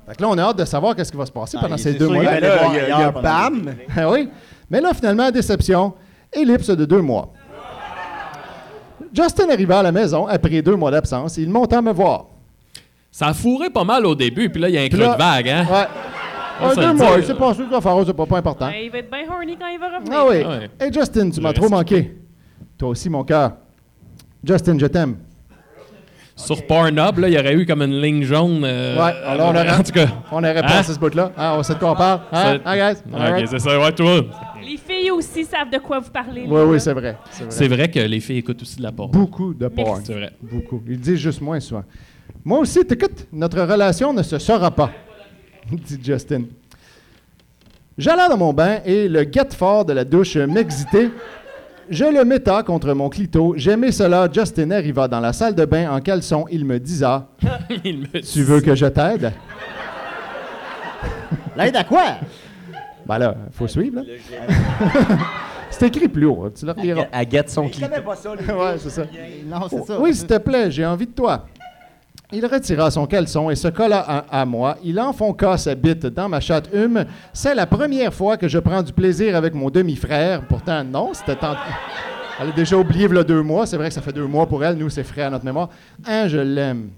Speaker 3: Fait que là, on a hâte de savoir qu'est-ce qui va se passer
Speaker 4: Ah,
Speaker 3: pendant
Speaker 4: il-
Speaker 3: ces
Speaker 4: c'est
Speaker 3: deux
Speaker 4: sûr, il
Speaker 3: mois-là.
Speaker 4: va aller voir
Speaker 3: il y a- il y a
Speaker 4: ailleurs pendant
Speaker 3: bam!
Speaker 4: deux mois.
Speaker 3: Ah oui. Mais là, finalement, déception, ellipse de deux mois. Justin arriva à la maison après deux mois d'absence. Il monta me voir.
Speaker 6: Ça a fourré pas mal au début, puis là, il y a un creux
Speaker 3: là-
Speaker 6: de vague, hein?
Speaker 3: Ouais.
Speaker 6: On
Speaker 3: Ouais,
Speaker 6: se
Speaker 3: deux
Speaker 6: le
Speaker 3: mois,
Speaker 6: dit,
Speaker 3: il
Speaker 6: là.
Speaker 3: sait pas ce qu'il va faire, c'est pas, pas important.
Speaker 9: Ben, il va être bien horny quand il va revenir.
Speaker 3: Ah oui.
Speaker 6: Ah ouais.
Speaker 3: Et Justin, tu m'as trop manqué. Toi aussi, mon cœur. Justin, je t'aime.
Speaker 6: Sur Pornhub, là, il y aurait eu comme une ligne jaune. euh,
Speaker 3: Ouais, alors on
Speaker 6: euh,
Speaker 3: aurait-
Speaker 6: En tout cas.
Speaker 3: On aurait
Speaker 6: Hein?
Speaker 3: passé ce bout-là. Hein, on sait de quoi on parle. Hein,
Speaker 6: Ça-
Speaker 3: hein, guys?
Speaker 6: Ok,
Speaker 3: Alright.
Speaker 6: c'est ça, Ah ouais, toi.
Speaker 9: Les filles aussi savent de quoi vous parlez.
Speaker 3: Oui,
Speaker 9: les
Speaker 3: oui,
Speaker 9: gars.
Speaker 3: c'est vrai. C'est vrai.
Speaker 6: C'est vrai que les filles écoutent aussi de la porn.
Speaker 3: Beaucoup de porn.
Speaker 6: C'est vrai.
Speaker 3: Beaucoup. Ils le disent juste moins souvent. Moi aussi, t'écoutes, notre relation ne se saura pas, dit Justin. J'allais dans mon bain et le guette-fort de la douche m'excitait. Je le mettais contre mon clito. J'aimais cela. Justin arriva dans la salle de bain en caleçon. Il me disa
Speaker 6: Il me dit-
Speaker 3: Tu veux que je t'aide
Speaker 2: L'aide à quoi?
Speaker 3: Ben là, faut suivre. là. C'est écrit plus haut. hein, Tu le reliras.
Speaker 14: Elle guette son
Speaker 4: Je
Speaker 14: clip.
Speaker 4: connais pas ça, les
Speaker 3: Ouais, c'est ça.
Speaker 2: Non, c'est
Speaker 3: Oh,
Speaker 2: ça.
Speaker 3: Oui, s'il te plaît, j'ai envie de toi. Il retira son caleçon et se colla à, à moi. Il enfonça sa bite dans ma chatte hume. C'est la première fois que je prends du plaisir avec mon demi-frère. Pourtant, non, c'était tant... Elle a déjà oublié le deux mois. C'est vrai que ça fait deux mois pour elle. Nous, c'est frais à notre mémoire. Hein, je l'aime.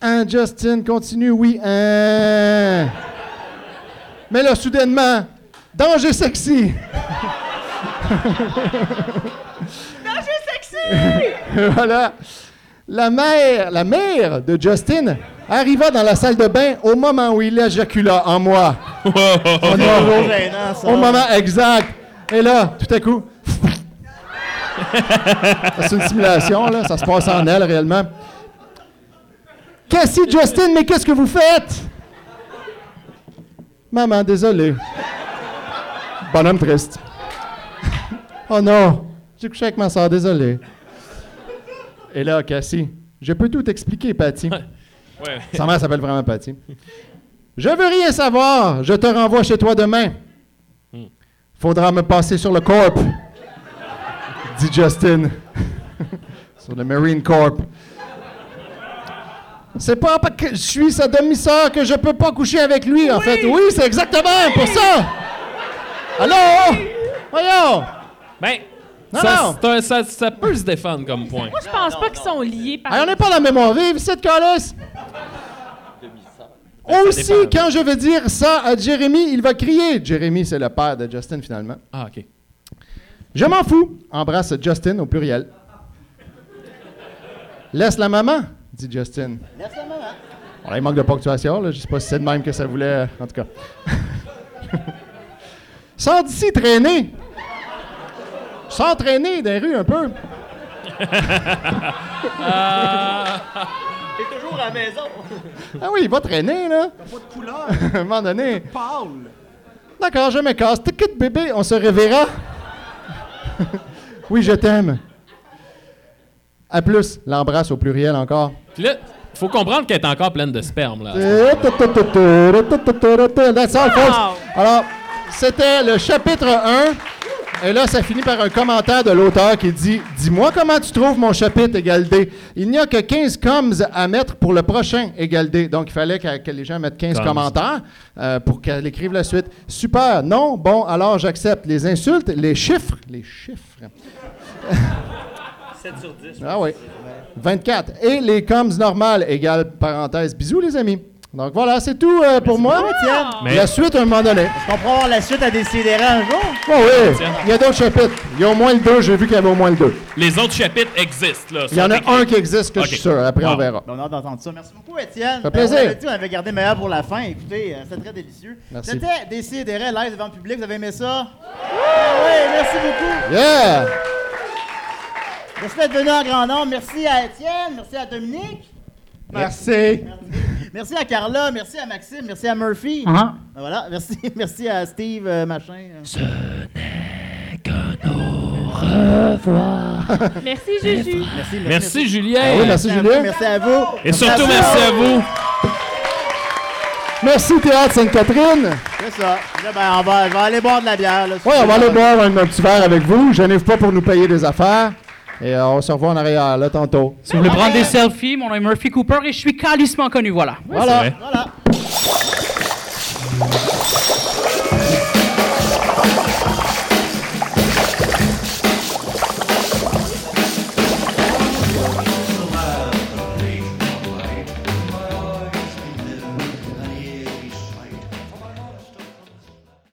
Speaker 3: Hein, Justin, continue, oui, hein. Mais là, soudainement, danger sexy. voilà. La mère, la mère de Justin arriva dans la salle de bain au moment où il éjacula en moi. Au niveau- au Oh, moment exact. Et là, tout à coup. C'est une simulation, là. Ça se passe en elle, réellement. Cassie, Justin, mais qu'est-ce que vous faites? Maman, désolé. Bonhomme triste. Oh non, j'ai couché avec ma soeur, désolé. Et là, Cassie, je peux tout expliquer, Patty.
Speaker 6: Ouais.
Speaker 3: Sa mère s'appelle vraiment Patty. Je veux rien savoir. Je te renvoie chez toi demain. Hmm. Faudra me passer sur le corp, dit Justin. sur le Marine Corp. C'est pas parce que je suis sa demi-sœur que je peux pas coucher avec lui, en fait. Oui, c'est exactement pour ça. Allô? Voyons!
Speaker 6: Ben,
Speaker 3: Non,
Speaker 6: ça,
Speaker 3: non.
Speaker 6: c'est un- ça- ça peut se défendre comme point.
Speaker 9: Moi, je pense pas qu'ils sont liés par.
Speaker 3: Hey, on n'est Ah, pas dans la mémoire vive, cette calice! Aussi,
Speaker 6: dépend, oui.
Speaker 3: quand je vais dire ça à Jérémy, il va crier. Jérémy, c'est le père de Justin, finalement.
Speaker 6: Ah, OK.
Speaker 3: Je m'en fous. Embrasse Justin au pluriel. Laisse la maman, dit Justin. Bon, là, il manque de ponctuation. Là. Je sais pas si c'est de même que ça voulait. euh, En tout cas. Sors d'ici, traîner. Sors traîner dans les rues un peu.
Speaker 6: Ah,
Speaker 11: T'es toujours à la maison.
Speaker 3: Ah oui, il va traîner, là.
Speaker 11: T'as pas de couleur.
Speaker 3: à un moment donné.
Speaker 11: Paul.
Speaker 3: D'accord, je me casse. Ticket bébé, on se reverra. oui, je t'aime. À plus, l'embrasse au pluriel encore.
Speaker 6: Puis là, faut comprendre qu'elle est encore pleine de sperme, là.
Speaker 3: That's all, folks.
Speaker 6: Wow.
Speaker 3: Alors, c'était le chapitre 1. Et là, ça finit par un commentaire de l'auteur qui dit Dis-moi comment tu trouves mon chapitre égal D. Il n'y a que 15 coms à mettre pour le prochain égal D. Donc, il fallait que, que les gens mettent 15
Speaker 6: Coms.
Speaker 3: commentaires euh, pour qu'elle écrive la suite. Super, non, bon, alors j'accepte les insultes, les chiffres, les chiffres.
Speaker 11: 7 sur 10.
Speaker 3: Ah oui. 24. Et les coms normales égale parenthèse. Bisous, les amis. Donc voilà, c'est tout euh, pour moi.
Speaker 2: beaucoup, Étienne. Mais-
Speaker 3: La suite, à un moment donné.
Speaker 2: Je comprends avoir la suite à décider un jour.
Speaker 3: Oh oui, il y a d'autres chapitres. Il y a au moins le 2. J'ai vu qu'il y avait au moins le 2.
Speaker 6: Les autres chapitres existent, là.
Speaker 3: Il y en a
Speaker 6: sont
Speaker 3: un
Speaker 6: écrits.
Speaker 3: qui existe que je suis
Speaker 6: Ok.
Speaker 3: sûr. Après, on
Speaker 6: Wow.
Speaker 3: verra.
Speaker 2: On a hâte d'entendre ça. Merci beaucoup, Étienne.
Speaker 3: Ça fait plaisir.
Speaker 2: Ben, on l'avait dit, on avait gardé meilleur pour la fin. Écoutez, euh, c'était très délicieux.
Speaker 3: Merci.
Speaker 2: C'était Décidéré live devant le public. Vous avez aimé ça? Ah oui, merci beaucoup.
Speaker 3: Yeah!
Speaker 2: Merci d'être venu en grand nombre. Merci à Étienne. Merci à Dominique.
Speaker 3: Merci.
Speaker 2: Merci à Carla. Merci à Maxime. Merci à Murphy.
Speaker 6: Uh-huh.
Speaker 2: Ben Voilà. Merci, merci à Steve, euh, machin. Ce n'est qu'un au revoir.
Speaker 9: Merci, Juju.
Speaker 2: Merci,
Speaker 6: Merci, Julien.
Speaker 3: Ah oui, merci,
Speaker 2: à
Speaker 3: Julien.
Speaker 2: vous, Merci à vous.
Speaker 6: Et surtout, merci à vous.
Speaker 3: Merci, Théâtre Sainte-Catherine.
Speaker 2: C'est ça. Là, ben, on va, je vais aller boire de la bière. là.
Speaker 3: Oui, on va aller boire un, un petit verre avec vous. Je n'arrive pas pour nous payer des affaires. Et euh, on se revoit en arrière, là, tantôt.
Speaker 8: Si vous voulez prendre des selfies, mon nom est Murphy Cooper et je suis calissement connu, voilà.
Speaker 3: Voilà.
Speaker 2: Voilà.